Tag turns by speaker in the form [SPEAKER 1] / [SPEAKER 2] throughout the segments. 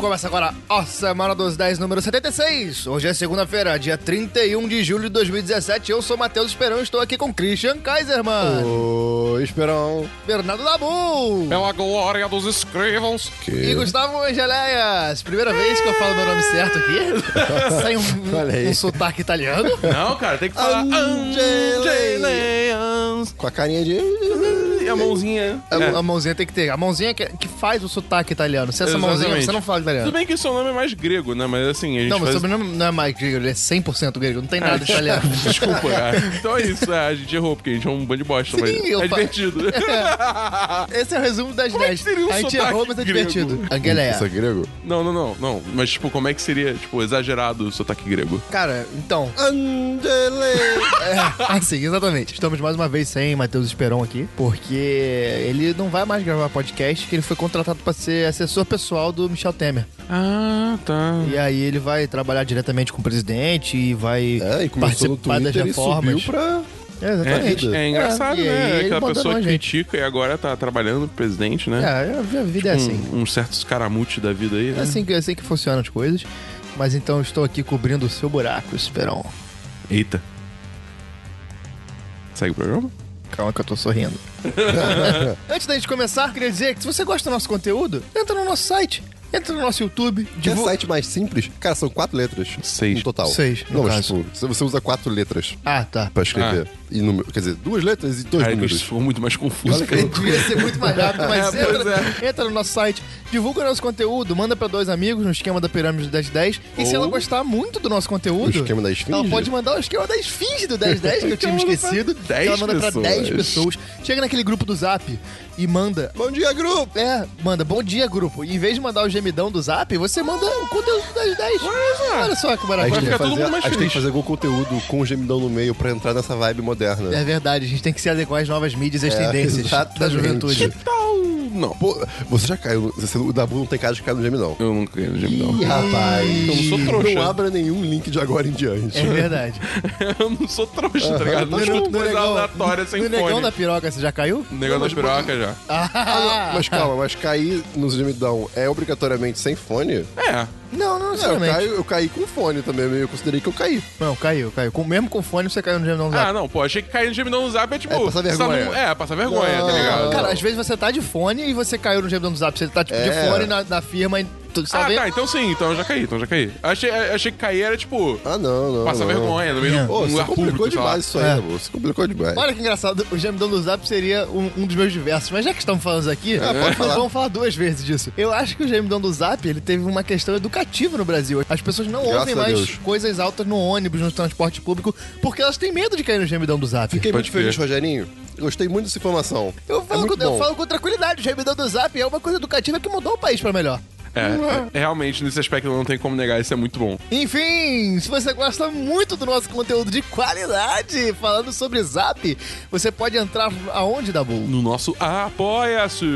[SPEAKER 1] Começa agora a Semana dos 10, número 76. Hoje é segunda-feira, dia 31 de julho de 2017. Eu sou Matheus Esperão e estou aqui com Christian Kaiserman,
[SPEAKER 2] Ô, Esperão.
[SPEAKER 1] Bernardo Dabu
[SPEAKER 3] Pela É glória dos escrivãos.
[SPEAKER 1] e Gustavo Angeléias. Primeira vez que eu falo meu nome certo aqui. Sem
[SPEAKER 2] Olha
[SPEAKER 1] um,
[SPEAKER 2] aí.
[SPEAKER 1] um sotaque italiano.
[SPEAKER 3] Não, cara, tem que falar. Angeleans.
[SPEAKER 2] Com a carinha de.
[SPEAKER 3] E a mãozinha.
[SPEAKER 1] A,
[SPEAKER 3] É.
[SPEAKER 1] a mãozinha tem que ter. A mãozinha que, que faz o sotaque italiano. Se essa mãozinha,
[SPEAKER 3] Exatamente.
[SPEAKER 1] você não fala
[SPEAKER 3] Tudo
[SPEAKER 1] italiano.
[SPEAKER 3] bem que o seu nome é mais grego, né? Mas assim, a gente
[SPEAKER 1] Não, meu
[SPEAKER 3] faz...
[SPEAKER 1] sobrenome não é mais grego, ele é 100% grego, não tem nada de italiano.
[SPEAKER 3] Desculpa, cara. Então é isso, é, a gente errou, porque a gente é um bando de bosta, mas
[SPEAKER 1] Sim, eu
[SPEAKER 3] é
[SPEAKER 1] fa-
[SPEAKER 3] divertido.
[SPEAKER 1] Esse é o resumo das
[SPEAKER 3] Como é que
[SPEAKER 1] 10.
[SPEAKER 3] seria um
[SPEAKER 1] a gente
[SPEAKER 3] sotaque
[SPEAKER 1] errou, mas é
[SPEAKER 3] grego?
[SPEAKER 1] divertido. Angeléia.
[SPEAKER 2] Isso é grego?
[SPEAKER 3] Não, não, não, não. Mas, tipo, como é que seria, tipo, exagerado o sotaque grego?
[SPEAKER 1] Cara, então,
[SPEAKER 2] Angele.
[SPEAKER 1] assim, exatamente. Estamos mais uma vez sem Matheus Esperon aqui, porque ele não vai mais gravar podcast, que ele foi contratado pra ser assessor pessoal do Michel Temer.
[SPEAKER 3] Ah, tá.
[SPEAKER 1] E aí ele vai trabalhar diretamente com o presidente e vai
[SPEAKER 2] É, e começou no
[SPEAKER 1] participar das
[SPEAKER 2] Twitter e
[SPEAKER 1] reformas.
[SPEAKER 2] subiu pra.
[SPEAKER 1] É, exatamente.
[SPEAKER 3] É, é engraçado,
[SPEAKER 1] É, e aí
[SPEAKER 3] né?
[SPEAKER 1] ele
[SPEAKER 3] Aquela
[SPEAKER 1] mandando
[SPEAKER 3] pessoa
[SPEAKER 1] a
[SPEAKER 3] que
[SPEAKER 1] gente.
[SPEAKER 3] critica e agora tá trabalhando pro presidente,
[SPEAKER 1] É,
[SPEAKER 3] né?
[SPEAKER 1] a vida é
[SPEAKER 2] Tipo
[SPEAKER 3] um,
[SPEAKER 1] assim.
[SPEAKER 3] um certo escaramute da vida aí,
[SPEAKER 1] É
[SPEAKER 3] né?
[SPEAKER 1] assim que, é assim que funcionam as coisas. Mas então eu estou aqui cobrindo o seu buraco, Esperon.
[SPEAKER 3] Eita. Segue o programa?
[SPEAKER 1] Calma que eu tô sorrindo. Antes da gente começar, queria dizer que se você gosta do nosso conteúdo, entra no nosso site, entra no nosso YouTube,
[SPEAKER 2] Quer
[SPEAKER 1] divulga.
[SPEAKER 2] site mais simples? Cara, são quatro letras.
[SPEAKER 3] Seis.
[SPEAKER 2] No total.
[SPEAKER 1] Seis, no
[SPEAKER 2] Não, mas
[SPEAKER 1] caso.
[SPEAKER 2] tipo, se você usa quatro letras
[SPEAKER 1] Ah, tá.
[SPEAKER 2] pra escrever. E número, quer dizer, duas letras e dois
[SPEAKER 3] Cara, que
[SPEAKER 2] números.
[SPEAKER 3] isso ficou muito mais confuso.
[SPEAKER 2] Olha que eu-
[SPEAKER 1] Devia ser muito mais rápido, mas
[SPEAKER 3] É, pois
[SPEAKER 1] entra, entra no nosso site, divulga o nosso conteúdo, manda pra dois amigos no esquema da pirâmide do 1010. E se
[SPEAKER 3] Ou-
[SPEAKER 1] ela gostar muito do nosso conteúdo,
[SPEAKER 2] O esquema da esfinge?
[SPEAKER 1] ela pode mandar o esquema da esfinge do 1010, que eu tinha me
[SPEAKER 3] Então,
[SPEAKER 1] esquecido.
[SPEAKER 3] pra dez
[SPEAKER 1] ela manda pra
[SPEAKER 3] pessoas.
[SPEAKER 1] 10 pessoas. Chega naquele grupo do Zap e manda
[SPEAKER 2] Bom dia, grupo!
[SPEAKER 1] É, manda, bom dia, grupo. Em vez de mandar o gemidão do zap, você manda o conteúdo das 10. Olha só que
[SPEAKER 2] A
[SPEAKER 1] maravilha.
[SPEAKER 2] gente, tem que
[SPEAKER 3] ficar todo
[SPEAKER 2] fazer,
[SPEAKER 3] mundo
[SPEAKER 2] a
[SPEAKER 3] mais
[SPEAKER 2] gente tem
[SPEAKER 3] feliz.
[SPEAKER 2] que fazer algum conteúdo com o gemidão no meio pra entrar nessa vibe moderna.
[SPEAKER 1] É verdade, a gente tem que se adequar às novas mídias e às
[SPEAKER 2] É,
[SPEAKER 1] tendências da
[SPEAKER 2] exatamente.
[SPEAKER 1] juventude.
[SPEAKER 3] Tal. Então, Não.
[SPEAKER 2] Pô, você já caiu. Você, o Dabu não tem cara de cair no gemidão.
[SPEAKER 3] Eu nunca quero gemidão.
[SPEAKER 2] Ih, rapaz.
[SPEAKER 3] Eu não sou trouxa.
[SPEAKER 2] Não abra nenhum link de agora em diante.
[SPEAKER 1] É verdade.
[SPEAKER 3] eu não sou trouxa, tá ligado?
[SPEAKER 2] Não,
[SPEAKER 3] Eu escuto
[SPEAKER 2] no
[SPEAKER 3] coisa
[SPEAKER 2] negão. é
[SPEAKER 3] aleatória sem
[SPEAKER 1] No negão
[SPEAKER 3] fone. é
[SPEAKER 1] da piroca, você já caiu?
[SPEAKER 3] Negão da piroca já.
[SPEAKER 1] Ah,
[SPEAKER 2] Mas calma, mas cair no gemidão é obrigatoriamente sem fone?
[SPEAKER 3] É.
[SPEAKER 1] não, não
[SPEAKER 2] É, eu,
[SPEAKER 1] necessariamente.
[SPEAKER 2] caio, eu caí com fone também, eu considerei que eu caí.
[SPEAKER 1] Não, caiu, caiu. Com, mesmo com fone, você caiu no gemidão do zap.
[SPEAKER 3] Ah, não, pô, achei que cair no gemidão no zap é tipo.
[SPEAKER 2] É, passar
[SPEAKER 3] você tá
[SPEAKER 2] vergonha. Ah,
[SPEAKER 3] num- É, passar vergonha, tá ligado?
[SPEAKER 1] Cara, às vezes você tá de fone e você caiu no gemidão do zap. Você tá tipo, de
[SPEAKER 2] É.
[SPEAKER 1] fone na, na firma e tudo,
[SPEAKER 3] ah,
[SPEAKER 1] sabe?
[SPEAKER 3] tá, então sim, então eu já caí, então eu já caí. Achei, achei que cair era tipo.
[SPEAKER 2] Ah, não, não.
[SPEAKER 3] Passar
[SPEAKER 2] não.
[SPEAKER 3] vergonha no meio de
[SPEAKER 2] Ô,
[SPEAKER 3] um
[SPEAKER 2] você
[SPEAKER 3] lugar público.
[SPEAKER 2] complicou
[SPEAKER 3] sei lá.
[SPEAKER 2] demais isso aí,
[SPEAKER 1] É.
[SPEAKER 2] é. Você complicou demais.
[SPEAKER 1] Olha que engraçado, o gemidão do Zap seria um, um dos meus diversos, mas já que estamos falando aqui, nós
[SPEAKER 2] É, falar.
[SPEAKER 1] vamos falar duas vezes disso. Eu acho que o gemidão do Zap ele teve uma questão educativa no Brasil. As pessoas não
[SPEAKER 2] Graças
[SPEAKER 1] ouvem
[SPEAKER 2] a
[SPEAKER 1] mais
[SPEAKER 2] Deus.
[SPEAKER 1] coisas altas no ônibus, no transporte público, porque elas têm medo de cair no gemidão do Zap.
[SPEAKER 2] Fiquei
[SPEAKER 3] Pode
[SPEAKER 2] muito feliz,
[SPEAKER 3] crer.
[SPEAKER 2] Rogerinho. Gostei muito dessa informação.
[SPEAKER 1] Eu falo,
[SPEAKER 2] é muito
[SPEAKER 1] com, eu
[SPEAKER 2] bom.
[SPEAKER 1] falo com tranquilidade, o gemidão do Zap é uma coisa educativa que mudou o país pra melhor.
[SPEAKER 3] É, é, realmente, nesse aspecto não tem como negar, isso é muito bom.
[SPEAKER 1] Enfim, se você gosta muito do nosso conteúdo de qualidade falando sobre Zap, você pode entrar aonde, Dabu?
[SPEAKER 3] No nosso Apoia-se!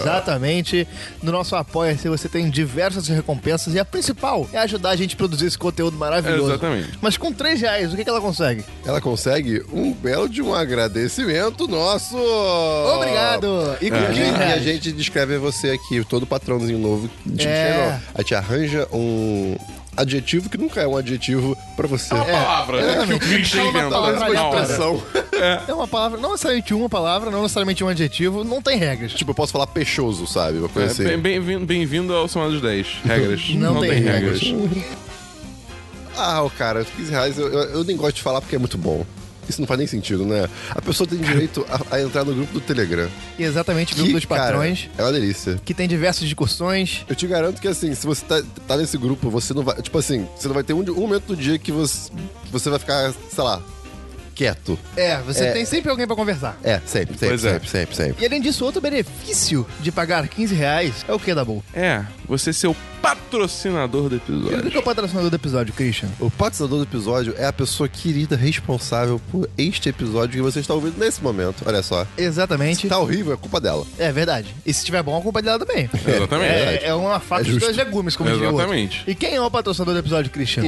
[SPEAKER 1] Exatamente. No nosso Apoia-se você tem diversas recompensas e a principal é ajudar a gente a produzir esse conteúdo maravilhoso.
[SPEAKER 3] Exatamente.
[SPEAKER 1] Mas com 3 reais, o que, que ela consegue?
[SPEAKER 2] Ela consegue um belo de um agradecimento nosso.
[SPEAKER 1] Obrigado! E com
[SPEAKER 2] Oh, é. E
[SPEAKER 1] 15
[SPEAKER 2] a
[SPEAKER 3] É.
[SPEAKER 2] gente- e a
[SPEAKER 1] reais.
[SPEAKER 2] gente descreve você aqui, todo patrãozinho novo. Tipo,
[SPEAKER 1] É.
[SPEAKER 2] chega, ó, a gente arranja um adjetivo que nunca é um adjetivo pra você.
[SPEAKER 3] Uma palavra né, que o Christian
[SPEAKER 1] É. Fala uma
[SPEAKER 3] inventa.
[SPEAKER 1] palavra,
[SPEAKER 3] na
[SPEAKER 1] uma
[SPEAKER 3] hora.
[SPEAKER 2] Expressão.
[SPEAKER 1] É uma palavra, não necessariamente uma palavra, não necessariamente um adjetivo, não tem regras.
[SPEAKER 2] Tipo, eu posso falar peixoso, sabe? Uma coisa
[SPEAKER 3] É,
[SPEAKER 2] assim.
[SPEAKER 3] bem- Bem-vindo bem-vindo ao Somado dos 10. Regras.
[SPEAKER 1] Não tem regras.
[SPEAKER 2] Ah, ô, cara, 15 reais eu, eu- eu nem gosto de falar porque é muito bom. Isso não faz nem sentido, né? A pessoa tem direito a, a entrar no grupo do Telegram.
[SPEAKER 1] E exatamente o grupo dos
[SPEAKER 2] cara,
[SPEAKER 1] patrões,
[SPEAKER 2] é uma delícia.
[SPEAKER 1] que tem diversas discussões.
[SPEAKER 2] Eu te garanto que, assim, se você tá, tá nesse grupo, você não vai. Tipo assim, você não vai ter um, di- um momento do dia que você, você vai ficar, sei lá, quieto.
[SPEAKER 1] É, você
[SPEAKER 2] É.
[SPEAKER 1] tem sempre alguém pra conversar.
[SPEAKER 2] É, sempre, sempre,
[SPEAKER 3] Pois é.
[SPEAKER 2] sempre, sempre, sempre.
[SPEAKER 1] E além disso, outro benefício de pagar 15 reais é o que, Dabu?
[SPEAKER 3] É, você ser o patrocinador do
[SPEAKER 1] O
[SPEAKER 3] episódio.
[SPEAKER 1] que é o patrocinador do episódio, Christian?
[SPEAKER 2] O patrocinador do episódio é a pessoa querida responsável por este episódio que você está ouvindo nesse momento. Olha só.
[SPEAKER 1] Exatamente.
[SPEAKER 2] Se tá horrível, é culpa dela.
[SPEAKER 1] É verdade. E se tiver bom, a culpa é dela também.
[SPEAKER 3] Exatamente.
[SPEAKER 1] É, é uma faca
[SPEAKER 2] É
[SPEAKER 1] de
[SPEAKER 2] justo.
[SPEAKER 1] dois legumes, como diria o outro.
[SPEAKER 3] Exatamente.
[SPEAKER 1] E quem é o patrocinador do episódio,
[SPEAKER 3] É.
[SPEAKER 1] Cristiano?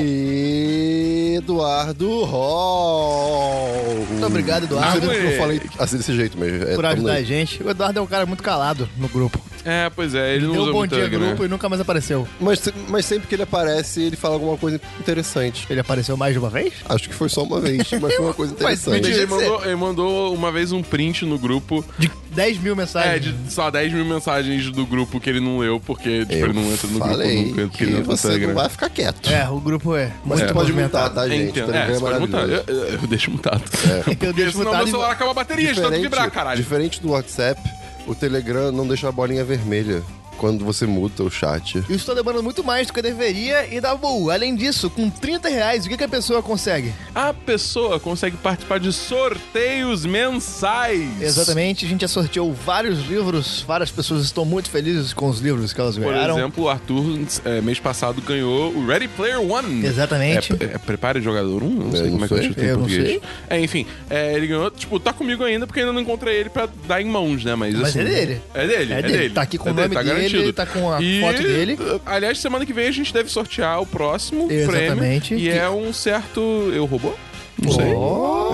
[SPEAKER 2] Eduardo Hall.
[SPEAKER 1] Muito obrigado,
[SPEAKER 2] Não sei
[SPEAKER 1] Eduardo,
[SPEAKER 2] nem porque eu
[SPEAKER 3] moleque. tá
[SPEAKER 2] falei assim desse jeito mesmo. É,
[SPEAKER 1] por
[SPEAKER 2] tamo
[SPEAKER 1] ajudar
[SPEAKER 2] aí.
[SPEAKER 1] a gente. O Eduardo é um cara muito calado no grupo.
[SPEAKER 3] É, pois é, ele não
[SPEAKER 1] Deu
[SPEAKER 3] usa
[SPEAKER 1] um bom
[SPEAKER 3] muito
[SPEAKER 1] dia
[SPEAKER 3] Telegram.
[SPEAKER 1] grupo e nunca mais apareceu.
[SPEAKER 2] Mas, se- mas sempre que ele aparece, ele fala alguma coisa interessante.
[SPEAKER 1] Ele apareceu mais de uma vez?
[SPEAKER 2] Acho que foi só uma vez, mas foi uma coisa
[SPEAKER 1] Mas
[SPEAKER 2] interessante.
[SPEAKER 1] me diz-
[SPEAKER 3] Mas Ele mandou, ele mandou uma vez um print no grupo.
[SPEAKER 1] De 10 mil
[SPEAKER 3] É,
[SPEAKER 1] mensagens.
[SPEAKER 3] de só 10 mil mensagens do grupo que ele não leu, porque tipo,
[SPEAKER 2] Eu
[SPEAKER 3] ele não entra no
[SPEAKER 2] falei
[SPEAKER 3] grupo nunca, porque
[SPEAKER 2] que
[SPEAKER 3] ele não né? entra no
[SPEAKER 2] você não
[SPEAKER 3] Telegram.
[SPEAKER 2] vai ficar quieto.
[SPEAKER 1] É, o grupo é
[SPEAKER 2] Mas
[SPEAKER 1] muito
[SPEAKER 2] tu pode
[SPEAKER 1] movimentado.
[SPEAKER 2] mutar, tá, gente?
[SPEAKER 3] Entendo.
[SPEAKER 2] Telegram é
[SPEAKER 3] É, você pode mutar.
[SPEAKER 2] maravilhoso.
[SPEAKER 3] Eu, eu- eu deixo mutado.
[SPEAKER 1] É. Eu
[SPEAKER 3] Porque
[SPEAKER 1] deixo
[SPEAKER 3] senão meu
[SPEAKER 1] mutado e-
[SPEAKER 3] celular acaba a bateria de tanto
[SPEAKER 2] Diferente,
[SPEAKER 3] vibrar, caralho.
[SPEAKER 2] diferente do WhatsApp, o Telegram não deixa a bolinha vermelha quando você muta o chat.
[SPEAKER 1] Isso tá demorando muito mais do que deveria e dá boa. Além disso, com 30 reais, o que, que a pessoa consegue?
[SPEAKER 3] A pessoa consegue participar de sorteios mensais.
[SPEAKER 1] Exatamente, a gente já sorteou vários livros, várias pessoas estão muito felizes com os livros que elas
[SPEAKER 3] Por
[SPEAKER 1] ganharam.
[SPEAKER 3] exemplo, o Arthur, é, mês passado, ganhou o Ready Player One.
[SPEAKER 1] Exatamente.
[SPEAKER 3] É, é, Prepare Jogador 1? Não
[SPEAKER 2] Eu
[SPEAKER 3] sei
[SPEAKER 2] não
[SPEAKER 3] como é que eu
[SPEAKER 2] sei.
[SPEAKER 3] chutei em
[SPEAKER 1] Eu não
[SPEAKER 3] português.
[SPEAKER 1] sei.
[SPEAKER 3] É, enfim, é, ele ganhou, tipo, tá comigo ainda porque ainda não encontrei ele pra dar em mãos, né? Mas,
[SPEAKER 1] Mas
[SPEAKER 3] assim,
[SPEAKER 1] é dele.
[SPEAKER 3] É dele,
[SPEAKER 1] É
[SPEAKER 3] é,
[SPEAKER 1] dele.
[SPEAKER 3] dele.
[SPEAKER 1] Tá aqui com
[SPEAKER 3] É
[SPEAKER 1] o nome
[SPEAKER 3] tá
[SPEAKER 1] dele,
[SPEAKER 3] garantido.
[SPEAKER 1] tá com a
[SPEAKER 3] E,
[SPEAKER 1] foto dele.
[SPEAKER 3] Aliás, semana que vem a gente deve sortear o próximo
[SPEAKER 1] Exatamente.
[SPEAKER 3] prêmio. E
[SPEAKER 1] Que-
[SPEAKER 3] é um certo... Eu roubou? Não sei.
[SPEAKER 1] Oh!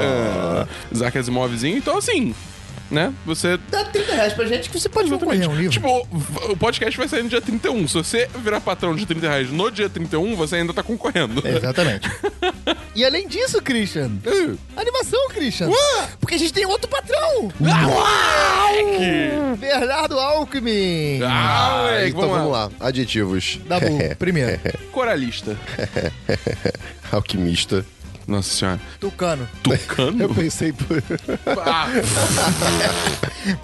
[SPEAKER 3] É. É. Isaac Asimovzinho. Então, assim, né? Você
[SPEAKER 1] Dá 30 reais pra gente que você pode concorrer a um livro.
[SPEAKER 3] Tipo, o podcast vai sair no dia 31. Se você virar patrão de 30 reais no dia 31, você ainda tá concorrendo.
[SPEAKER 1] Exatamente. e além disso, Christian,
[SPEAKER 3] Uh,
[SPEAKER 1] animação, Christian.
[SPEAKER 3] Ué?
[SPEAKER 1] Porque a gente tem outro patrão.
[SPEAKER 3] Moleque!
[SPEAKER 1] Bernardo Alckmin.
[SPEAKER 3] Ah,
[SPEAKER 2] Ah,
[SPEAKER 3] moleque,
[SPEAKER 2] então vamos
[SPEAKER 3] lá.
[SPEAKER 2] lá. Adjetivos. É,
[SPEAKER 1] Dabu, primeiro.
[SPEAKER 3] Coralista.
[SPEAKER 2] Alquimista.
[SPEAKER 3] Nossa senhora.
[SPEAKER 1] Tucano.
[SPEAKER 3] Tucano?
[SPEAKER 2] Eu pensei por.
[SPEAKER 3] Ah,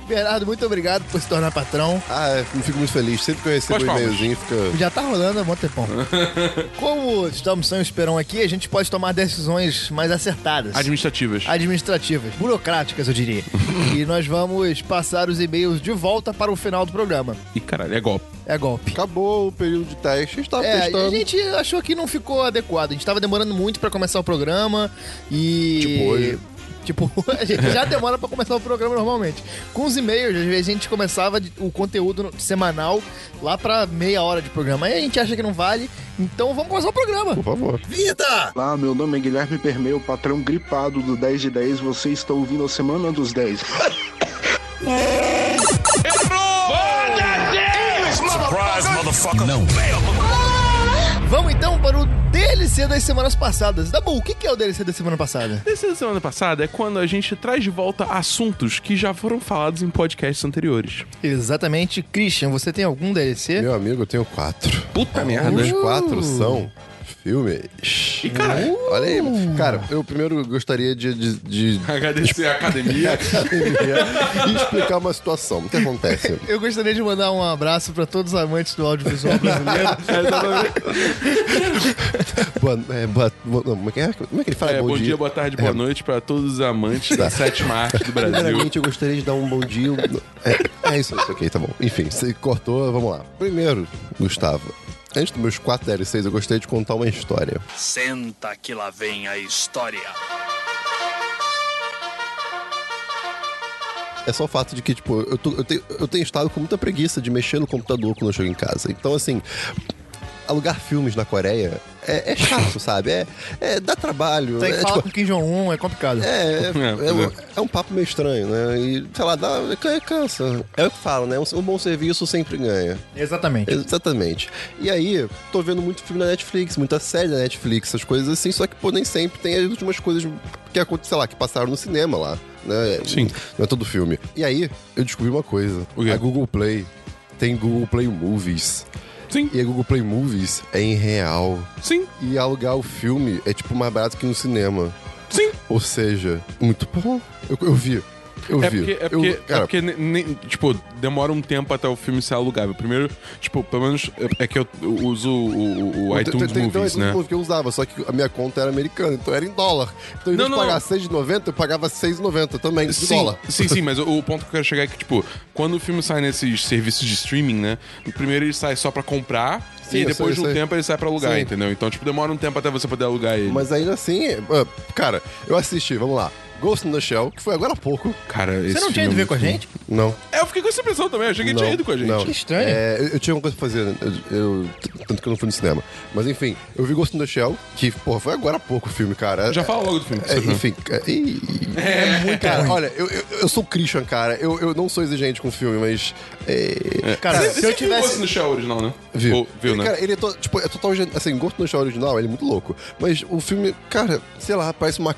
[SPEAKER 1] Bernardo, muito obrigado por se tornar patrão.
[SPEAKER 2] Ah, eu fico muito feliz. Sempre que eu recebo
[SPEAKER 3] Pode
[SPEAKER 2] um
[SPEAKER 3] palmas.
[SPEAKER 2] e-mailzinho, fica.
[SPEAKER 1] Já tá rolando há bom tempão. Como estamos sem o Esperão aqui, a gente pode tomar decisões mais acertadas.
[SPEAKER 3] administrativas.
[SPEAKER 1] administrativas, burocráticas, eu diria. e nós vamos passar os e-mails de volta para o final do programa.
[SPEAKER 3] Ih, caralho, é golpe.
[SPEAKER 1] É golpe.
[SPEAKER 2] Acabou o período de teste. A gente tava
[SPEAKER 1] É, a
[SPEAKER 2] testando.
[SPEAKER 1] gente achou que não ficou adequado. A gente tava demorando muito pra começar o programa e.
[SPEAKER 2] Tipo hoje.
[SPEAKER 1] Tipo, a gente já demora pra começar o programa normalmente. Com os e-mails, às vezes a gente começava de- o conteúdo no- semanal lá pra meia hora de programa. Aí a gente acha que não vale, então vamos começar o programa.
[SPEAKER 2] Por favor.
[SPEAKER 4] Olá, meu nome é Guilherme Permeu, patrão gripado do 10 de 10. Você está ouvindo a Semana dos 10.
[SPEAKER 1] Vamos então para o DLC das semanas passadas. Dabu, o que que é o DLC da semana passada?
[SPEAKER 3] Desde a semana passada é quando a gente traz de volta assuntos que já foram falados em podcasts anteriores.
[SPEAKER 1] Exatamente, Christian, você tem algum DLC?
[SPEAKER 2] Meu amigo, eu tenho quatro.
[SPEAKER 3] Puta merda.
[SPEAKER 2] Os quatro são filmes. Uh!
[SPEAKER 3] E, cara, Uh!
[SPEAKER 2] Olha aí, mano. Cara, eu primeiro gostaria de, de, de
[SPEAKER 3] agradecer a academia.
[SPEAKER 2] e explicar uma situação. O que acontece?
[SPEAKER 1] Eu gostaria de mandar um abraço para todos os amantes do audiovisual brasileiro.
[SPEAKER 2] Boa, é, boa- boa- não, como, é, que é? Como é que ele fala?
[SPEAKER 3] É, bom dia, boa tarde, boa noite pra todos os amantes
[SPEAKER 2] Tá.
[SPEAKER 3] da sétima arte do Brasil.
[SPEAKER 2] Primeiramente, eu gostaria de dar um bom dia. É, é isso, isso, ok, tá bom. Enfim, você cortou, vamos lá. Primeiro, Gustavo, antes dos meus quatro DLCs, eu gostaria de contar uma história.
[SPEAKER 5] Senta que lá vem a história.
[SPEAKER 2] É só o fato de que, tipo, eu, tô- eu tenho, eu tenho estado com muita preguiça de mexer no computador quando eu chego em casa. Então, assim, alugar filmes na Coreia é, é chato, sabe? É, é- dá trabalho.
[SPEAKER 1] Tem
[SPEAKER 2] é,
[SPEAKER 1] que falar
[SPEAKER 2] tipo,
[SPEAKER 1] com Kim Jong-un, é complicado.
[SPEAKER 2] É, é,
[SPEAKER 3] É,
[SPEAKER 2] é, um-
[SPEAKER 3] é.
[SPEAKER 2] é um papo meio estranho, né? E, sei lá, dá, é- cansa. É o que falo, né? Um, um bom serviço sempre ganha.
[SPEAKER 1] Exatamente.
[SPEAKER 2] Exatamente. E aí, tô vendo muito filme na Netflix, muita série na Netflix, essas coisas assim, só que, pô, nem sempre tem as últimas coisas que acontecem, sei lá, que passaram no cinema lá. Né?
[SPEAKER 3] Sim.
[SPEAKER 2] Não é todo filme. E aí, eu descobri uma coisa.
[SPEAKER 3] O quê?
[SPEAKER 2] A Google Play tem Google Play Movies.
[SPEAKER 3] Sim,
[SPEAKER 2] E a Google Play Movies é em real.
[SPEAKER 3] sim,
[SPEAKER 2] E alugar o filme é, tipo, mais barato que no cinema.
[SPEAKER 3] sim.
[SPEAKER 2] Ou seja, muito bom. Eu, eu vi. Eu
[SPEAKER 3] É
[SPEAKER 2] vi.
[SPEAKER 3] porque, é
[SPEAKER 2] Eu-
[SPEAKER 3] porque,
[SPEAKER 2] cara,
[SPEAKER 3] é porque ne- ne- tipo, demora um tempo até o filme ser alugável. Primeiro, tipo, pelo menos é é que eu eu uso o, o- o
[SPEAKER 2] tem-
[SPEAKER 3] iTunes
[SPEAKER 2] tem- tem- tem um
[SPEAKER 3] Movies,
[SPEAKER 2] iTunes
[SPEAKER 3] né?
[SPEAKER 2] Movies que eu usava, só que a minha conta era americana, então era em dólar. Então, em vez
[SPEAKER 3] Não,
[SPEAKER 2] de
[SPEAKER 3] não,
[SPEAKER 2] pagar
[SPEAKER 3] não.
[SPEAKER 2] 6,90, eu pagava 6,90 também, de
[SPEAKER 3] Sim,
[SPEAKER 2] dólar.
[SPEAKER 3] sim, sim, mas o, o ponto que eu quero chegar é que, tipo, quando o filme sai nesses serviços de streaming, né? Primeiro ele sai só pra comprar
[SPEAKER 2] Sim, eu sei,
[SPEAKER 3] e
[SPEAKER 2] eu
[SPEAKER 3] depois de um
[SPEAKER 2] sei.
[SPEAKER 3] tempo ele sai pra alugar,
[SPEAKER 2] Sim.
[SPEAKER 3] entendeu? Então, tipo, demora um tempo até você poder alugar ele.
[SPEAKER 2] Mas ainda assim, é, ah, cara, eu eh, assisti, vamos lá. Ghost in the Shell, que foi agora há pouco.
[SPEAKER 3] Cara, esse
[SPEAKER 1] Você não tinha
[SPEAKER 3] filme
[SPEAKER 1] ido
[SPEAKER 3] é
[SPEAKER 1] ver
[SPEAKER 3] muito
[SPEAKER 1] com a
[SPEAKER 3] ruim.
[SPEAKER 1] gente?
[SPEAKER 2] Não.
[SPEAKER 3] É, eu fiquei com essa impressão também. Eu cheguei que
[SPEAKER 2] não,
[SPEAKER 3] tinha ido com a gente.
[SPEAKER 2] Não.
[SPEAKER 1] Que estranho.
[SPEAKER 2] É, eu, eu tinha uma coisa pra fazer, né? eu, eu- tanto que eu não fui no cinema. Mas enfim, eu vi Ghost in the Shell, que, porra, foi agora há pouco o filme, cara.
[SPEAKER 3] Já fala né? logo do filme. que
[SPEAKER 2] É,
[SPEAKER 3] você viu.
[SPEAKER 2] enfim, é, e- é muito cara, olha, eu, eu, eu sou o Christian, cara. Eu, eu não sou exigente com filme, mas. É,
[SPEAKER 1] Cara,
[SPEAKER 3] Você-
[SPEAKER 1] se
[SPEAKER 3] você
[SPEAKER 1] eu
[SPEAKER 3] viu
[SPEAKER 1] tivesse-
[SPEAKER 3] Ghost no Shell original, né?
[SPEAKER 2] viu?
[SPEAKER 3] Ou- viu, né?
[SPEAKER 2] Cara, ele é, to, tipo, é total. gen- Assim, Ghost in the Shell original, ele é muito louco. Mas o filme, cara, sei lá, parece uma.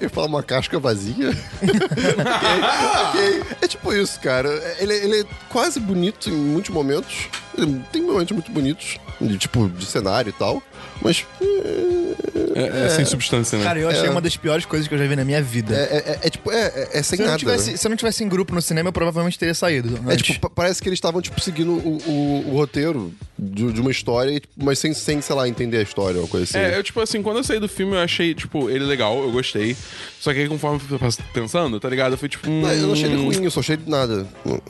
[SPEAKER 2] Eu falo uma casca vazia. Ok, É tipo isso, cara. Ele, ele é quase bonito em muitos momentos. Ele Tem momentos muito bonitos, de, tipo, de cenário e tal. Mas é,
[SPEAKER 3] é, é sem substância, né?
[SPEAKER 1] Cara, eu achei uma das piores coisas que eu já vi na minha vida.
[SPEAKER 2] é- é- é tipo, é, é- é sem
[SPEAKER 1] se, eu não
[SPEAKER 2] nada.
[SPEAKER 1] tivesse, se eu não tivesse em grupo no cinema, eu provavelmente teria saído.
[SPEAKER 2] É
[SPEAKER 1] antes.
[SPEAKER 2] tipo, pa- parece que eles estavam, tipo, seguindo o, o- o roteiro de, de uma história, e, tipo, mas sem, sem, sei lá, entender a história ou coisa assim.
[SPEAKER 3] É, eu, tipo assim, quando eu saí do filme, eu achei, tipo, ele legal, eu gostei. Só que aí, conforme eu fui pensando, tá ligado? Eu fui tipo. Hum,
[SPEAKER 2] Não, eu não achei ele ruim, eu só achei ele nada. Tipo,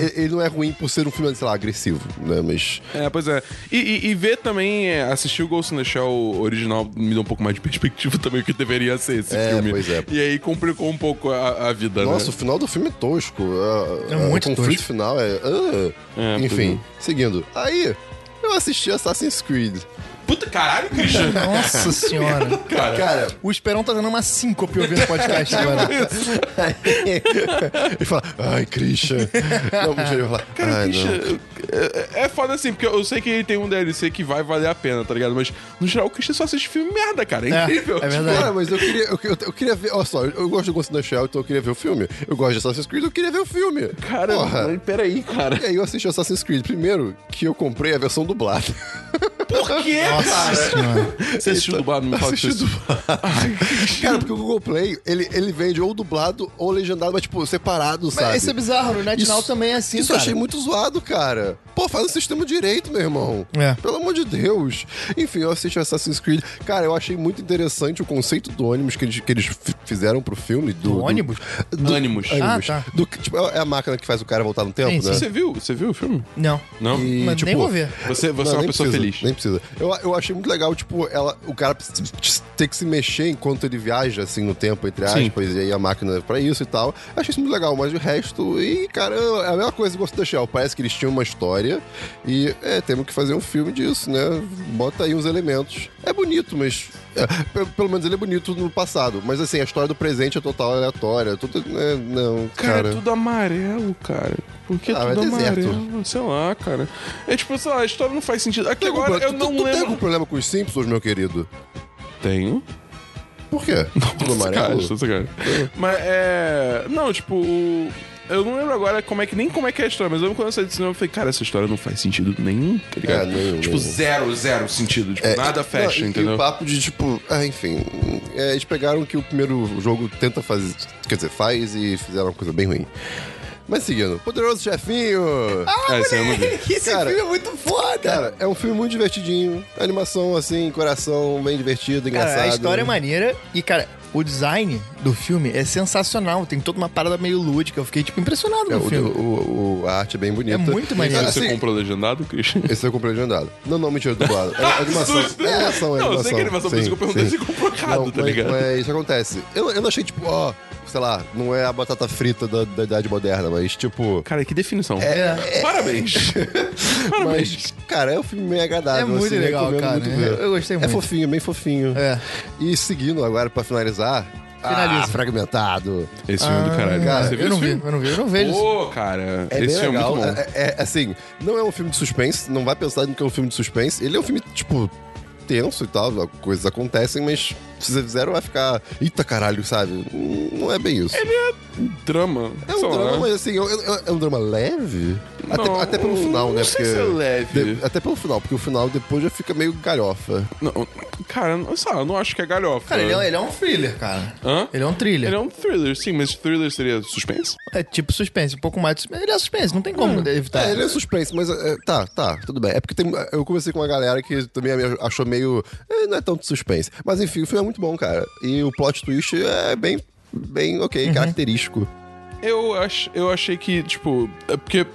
[SPEAKER 2] ele, ele não é ruim por ser um filme, sei lá, agressivo, né? Mas.
[SPEAKER 3] É, pois é. E, e- e ver também, é, assistir o Ghost in the Shell original me deu um pouco mais de perspectiva também o que deveria ser esse
[SPEAKER 2] É,
[SPEAKER 3] filme.
[SPEAKER 2] pois é.
[SPEAKER 3] E aí complicou um pouco a, a vida,
[SPEAKER 2] Nossa, o
[SPEAKER 3] né?
[SPEAKER 2] final do filme é tosco. É,
[SPEAKER 1] É muito
[SPEAKER 2] O conflito
[SPEAKER 1] tosco.
[SPEAKER 2] final é. ah.
[SPEAKER 3] É,
[SPEAKER 2] Enfim, seguindo. Aí, eu assisti Assassin's Creed.
[SPEAKER 3] Puta caralho, Christian.
[SPEAKER 1] Nossa senhora.
[SPEAKER 3] Cara,
[SPEAKER 2] Cara,
[SPEAKER 1] O Esperão tá dando uma síncope ouvindo o podcast agora.
[SPEAKER 2] Tipo ele fala, ai, Christian. Não, deixa ele falar.
[SPEAKER 3] Cara,
[SPEAKER 2] ai,
[SPEAKER 3] Christian,
[SPEAKER 2] não.
[SPEAKER 3] é, é foda assim, porque eu sei que ele tem um DLC que vai valer a pena, tá ligado? Mas, no geral, o Christian só assiste filme merda, cara. É,
[SPEAKER 1] É,
[SPEAKER 3] incrível.
[SPEAKER 1] é verdade.
[SPEAKER 2] Cara, mas eu queria, eu, eu- eu queria ver. Olha só, eu gosto de Ghost in the Shell, então eu queria ver o filme. Eu gosto de Assassin's Creed, eu queria ver o filme.
[SPEAKER 3] Cara,
[SPEAKER 2] Porra.
[SPEAKER 3] mas peraí, cara.
[SPEAKER 2] E aí eu assisti Assassin's Creed. Primeiro, que eu comprei a versão dublada.
[SPEAKER 3] Por quê,
[SPEAKER 1] Nossa senhora.
[SPEAKER 3] Você assistiu dublado, me fala que você
[SPEAKER 2] Assisti dublado. Cara, porque o Google Play, ele, ele vende ou dublado ou legendado, mas tipo, separado, sabe?
[SPEAKER 1] Mas isso é bizarro, no NetNow
[SPEAKER 2] Isso-
[SPEAKER 1] também é assim,
[SPEAKER 2] Isso eu
[SPEAKER 1] cara.
[SPEAKER 2] achei muito zoado, cara. Pô, faz o sistema direito, meu irmão.
[SPEAKER 1] É.
[SPEAKER 2] Pelo amor de Deus. Enfim, eu assisti Assassin's Creed. Cara, eu achei muito interessante o conceito do ônibus que eles, que eles fi- fizeram pro filme. Do, do-
[SPEAKER 1] ônibus?
[SPEAKER 2] Do,
[SPEAKER 3] Ânimos.
[SPEAKER 2] ânimos.
[SPEAKER 1] Ah, tá.
[SPEAKER 2] Do que- tipo, é a máquina que faz o cara voltar no tempo,
[SPEAKER 1] Sim, sim.
[SPEAKER 2] né?
[SPEAKER 3] Você viu? Você viu o filme?
[SPEAKER 1] Não.
[SPEAKER 3] Não?
[SPEAKER 2] E, tipo,
[SPEAKER 1] Mas nem vou ver.
[SPEAKER 3] Você,
[SPEAKER 2] Não,
[SPEAKER 3] você é uma
[SPEAKER 2] nem
[SPEAKER 3] pessoa
[SPEAKER 2] precisa,
[SPEAKER 3] feliz.
[SPEAKER 2] Nem precisa. Eu, eu achei muito legal, tipo, ela, o cara precisa de- ter que se mexer enquanto ele viaja, assim, no tempo, entre
[SPEAKER 3] Sim.
[SPEAKER 2] aspas, e aí a máquina é pra isso e tal. Eu achei isso muito legal, mas o resto, e cara, é a mesma coisa do Ghost in the Shell. Parece que eles tinham uma história e, é, temos que fazer um filme disso, né? Bota aí uns elementos. É bonito, mas. é, pe- pelo menos ele é bonito no passado. Mas assim, a história do presente é total aleatória. Tudo, né, não,
[SPEAKER 3] Cara,
[SPEAKER 2] cara.
[SPEAKER 3] é tudo amarelo, cara. Por que
[SPEAKER 2] Ah,
[SPEAKER 3] tudo
[SPEAKER 2] mas é deserto.
[SPEAKER 3] amarelo? Sei lá, cara. É tipo, sei lá, a história não faz sentido. Aqui
[SPEAKER 2] Tem algum
[SPEAKER 3] agora
[SPEAKER 2] pro-
[SPEAKER 3] eu
[SPEAKER 2] tu-
[SPEAKER 3] não
[SPEAKER 2] tu, tem
[SPEAKER 3] lembro.
[SPEAKER 2] algum problema com os Simpsons, meu querido?
[SPEAKER 3] Tenho.
[SPEAKER 2] Por quê? Tudo
[SPEAKER 3] Cara,
[SPEAKER 2] amarelo?
[SPEAKER 3] isso, cara. Mas é. Não, tipo, o- Eu não lembro agora como é que nem como é que é a história, mas eu lembro quando eu saí do cinema eu falei, cara, essa história não faz sentido nenhum, tá ligado?
[SPEAKER 2] É, nenhum,
[SPEAKER 3] tipo,
[SPEAKER 2] nenhum. É,
[SPEAKER 3] zero, zero sentido. Tipo, nada fecha,
[SPEAKER 2] Não, e- E
[SPEAKER 3] entendeu?
[SPEAKER 2] o papo de, tipo, ah, enfim. é, eles pegaram o que o primeiro jogo tenta fazer. Quer dizer, faz e fizeram uma coisa bem ruim. Mas seguindo, Poderoso Chefinho!
[SPEAKER 3] Ah, esse eu não vi.
[SPEAKER 1] Esse
[SPEAKER 2] Cara,
[SPEAKER 1] filme é muito foda.
[SPEAKER 2] Cara, é um filme muito divertidinho. Animação, assim, coração, bem divertido, engraçado. né?
[SPEAKER 1] Cara, a história é maneira e, cara, o design do filme é sensacional. Tem toda uma parada meio lúdica. Eu fiquei, tipo, impressionado
[SPEAKER 2] É,
[SPEAKER 1] no
[SPEAKER 2] o,
[SPEAKER 1] filme.
[SPEAKER 2] o- o- a arte é bem bonita.
[SPEAKER 1] É muito
[SPEAKER 3] Você
[SPEAKER 1] maneiro.
[SPEAKER 2] Assim,
[SPEAKER 3] comprou legendado, Christian?
[SPEAKER 2] Esse eu comprei legendado. Não, não, mentira, dublado. É animação.
[SPEAKER 3] Susto.
[SPEAKER 2] É animação, é
[SPEAKER 3] Não,
[SPEAKER 2] animação.
[SPEAKER 3] eu sei que é animação, por
[SPEAKER 2] Sim,
[SPEAKER 3] isso que eu perguntei
[SPEAKER 2] sim.
[SPEAKER 3] se comprou errado,
[SPEAKER 2] Não, é-
[SPEAKER 3] tá
[SPEAKER 2] mas,
[SPEAKER 3] ligado?
[SPEAKER 2] mas isso acontece. Eu, eu não achei, tipo, ó, sei lá, não é a batata frita da, da idade moderna, mas, tipo.
[SPEAKER 3] Cara, que definição.
[SPEAKER 1] É.
[SPEAKER 3] Parabéns. Parabéns.
[SPEAKER 2] Mas, cara, é um filme meio agradável.
[SPEAKER 1] É
[SPEAKER 3] Ah,
[SPEAKER 1] muito
[SPEAKER 2] assim,
[SPEAKER 1] legal,
[SPEAKER 2] recomendo
[SPEAKER 1] cara.
[SPEAKER 2] ver.
[SPEAKER 1] Eu- eu gostei muito.
[SPEAKER 2] É fofinho, bem fofinho.
[SPEAKER 1] É.
[SPEAKER 2] E seguindo agora pra finalizar.
[SPEAKER 1] Finaliza.
[SPEAKER 2] Ah, fragmentado.
[SPEAKER 3] Esse filme é do caralho.
[SPEAKER 2] ah, cara,
[SPEAKER 3] Você viu
[SPEAKER 1] Ah, eu não
[SPEAKER 3] esse
[SPEAKER 1] vi,
[SPEAKER 3] filme?
[SPEAKER 1] eu não vi, eu não vejo. esse-
[SPEAKER 3] Pô, cara,
[SPEAKER 2] É
[SPEAKER 3] esse
[SPEAKER 2] bem
[SPEAKER 3] filme é
[SPEAKER 2] legal.
[SPEAKER 3] muito bom.
[SPEAKER 2] É, é- assim, não é um filme de suspense, não vai pensar no que é um filme de suspense. Ele é um filme, tipo, tenso e tal, coisas acontecem, mas se você fizer, vai ficar. Eita caralho, sabe? Não é bem isso.
[SPEAKER 3] Drama.
[SPEAKER 2] É um
[SPEAKER 3] sei lá.
[SPEAKER 2] drama, mas assim, é um- é um drama leve?
[SPEAKER 3] né? Não,
[SPEAKER 2] até, até pelo final,
[SPEAKER 3] não
[SPEAKER 2] né?
[SPEAKER 3] sei se é leve.
[SPEAKER 2] de- até pelo final, porque o final depois já fica meio galhofa.
[SPEAKER 3] Não, cara, não- sei lá, eu não acho que é galhofa.
[SPEAKER 1] Cara, ele é, ele é um thriller, cara.
[SPEAKER 3] Hã?
[SPEAKER 1] Ele é um thriller.
[SPEAKER 3] Ele é um thriller, sim, mas thriller seria suspense?
[SPEAKER 1] É tipo suspense, um pouco mais de suspense. Ele é suspense, não tem como
[SPEAKER 3] Hum.
[SPEAKER 1] evitar.
[SPEAKER 2] É, ele é suspense, mas é, tá, tá, tudo bem. É porque tem- eu conversei com uma galera que também me achou meio. é, não é tanto suspense. Mas enfim, o filme é muito bom, cara. E o plot twist é
[SPEAKER 3] Uhum.
[SPEAKER 2] bem, bem ok, característico.
[SPEAKER 3] Eu, ach, eu achei que, tipo, é porque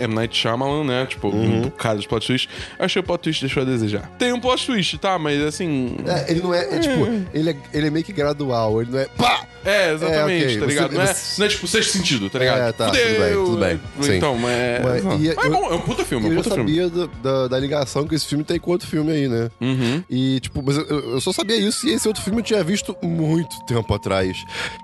[SPEAKER 3] M. Night Shyamalan, né? Tipo,
[SPEAKER 2] Uhum.
[SPEAKER 3] um cara de plot twist. Eu achei o plot twist deixou a desejar. Tem um plot twist, tá? Mas assim.
[SPEAKER 2] É, ele não é, é, tipo, ele é, ele é meio que gradual, ele não é pá!
[SPEAKER 3] É, exatamente,
[SPEAKER 2] É, ok,
[SPEAKER 3] tá ligado?
[SPEAKER 2] você-
[SPEAKER 3] não, é,
[SPEAKER 2] você-
[SPEAKER 3] não é tipo sexto sentido, tá ligado?
[SPEAKER 2] É, tá, tudo bem, tudo bem, sim.
[SPEAKER 3] Então, mas. é-
[SPEAKER 2] Mas-
[SPEAKER 3] Mas,
[SPEAKER 2] e-
[SPEAKER 3] é bom, é um puta filme, é um
[SPEAKER 2] Eu já
[SPEAKER 3] puta filme.
[SPEAKER 2] sabia do- da, da ligação que esse filme tem com outro filme aí, né?
[SPEAKER 3] Uhum.
[SPEAKER 2] E, tipo, mas eu, eu só sabia isso e esse outro filme eu tinha visto muito tempo atrás.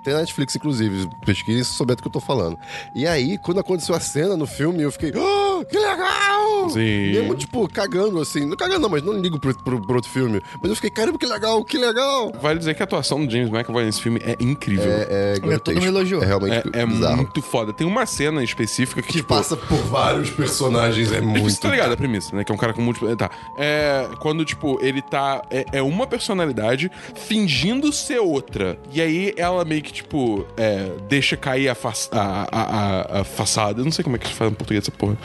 [SPEAKER 2] Tem na Netflix, inclusive. Pesquise se souber do que eu tô falando. E aí, quando aconteceu a cena no filme, eu fiquei, "Ah, que legal!
[SPEAKER 3] Sim.
[SPEAKER 2] Mesmo, tipo, cagando, assim. Não cagando, não, mas não ligo pro, pro- pro outro filme. Mas eu fiquei, caramba, que legal, que legal!
[SPEAKER 3] Vale dizer que a atuação do James McAvoy nesse filme é incrível. É,
[SPEAKER 2] É,
[SPEAKER 1] Olha, todo mundo elogiou.
[SPEAKER 2] É realmente
[SPEAKER 3] é
[SPEAKER 2] bizarro.
[SPEAKER 3] muito foda. Tem uma cena específica que,
[SPEAKER 2] Que
[SPEAKER 3] tipo,
[SPEAKER 2] passa por vários personagens, é
[SPEAKER 3] Tipo,
[SPEAKER 2] muito...
[SPEAKER 3] Você tá ligado a premissa, né? Que é um cara com múltiplos. Tá. É. Quando, tipo, ele tá. É, é uma personalidade fingindo ser outra. E aí ela meio que, tipo, é, deixa cair a, fa a, a, a- a façada. Eu não sei como é que se fala em português essa porra.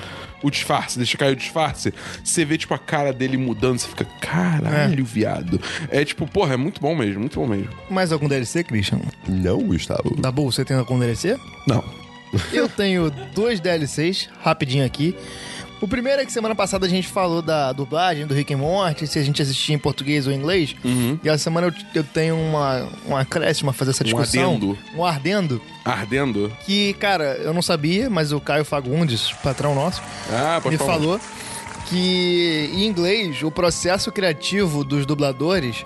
[SPEAKER 3] O disfarce, deixa cair o disfarce. Você vê, tipo, a cara dele mudando, você fica, caralho, viado. É tipo, porra, é muito bom mesmo, muito bom mesmo.
[SPEAKER 1] Mais algum DLC, Christian?
[SPEAKER 2] Não, Gustavo.
[SPEAKER 1] Dabu, você tem algum DLC?
[SPEAKER 3] Não.
[SPEAKER 1] Eu tenho dois DLCs, rapidinho aqui. O primeiro é que semana passada a gente falou da dublagem do Rick and Morty, se a gente assistia em português ou em inglês. E essa semana eu, eu tenho uma, uma acréscimo a fazer essa
[SPEAKER 3] Uhum. Um
[SPEAKER 1] discussão.
[SPEAKER 3] adendo.
[SPEAKER 1] Um ardendo.
[SPEAKER 3] Ardendo.
[SPEAKER 1] Que, cara, eu não sabia, mas o Caio Fagundes, patrão nosso,
[SPEAKER 3] Ah, pode
[SPEAKER 1] me
[SPEAKER 3] falar.
[SPEAKER 1] falou que em inglês o processo criativo dos dubladores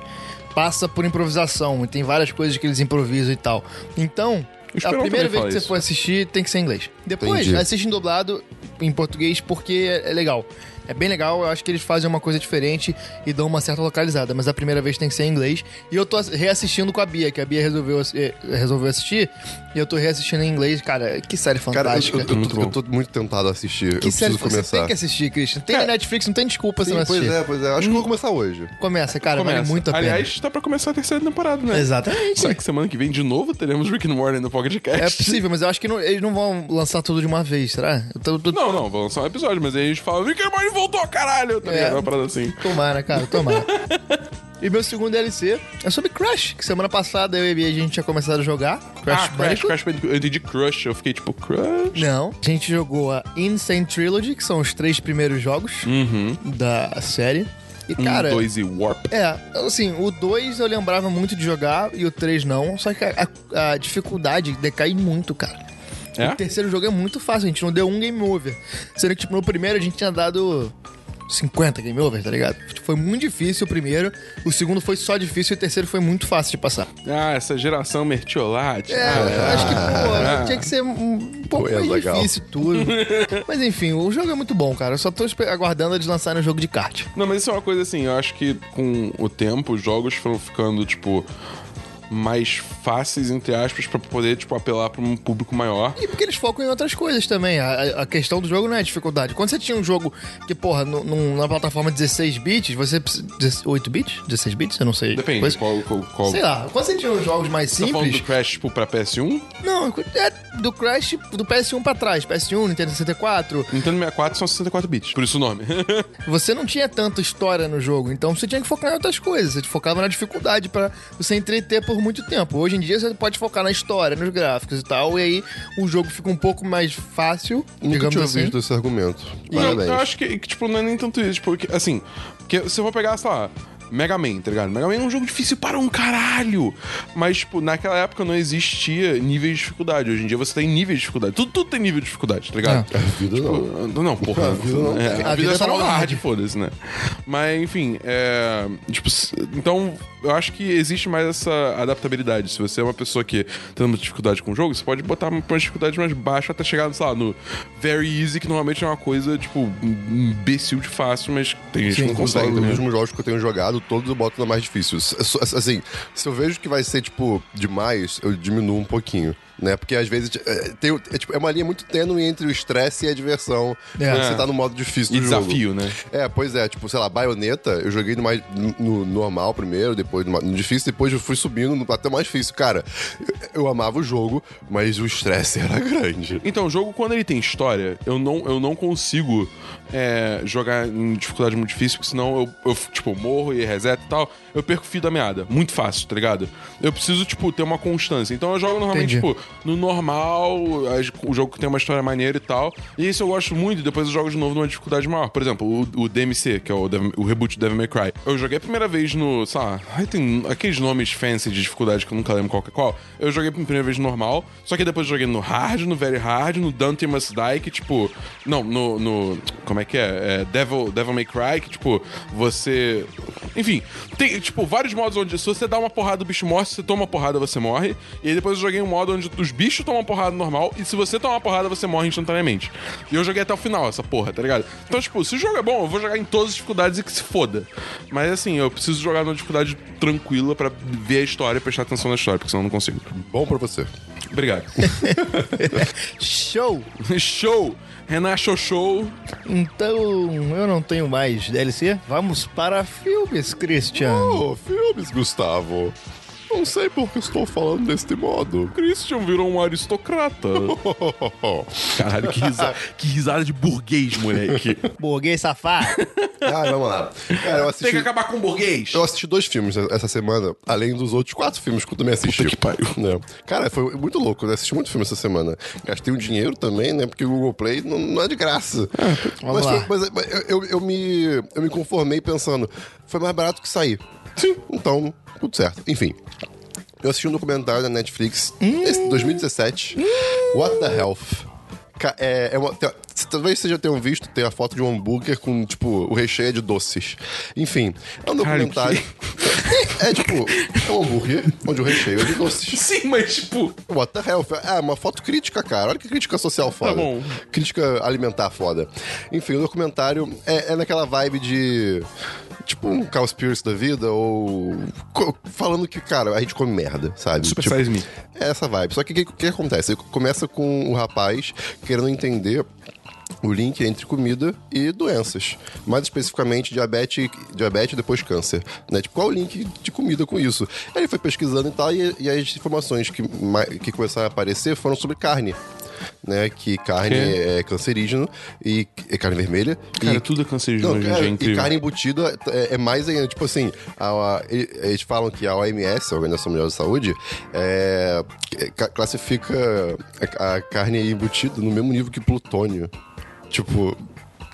[SPEAKER 1] passa por improvisação. E tem várias coisas que eles improvisam e tal. Então,
[SPEAKER 3] O
[SPEAKER 1] a
[SPEAKER 3] Esperão
[SPEAKER 1] primeira
[SPEAKER 3] também
[SPEAKER 1] vez
[SPEAKER 3] fala
[SPEAKER 1] que você
[SPEAKER 3] isso.
[SPEAKER 1] for assistir tem que ser em inglês. Depois,
[SPEAKER 2] Entendi.
[SPEAKER 1] assiste em dublado em português porque é é legal. É bem legal, eu acho que eles fazem uma coisa diferente e dão uma certa localizada, mas a primeira vez tem que ser em inglês. E eu tô ass- reassistindo com a Bia, que a Bia resolveu, ass- eh, resolveu assistir, e eu tô reassistindo em inglês. Cara, que série
[SPEAKER 2] Cara, eu,
[SPEAKER 1] fantástica.
[SPEAKER 2] eu, eu,
[SPEAKER 3] Muito
[SPEAKER 2] tô,
[SPEAKER 3] bom.
[SPEAKER 2] eu tô muito tentado a assistir.
[SPEAKER 1] Que
[SPEAKER 2] eu
[SPEAKER 1] série
[SPEAKER 2] preciso
[SPEAKER 1] você
[SPEAKER 2] começar.
[SPEAKER 1] tem que assistir, Christian. Tem na Netflix, não tem desculpa se
[SPEAKER 2] Sim,
[SPEAKER 1] não
[SPEAKER 2] pois
[SPEAKER 1] assistir.
[SPEAKER 2] é, pois é. Acho que eu vou começar hoje.
[SPEAKER 1] Começa, cara, vale
[SPEAKER 3] Começa.
[SPEAKER 1] muito a pena.
[SPEAKER 3] Aliás, tá pra começar a terceira temporada, né?
[SPEAKER 1] Exatamente.
[SPEAKER 3] Será que semana que vem de novo teremos Rick and Morty no podcast?
[SPEAKER 1] É possível, mas eu acho que não- eles não vão lançar tudo de uma vez, será? Eu tô, tô-
[SPEAKER 3] Não, não, vou lançar um episódio, mas aí a gente fala, Rick and Morty voltou, caralho! Tá
[SPEAKER 1] É.
[SPEAKER 3] ligado? Uma parada assim.
[SPEAKER 1] Tomara, cara, tomara. e meu segundo DLC é sobre Crash, que semana passada eu e a Bia, a gente tinha começado a jogar. Crash
[SPEAKER 3] ah, Crash,
[SPEAKER 1] Bandicoot.
[SPEAKER 3] Crash Bandicoot. Eu entendi Crush, eu fiquei tipo, Crush?
[SPEAKER 1] Não. A gente jogou a Insane Trilogy, que são os três primeiros jogos da série. E, cara.
[SPEAKER 3] Uhum. um, dois e Warp.
[SPEAKER 1] É, assim, o 2 eu lembrava muito de jogar e o 3 não. Só que a, a- a dificuldade decai muito, cara.
[SPEAKER 3] É?
[SPEAKER 1] O terceiro jogo é muito fácil, a gente não deu um game over. Sendo que, tipo, no primeiro a gente tinha dado 50 game over, tá ligado? Foi muito difícil o primeiro, o segundo foi só difícil e o terceiro foi muito fácil de passar.
[SPEAKER 3] Ah, essa geração mertiolate. Ah.
[SPEAKER 1] É, eu acho que, pô, tinha que ser um pouco
[SPEAKER 3] é
[SPEAKER 2] Coisa
[SPEAKER 1] mais
[SPEAKER 2] legal.
[SPEAKER 1] difícil tudo. Mas enfim, o jogo é muito bom, cara. Eu só tô espe- aguardando eles lançarem o jogo de kart.
[SPEAKER 3] Não, mas isso é uma coisa assim, eu acho que com o tempo os jogos foram ficando, tipo, mais fáceis, entre aspas, pra poder, tipo, apelar pra um público maior.
[SPEAKER 1] E porque eles focam em outras coisas também. A, a questão do jogo não é a dificuldade. Quando você tinha um jogo que, porra, num- num- numa plataforma 16 bits, você. precisa- 8 bits? 16 bits? Eu não sei.
[SPEAKER 3] Depende,
[SPEAKER 1] Coisa-
[SPEAKER 3] qual. qual, qual...
[SPEAKER 1] Sei lá, quando você tinha uns jogos mais
[SPEAKER 3] Tá falando
[SPEAKER 1] simples.
[SPEAKER 3] do Crash, tipo, pra PS1?
[SPEAKER 1] Não, é do Crash do PS1 pra trás, PS1, Nintendo 64.
[SPEAKER 3] Nintendo 64 são 64 bits, por isso o nome.
[SPEAKER 1] Você não tinha tanta história no jogo, então você tinha que focar em outras coisas. Você focava na dificuldade pra você entreter por muito tempo. Hoje em dia você pode focar na história, nos gráficos e tal, e aí o jogo fica um pouco mais fácil,
[SPEAKER 2] Nunca
[SPEAKER 1] digamos
[SPEAKER 2] tinha
[SPEAKER 1] assim.
[SPEAKER 2] ouvido esse argumento.
[SPEAKER 3] Não,
[SPEAKER 2] Parabéns.
[SPEAKER 3] eu acho que, que, tipo, não é nem tanto isso. Tipo, que, assim, porque se eu for pegar, sei lá, Mega Man, tá ligado? Mega Man é um jogo difícil para um caralho. Mas, tipo, naquela época não existia nível de dificuldade. Hoje em dia você tem nível de dificuldade. Tudo, tudo tem nível de dificuldade, tá ligado?
[SPEAKER 2] A vida não.
[SPEAKER 3] Tipo, Não, não, porra.
[SPEAKER 2] A vida não.
[SPEAKER 3] É,
[SPEAKER 1] A
[SPEAKER 3] a vida
[SPEAKER 1] vida
[SPEAKER 3] é só
[SPEAKER 1] tá no
[SPEAKER 3] uma hard,
[SPEAKER 1] hard.
[SPEAKER 3] foda-se, né? Mas, enfim, é. Tipo, s- então, eu acho que existe mais essa adaptabilidade. Se você é uma pessoa que tem uma dificuldade com o jogo, você pode botar uma uma dificuldade mais baixa até chegar, sei lá, no Very Easy, que normalmente é uma coisa, tipo, imbecil de fácil, mas tem gente que não
[SPEAKER 2] Consegue,
[SPEAKER 3] consegue.
[SPEAKER 2] dos
[SPEAKER 3] Né?
[SPEAKER 2] mesmos jogos que eu tenho jogado, todos eu boto na mais difícil. S- s- Assim, se eu vejo que vai ser, tipo, demais, eu diminuo um pouquinho. Né? Porque às vezes é, tem, é, tipo, é uma linha muito tênue entre o estresse e a diversão
[SPEAKER 1] É.
[SPEAKER 2] quando você tá no modo difícil
[SPEAKER 3] E
[SPEAKER 2] do jogo.
[SPEAKER 3] desafio, né?
[SPEAKER 2] É, pois é, tipo, sei lá, baioneta, eu joguei no, mais, no normal primeiro, depois no, ma- no difícil, depois eu fui subindo no- até o mais difícil. Cara, eu, eu amava o jogo, mas o estresse era grande.
[SPEAKER 3] Então, o jogo, quando ele tem história, eu não, eu não consigo é, jogar em dificuldade muito difícil, porque senão eu, eu, tipo, morro e reseto e tal. Eu perco o fio da meada. Muito fácil, tá ligado? Eu preciso, tipo, ter uma constância. Então eu jogo normalmente,
[SPEAKER 1] Entendi.
[SPEAKER 3] tipo, no normal, as- o jogo que tem uma história maneira e tal. E isso eu gosto muito, depois eu jogo de novo numa dificuldade maior. Por exemplo, o, o DMC, que é o, Devil- o reboot do Devil May Cry. Eu joguei a primeira vez no, sei lá, aí tem aqueles nomes fancy de dificuldade que eu nunca lembro qual que é qual. Eu joguei a primeira vez no normal, só que depois eu joguei no hard, no very hard, no Dante Must Die, que tipo, não, no, no- como é que é? É, Devil, Devil May Cry, que tipo, você enfim, tem, tipo, vários modos onde se você dá uma porrada, o bicho morre, se você toma uma porrada, você morre. E aí depois eu joguei um modo onde os bichos tomam uma porrada normal, e se você tomar uma porrada, você morre instantaneamente. E eu joguei até o final essa porra, tá ligado? Então, tipo, se o jogo é bom, eu vou jogar em todas as dificuldades e que se foda. Mas assim, eu preciso jogar numa dificuldade tranquila pra ver a história e prestar atenção na história, porque senão eu não consigo.
[SPEAKER 2] Bom pra você.
[SPEAKER 3] Obrigado.
[SPEAKER 1] Show!
[SPEAKER 3] show! Renan achou show.
[SPEAKER 1] Então, eu não tenho mais DLC. Vamos para filmes, Christian.
[SPEAKER 2] Oh, filmes, Gustavo. Não sei por que estou falando deste modo.
[SPEAKER 3] Christian virou um aristocrata. Caralho, que risada, que risada de burguês, moleque.
[SPEAKER 1] Burguês safado.
[SPEAKER 2] ah, vamos lá. Cara, eu
[SPEAKER 3] Tem que
[SPEAKER 2] assisti,
[SPEAKER 3] acabar com o burguês.
[SPEAKER 2] eu assisti dois filmes essa semana, além dos outros quatro filmes que eu também assisti.
[SPEAKER 3] que pariu.
[SPEAKER 2] Né? Cara, foi muito louco, né? Assisti muito filme essa semana. Gastei um dinheiro também, né? Porque o Google Play não, não é de graça. mas
[SPEAKER 1] Vamos lá.
[SPEAKER 2] foi- mas- mas eu, eu me, eu me conformei pensando, foi mais barato que sair. Sim. Então, tudo certo. Enfim. Eu assisti um documentário da Netflix, esse 2017, What the Health. Ca- É, é uma, tem- talvez vocês já tenham visto, tem a foto de um hambúrguer com, tipo, o recheio é de doces. Enfim, é um
[SPEAKER 3] Caralho,
[SPEAKER 2] documentário. É tipo, é um hambúrguer onde o recheio é de doces.
[SPEAKER 3] Sim, mas tipo.
[SPEAKER 2] What the hell? É uma foto crítica, cara. Olha que crítica social foda.
[SPEAKER 3] Tá bom.
[SPEAKER 2] Crítica alimentar foda. Enfim, o documentário é, é naquela vibe de. Tipo um Carl Pierce da vida, ou. co- Falando que, cara, a gente come merda, sabe?
[SPEAKER 3] Super
[SPEAKER 2] tipo,
[SPEAKER 3] Size Me.
[SPEAKER 2] É essa vibe. Só que o que, que acontece? Começa com o rapaz querendo entender o link é entre comida e doenças. Mais especificamente, diabetes, diabetes e depois câncer. Né? Tipo, qual o link de comida com isso? Aí Ele foi pesquisando e tal, e, e as informações que, ma- que começaram a aparecer foram sobre carne. Né, que carne
[SPEAKER 3] Que?
[SPEAKER 2] é cancerígeno e é carne vermelha.
[SPEAKER 3] Cara,
[SPEAKER 2] e,
[SPEAKER 3] tudo é cancerígeno
[SPEAKER 2] Não,
[SPEAKER 3] hoje em
[SPEAKER 2] cara,
[SPEAKER 3] dia, é
[SPEAKER 2] E
[SPEAKER 3] incrível.
[SPEAKER 2] carne embutida é, é mais ainda. Tipo assim, a- a- ele- eles falam que a OMS, a Organização Mundial de Saúde, é, ca- classifica a, a carne embutida no mesmo nível que plutônio. Tipo,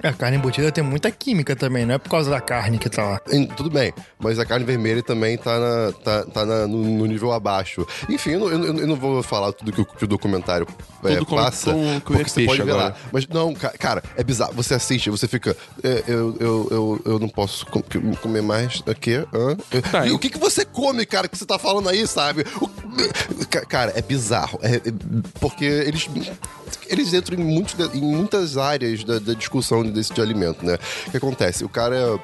[SPEAKER 1] a carne embutida tem muita química também, não é por causa da carne que tá lá.
[SPEAKER 2] Em- Tudo bem, mas a carne vermelha também tá, na- tá, tá na- no, no nível abaixo. Enfim, eu, não- eu não- eu não vou falar tudo que, o- que o documentário é,
[SPEAKER 3] Tudo como-
[SPEAKER 2] passa,
[SPEAKER 3] como- como é
[SPEAKER 2] porque
[SPEAKER 3] que
[SPEAKER 2] você pode
[SPEAKER 3] peixe
[SPEAKER 2] ver lá.
[SPEAKER 3] agora.
[SPEAKER 2] Mas não, ca- cara, é bizarro. Você assiste, você fica, é, eu, eu, eu, eu não posso com- comer mais aqui. hã? Eu-
[SPEAKER 3] Tá,
[SPEAKER 2] e
[SPEAKER 3] e-
[SPEAKER 2] o que, que você come, cara, que você tá falando aí, sabe? O- ca- cara, é bizarro. é- é- porque eles... Eles entram em, muitos de- em muitas áreas da, da discussão desse de alimento, né? O que acontece? O cara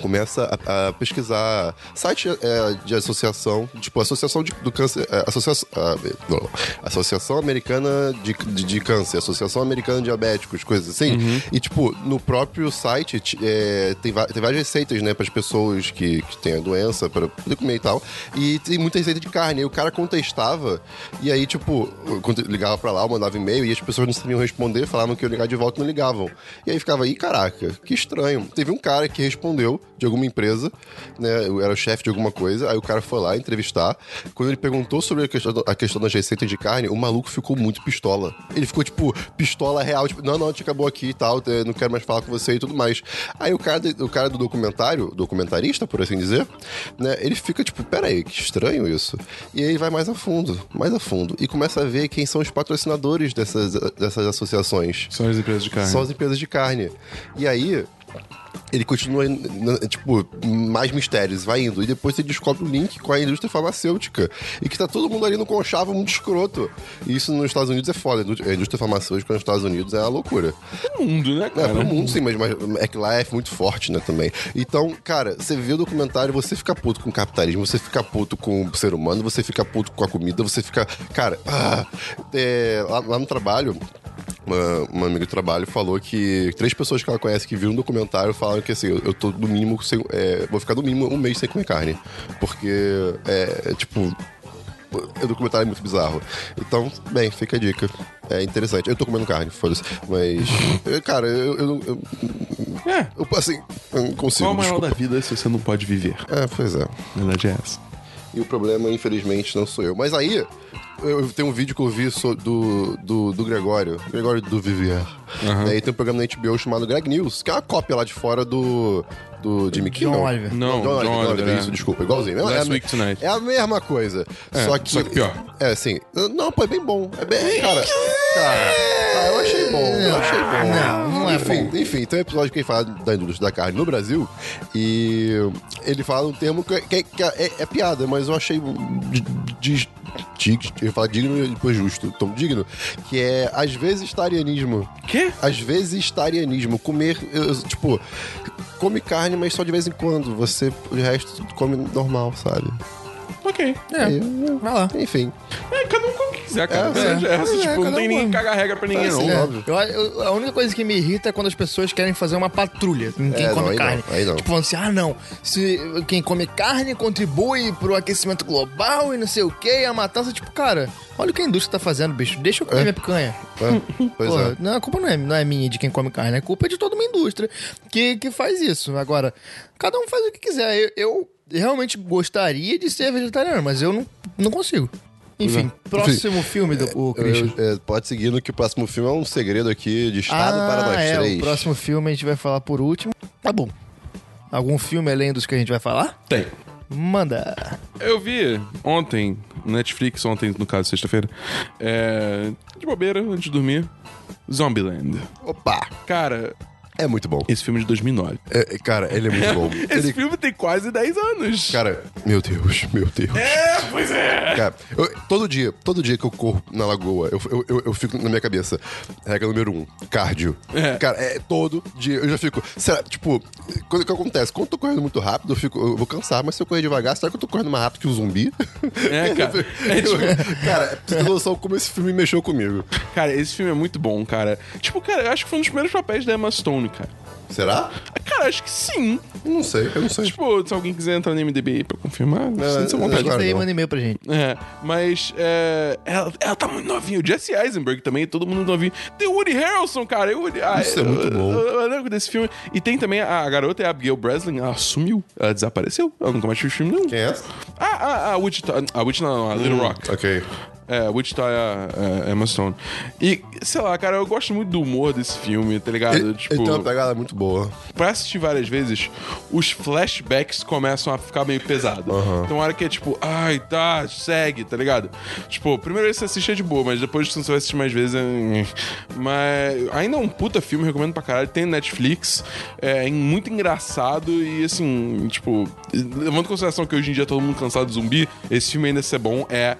[SPEAKER 2] começa a, a pesquisar site é, de associação, tipo, associação de- do câncer, é, associação, ah, não, associação americana de, de, de câncer, associação americana de diabéticos, coisas assim. E, tipo, no próprio site ti- é, tem, va- tem várias receitas, né, para as pessoas que, que têm a doença, para poder comer e tal. E tem muita receita de carne. E o cara contestava, e aí, tipo, quando ligava pra lá, eu mandava e-mail, e as pessoas não sabiam responder, falavam que eu ligar de volta e não ligavam. E aí ficava, ih, caraca, que estranho. Teve um cara que respondeu de alguma empresa, né? eu Era o chefe de alguma coisa, aí o cara foi lá entrevistar. Quando ele perguntou sobre a questão, a questão das receitas de carne, o maluco ficou muito pistola. Ele ficou, tipo, pistola real, tipo, não, não, a gente acabou aqui e tal, eu não quero mais falar com você e tudo mais. Aí o cara, o cara do documentário, documentarista, por assim dizer, né? Ele fica, tipo, peraí, que estranho isso. E aí vai mais a fundo, mais a fundo. E começa a ver quem são os patrocinadores dessas, dessas associações.
[SPEAKER 3] São as empresas de carne.
[SPEAKER 2] São as empresas de carne. E aí. Ele continua, n- n- tipo, mais mistérios, vai indo. E depois você descobre o link com a indústria farmacêutica. E que tá todo mundo ali no conchavo muito escroto. E isso nos Estados Unidos é foda. A indústria farmacêutica nos Estados Unidos é uma loucura.
[SPEAKER 3] Pro mundo, né,
[SPEAKER 2] É,
[SPEAKER 3] cara?
[SPEAKER 2] pro mundo, sim, mas, mas é que lá é muito forte, né, também. Então, cara, você vê o documentário, você fica puto com o capitalismo, você fica puto com o ser humano, você fica puto com a comida, você fica. Cara, ah, é, lá, lá no trabalho. Uma, uma amiga do trabalho falou que três pessoas que ela conhece que viram o documentário falaram que assim, eu, eu tô no mínimo sem, é, vou ficar no mínimo um mês sem comer carne. Porque é, é, tipo. O documentário é muito bizarro. Então, bem, fica a dica. É interessante. Eu tô comendo carne, foda-se. Mas. eu, Cara, eu, eu, não- eu,
[SPEAKER 3] É.
[SPEAKER 2] eu, Assim, eu não
[SPEAKER 3] Qual
[SPEAKER 2] consigo.
[SPEAKER 3] a maior
[SPEAKER 2] desculpa.
[SPEAKER 3] da vida se você não pode viver?
[SPEAKER 2] É, pois é.
[SPEAKER 3] A verdade é essa.
[SPEAKER 2] E o problema, infelizmente, não sou eu. Mas aí, eu eu tenho um vídeo que eu vi so- do, do, do Gregório, Gregório do Vivier. E aí tem um programa na HBO chamado Greg News, que é uma cópia lá de fora do, do Jimmy Kimmel.
[SPEAKER 1] Oliver.
[SPEAKER 3] Não, John Oliver, é.
[SPEAKER 2] isso, desculpa, igualzinho. É,
[SPEAKER 3] Last
[SPEAKER 2] a me-
[SPEAKER 3] Week Tonight.
[SPEAKER 2] é a mesma coisa.
[SPEAKER 3] É,
[SPEAKER 2] só que.
[SPEAKER 3] só que pior.
[SPEAKER 2] É, assim. Não, pô, é bem bom. É bem. Cara. Cara. ah, eu achei bom. Eu achei bom.
[SPEAKER 1] Não, não é
[SPEAKER 2] enfim, enfim, tem um episódio que ele fala da indústria da carne no Brasil e ele fala um termo que, que- que é, é piada, mas eu achei. um de- de- de- eu ia falar digno e depois justo. Tom digno. Que é, às vezes, tarianismo.
[SPEAKER 3] Quê?
[SPEAKER 2] Às vezes, tarianismo. Comer. eu- tipo, come carne, mas só de vez em quando. Você, o resto, come normal, sabe?
[SPEAKER 3] Ok.
[SPEAKER 1] É, vai lá.
[SPEAKER 2] Enfim.
[SPEAKER 3] É, cada um como quiser, cara.
[SPEAKER 2] É,
[SPEAKER 3] É,
[SPEAKER 2] é.
[SPEAKER 3] é, essa,
[SPEAKER 1] É,
[SPEAKER 3] tipo, não
[SPEAKER 1] cada
[SPEAKER 3] tem
[SPEAKER 1] um.
[SPEAKER 3] ninguém que caga regra pra ninguém, assim.
[SPEAKER 2] É, sim,
[SPEAKER 3] não.
[SPEAKER 1] É,
[SPEAKER 2] Óbvio.
[SPEAKER 1] eu- eu- a única coisa que me irrita é quando as pessoas querem fazer uma patrulha em quem
[SPEAKER 2] É, não,
[SPEAKER 1] come
[SPEAKER 2] aí não,
[SPEAKER 1] carne.
[SPEAKER 2] aí não.
[SPEAKER 1] Tipo, falando assim, ah, não, se quem come carne contribui pro aquecimento global e não sei o que, a matança, tipo, cara, olha o que a indústria tá fazendo, bicho, deixa eu comer minha picanha.
[SPEAKER 2] É, pois
[SPEAKER 1] Porra,
[SPEAKER 2] é.
[SPEAKER 1] não, a culpa não é, não é minha de quem come carne, a culpa é de toda uma indústria que, que faz isso. Agora, cada um faz o que quiser. Eu, eu realmente gostaria de ser vegetariano, mas eu não, não consigo. Enfim, próximo filme do o Christian.
[SPEAKER 2] Eu- é, pode seguir no que o próximo filme é um segredo aqui de Estado para nós
[SPEAKER 1] é,
[SPEAKER 2] três.
[SPEAKER 1] O próximo filme a gente vai falar por último. Tá bom. Algum filme além dos que a gente vai falar?
[SPEAKER 3] Tem.
[SPEAKER 1] Manda.
[SPEAKER 3] Eu vi ontem, no Netflix, ontem, no caso, sexta-feira, é, de bobeira, antes de dormir, Zombieland.
[SPEAKER 2] Opa!
[SPEAKER 3] Cara,
[SPEAKER 2] É muito bom.
[SPEAKER 3] esse filme é de 2009.
[SPEAKER 2] É, é, cara, ele é muito bom.
[SPEAKER 3] Esse
[SPEAKER 2] Ele-
[SPEAKER 3] filme tem quase 10 anos.
[SPEAKER 2] Cara, meu Deus, meu Deus.
[SPEAKER 3] É, pois é.
[SPEAKER 2] Cara, eu- todo dia, todo dia que eu corro na lagoa, eu, eu, eu, eu fico na minha cabeça. Regra número um, cardio.
[SPEAKER 3] É.
[SPEAKER 2] Cara, é todo dia. Eu já fico. Será, tipo, quando que acontece? Quando eu tô correndo muito rápido, eu fico. Eu vou cansar, mas se eu correr devagar, será que eu tô correndo mais rápido que um zumbi?
[SPEAKER 3] É, cara. É, tipo,
[SPEAKER 2] Eu- cara, pra você ter noção como esse filme mexeu comigo.
[SPEAKER 3] Cara, esse filme é muito bom, cara. Tipo, cara, eu acho que foi um dos primeiros papéis da Emma Stone, cara.
[SPEAKER 2] Será?
[SPEAKER 3] Cara, acho que sim.
[SPEAKER 2] Eu não sei, eu não sei.
[SPEAKER 3] Tipo, se alguém quiser entrar no MDB aí pra confirmar, sinta-se à
[SPEAKER 2] é,
[SPEAKER 3] vontade.
[SPEAKER 2] claro.
[SPEAKER 1] Isso aí,
[SPEAKER 2] não.
[SPEAKER 1] manda e-mail pra gente.
[SPEAKER 3] É, mas é, ela, ela tá muito novinha. O Jesse Eisenberg também, todo mundo novinho. Tem o Woody Harrelson, cara. Eu, ah,
[SPEAKER 2] Isso é muito
[SPEAKER 3] eu-
[SPEAKER 2] bom.
[SPEAKER 3] Eu, eu lembro desse filme. E tem também a, a garota, é a Abigail Breslin. Ela sumiu. Ela desapareceu. Ela nunca mais fez filme nenhum.
[SPEAKER 2] Quem é essa?
[SPEAKER 3] Ah, ah, a Wichita... A Wichita não, a Little Rock.
[SPEAKER 2] Hum, Ok.
[SPEAKER 3] É, Wichita é, a- é a Emma Stone. E, sei lá, cara, eu gosto muito do humor desse filme, tá ligado?
[SPEAKER 2] Ele,
[SPEAKER 3] tipo,
[SPEAKER 2] ele tem uma pegada muito boa.
[SPEAKER 3] pra assistir várias vezes, os flashbacks começam a ficar meio pesado. Tem uma hora que é tipo, ai, tá, segue, tá ligado? Tipo, primeira vez que você assiste é de boa, mas depois que você vai assistir mais vezes. É... Mas ainda é um puta filme, recomendo pra caralho. Tem no Netflix, é muito engraçado e assim, tipo, levando em consideração que hoje em dia todo mundo cansado de zumbi, esse filme ainda ser bom é,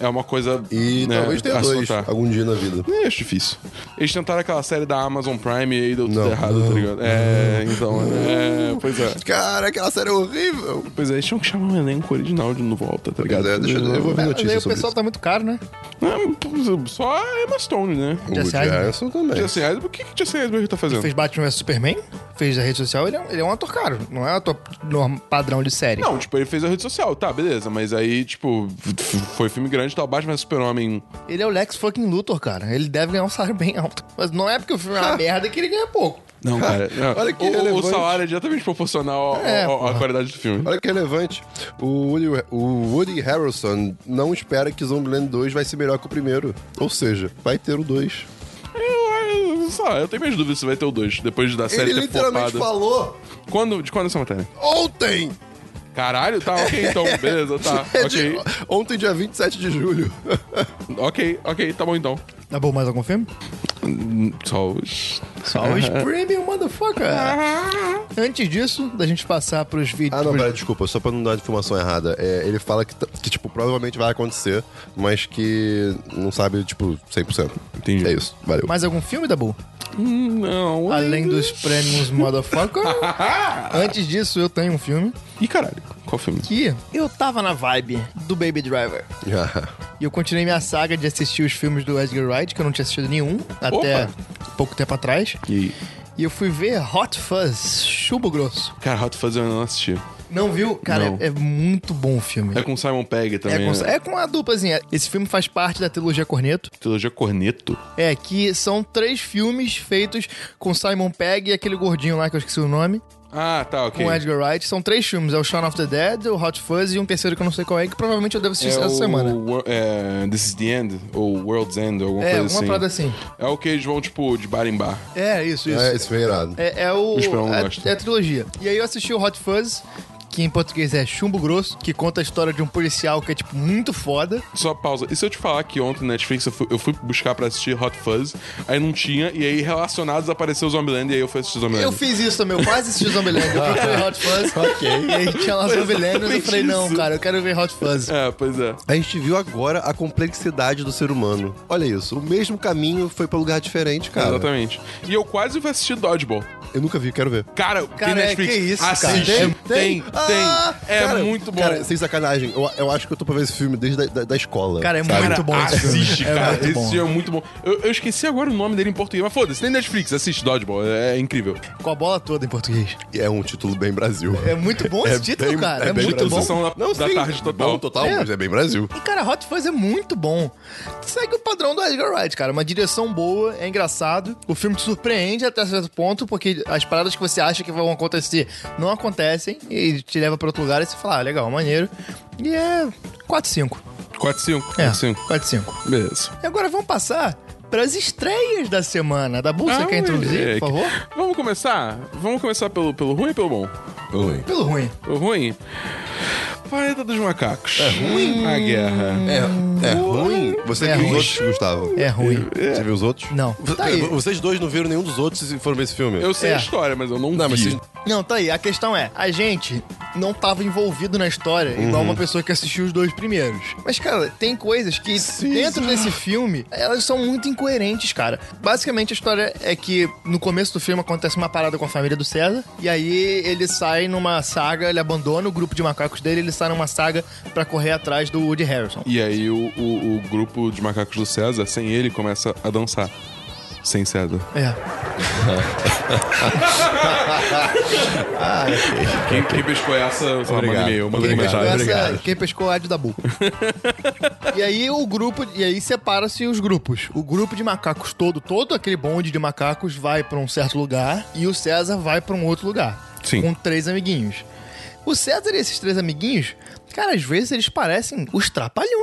[SPEAKER 3] é uma coisa.
[SPEAKER 2] E
[SPEAKER 3] né,
[SPEAKER 2] talvez tenha
[SPEAKER 3] a
[SPEAKER 2] dois
[SPEAKER 3] soltar.
[SPEAKER 2] algum dia na vida.
[SPEAKER 3] Eu acho difícil. Eles tentaram aquela série da Amazon Prime e aí deu tudo
[SPEAKER 2] Não.
[SPEAKER 3] errado, tá ligado? É, então. É, pois é.
[SPEAKER 2] Cara, aquela série é horrível.
[SPEAKER 3] Pois é, eles tinham que chamar o elenco original de não volta, tá ligado?
[SPEAKER 2] É, deixa eu, eu vou ver
[SPEAKER 1] Mas aí
[SPEAKER 2] notícias
[SPEAKER 1] o
[SPEAKER 2] sobre
[SPEAKER 1] pessoal tá muito caro, né?
[SPEAKER 3] É, Só a Emma Stone, né?
[SPEAKER 2] isso.
[SPEAKER 1] Jesse
[SPEAKER 2] O
[SPEAKER 1] Eisenberg.
[SPEAKER 2] Jason também.
[SPEAKER 3] Jesse Eisenberg, o que que Jesse Eisenberg tá fazendo?
[SPEAKER 1] Fez Batman vs Superman, fez a rede social, ele é, ele é um ator caro. Não é um ator norm- padrão de série.
[SPEAKER 3] Não, tipo, ele fez a rede social, tá, beleza. Mas aí, tipo, f- foi filme grande, tal, Batman vs Super-Homem.
[SPEAKER 1] Ele é o Lex fucking Luthor, cara. Ele deve ganhar um salário bem alto. Mas não é porque o filme é uma merda que ele ganha pouco.
[SPEAKER 3] Não, cara. não.
[SPEAKER 2] Olha que
[SPEAKER 3] o, o- o
[SPEAKER 2] relevante.
[SPEAKER 3] salário é diretamente proporcional ao-
[SPEAKER 1] É,
[SPEAKER 3] ao- à qualidade do filme.
[SPEAKER 2] Olha que relevante. O Woody, o Woody Harrelson não espera que Zombieland 2 vai ser melhor que o primeiro. Ou seja, vai ter o 2.
[SPEAKER 3] Eu, eu, sei lá, eu tenho minhas dúvidas se vai ter o 2, depois da série
[SPEAKER 2] Ele
[SPEAKER 3] ter
[SPEAKER 2] literalmente
[SPEAKER 3] flopado.
[SPEAKER 2] falou
[SPEAKER 3] Quando, de quando é essa matéria?
[SPEAKER 2] ontem!
[SPEAKER 3] Caralho, tá, ok então, beleza, tá,
[SPEAKER 2] É de-
[SPEAKER 3] ok.
[SPEAKER 2] ontem, dia 27 de julho.
[SPEAKER 3] Ok, ok, tá bom então.
[SPEAKER 1] Tá bom, mais algum filme?
[SPEAKER 3] Hum, Só os...
[SPEAKER 1] Só os premium, motherfucker. Antes disso, da gente passar pros vídeos.
[SPEAKER 2] Ah, não, pera, desculpa, só pra não dar informação errada. É, ele fala que, t- que, tipo, provavelmente vai acontecer, mas que não sabe, tipo, 100%.
[SPEAKER 3] Entendi.
[SPEAKER 2] É isso, valeu.
[SPEAKER 1] Mais algum filme, Dabu?
[SPEAKER 3] Hum, Não.
[SPEAKER 1] Além dos prêmios Motherfucker. Antes disso, eu tenho um filme
[SPEAKER 3] Ih, caralho, qual filme?
[SPEAKER 1] que eu tava na vibe do Baby Driver. E eu continuei minha saga de assistir os filmes do Edgar Wright, que eu não tinha assistido nenhum até pouco tempo atrás.
[SPEAKER 3] E aí?
[SPEAKER 1] E eu fui ver Hot Fuzz, Chumbo Grosso.
[SPEAKER 3] Cara, Hot Fuzz eu ainda não assisti.
[SPEAKER 1] Não viu? Cara,
[SPEAKER 3] Não.
[SPEAKER 1] É, é muito bom o filme.
[SPEAKER 3] É com o Simon Pegg
[SPEAKER 1] É
[SPEAKER 3] também.
[SPEAKER 1] com,
[SPEAKER 3] né?
[SPEAKER 1] é com a duplazinha. Esse filme faz parte da trilogia Corneto.
[SPEAKER 3] Trilogia Corneto.
[SPEAKER 1] É, que são três filmes feitos com Simon Pegg e aquele gordinho lá que eu esqueci o nome.
[SPEAKER 3] Ah, tá, ok.
[SPEAKER 1] com o Edgar Wright. São três filmes: é o Shaun of the Dead, o Hot Fuzz e um terceiro que eu não sei qual é, que provavelmente eu devo assistir essa
[SPEAKER 3] o
[SPEAKER 1] semana.
[SPEAKER 3] Wor- é, This is the End, ou World's End, alguma
[SPEAKER 1] É,
[SPEAKER 3] coisa
[SPEAKER 1] alguma
[SPEAKER 3] assim.
[SPEAKER 1] parada assim.
[SPEAKER 3] É o que eles vão, tipo, de bar em bar.
[SPEAKER 1] É, isso, isso.
[SPEAKER 2] É, esse foi irado.
[SPEAKER 1] É, é o.
[SPEAKER 3] O Esperão não gosta.
[SPEAKER 1] é, é a trilogia. E aí eu assisti o Hot Fuzz. Que em português é Chumbo Grosso, que conta a história de um policial que é, tipo, muito foda.
[SPEAKER 3] Só pausa. E se eu te falar que ontem na Netflix eu fui, eu fui buscar pra assistir Hot Fuzz, aí não tinha, e aí relacionados apareceu Zombieland, e aí eu fui assistir Zombieland.
[SPEAKER 1] Eu fiz isso também, eu quase assisti Zombieland. Eu procurei Hot Fuzz.
[SPEAKER 2] Ok.
[SPEAKER 1] E aí tinha lá Zombieland, mas eu
[SPEAKER 3] exatamente
[SPEAKER 1] falei, não,
[SPEAKER 3] isso.
[SPEAKER 1] cara, eu quero ver Hot Fuzz.
[SPEAKER 3] É, pois é.
[SPEAKER 2] A gente viu agora a complexidade do ser humano. Olha isso, o mesmo caminho foi pra um lugar diferente, cara.
[SPEAKER 3] Exatamente. E eu quase fui assistir Dodgeball.
[SPEAKER 2] Eu nunca vi, quero ver.
[SPEAKER 3] Cara,
[SPEAKER 1] Cara, é,
[SPEAKER 3] tem Netflix.
[SPEAKER 1] que isso, cara.
[SPEAKER 3] Assiste.
[SPEAKER 1] Tem?
[SPEAKER 3] Tem, tem.
[SPEAKER 2] Ah,
[SPEAKER 3] é
[SPEAKER 2] cara,
[SPEAKER 3] muito bom.
[SPEAKER 2] Cara, sem sacanagem, eu, eu acho que eu tô pra ver esse filme desde da, da- da escola.
[SPEAKER 1] Cara, é
[SPEAKER 3] Cara,
[SPEAKER 1] muito bom esse filme.
[SPEAKER 3] assiste,
[SPEAKER 1] É
[SPEAKER 3] cara.
[SPEAKER 1] muito
[SPEAKER 3] esse
[SPEAKER 1] bom.
[SPEAKER 3] filme é muito bom. Eu, eu esqueci agora o nome dele em português, mas foda-se, tem Netflix, assiste Dodgeball, é, é incrível.
[SPEAKER 1] Com a bola toda em português.
[SPEAKER 2] É um título bem Brasil.
[SPEAKER 1] É muito bom esse título,
[SPEAKER 2] bem-
[SPEAKER 1] cara. É,
[SPEAKER 2] bem
[SPEAKER 1] muito
[SPEAKER 2] Brasil.
[SPEAKER 1] bom.
[SPEAKER 3] Sessão da- da tarde total.
[SPEAKER 2] Bom total,
[SPEAKER 1] É.
[SPEAKER 2] mas é bem Brasil.
[SPEAKER 1] E, cara, Hot Fuzz é muito bom. Segue o padrão do Edgar Wright, cara. Uma direção boa, é engraçado. O filme te surpreende até certo ponto, porque as paradas que você acha que vão acontecer não acontecem. E te leva pra outro lugar e você fala, ah, legal, maneiro. E é 4-5.
[SPEAKER 3] 4-5.
[SPEAKER 1] É,
[SPEAKER 3] 4-5.
[SPEAKER 1] 4-5.
[SPEAKER 3] Beleza.
[SPEAKER 1] E agora vamos passar pras estreias da semana. Da Bull, você
[SPEAKER 3] Ah,
[SPEAKER 1] quer introduzir,
[SPEAKER 3] moleque.
[SPEAKER 1] por favor?
[SPEAKER 3] Vamos começar? Vamos começar pelo, pelo ruim e pelo bom?
[SPEAKER 2] Oi.
[SPEAKER 1] Pelo ruim.
[SPEAKER 3] O ruim? Planeta dos Macacos. É ruim? A
[SPEAKER 1] Hum,
[SPEAKER 3] guerra.
[SPEAKER 2] É, é ruim? Você
[SPEAKER 1] É
[SPEAKER 2] viu
[SPEAKER 1] ruim.
[SPEAKER 2] os outros, Gustavo?
[SPEAKER 1] É ruim.
[SPEAKER 2] Você viu os outros?
[SPEAKER 1] Não. Tá aí.
[SPEAKER 2] Vocês dois não viram nenhum dos outros e foram ver esse filme?
[SPEAKER 3] Eu sei
[SPEAKER 1] É.
[SPEAKER 3] a história, mas eu não,
[SPEAKER 2] Não,
[SPEAKER 3] vi.
[SPEAKER 2] mas vocês...
[SPEAKER 1] Não, tá aí. A questão é, a gente não tava envolvido na história, igual uma pessoa que assistiu os dois primeiros. Mas, cara, tem coisas que dentro desse filme, elas são muito incoerentes, cara. Basicamente, a história é que no começo do filme acontece uma parada com a família do César, e aí ele sai numa saga, ele abandona o grupo de macacos dele, ele sai numa saga pra correr atrás do Woody Harrison.
[SPEAKER 3] E aí o, o, o grupo de macacos do César, sem ele, começa a dançar. Sem César.
[SPEAKER 1] É.
[SPEAKER 3] Quem, quem pescou essa, sei lá, manda
[SPEAKER 2] Obrigado.
[SPEAKER 3] e-mail, manda
[SPEAKER 1] Quem
[SPEAKER 2] Obrigado,
[SPEAKER 1] pescou,
[SPEAKER 3] comentário.
[SPEAKER 1] essa,
[SPEAKER 2] obrigado.
[SPEAKER 1] quem pescou é de Dabu. e aí o grupo, e aí separa-se os grupos. O grupo de macacos todo, todo aquele bonde de macacos vai pra um certo lugar e o César vai pra um outro lugar.
[SPEAKER 3] Sim.
[SPEAKER 1] Com três amiguinhos. O César e esses três amiguinhos, cara, às vezes eles parecem os trapalhões.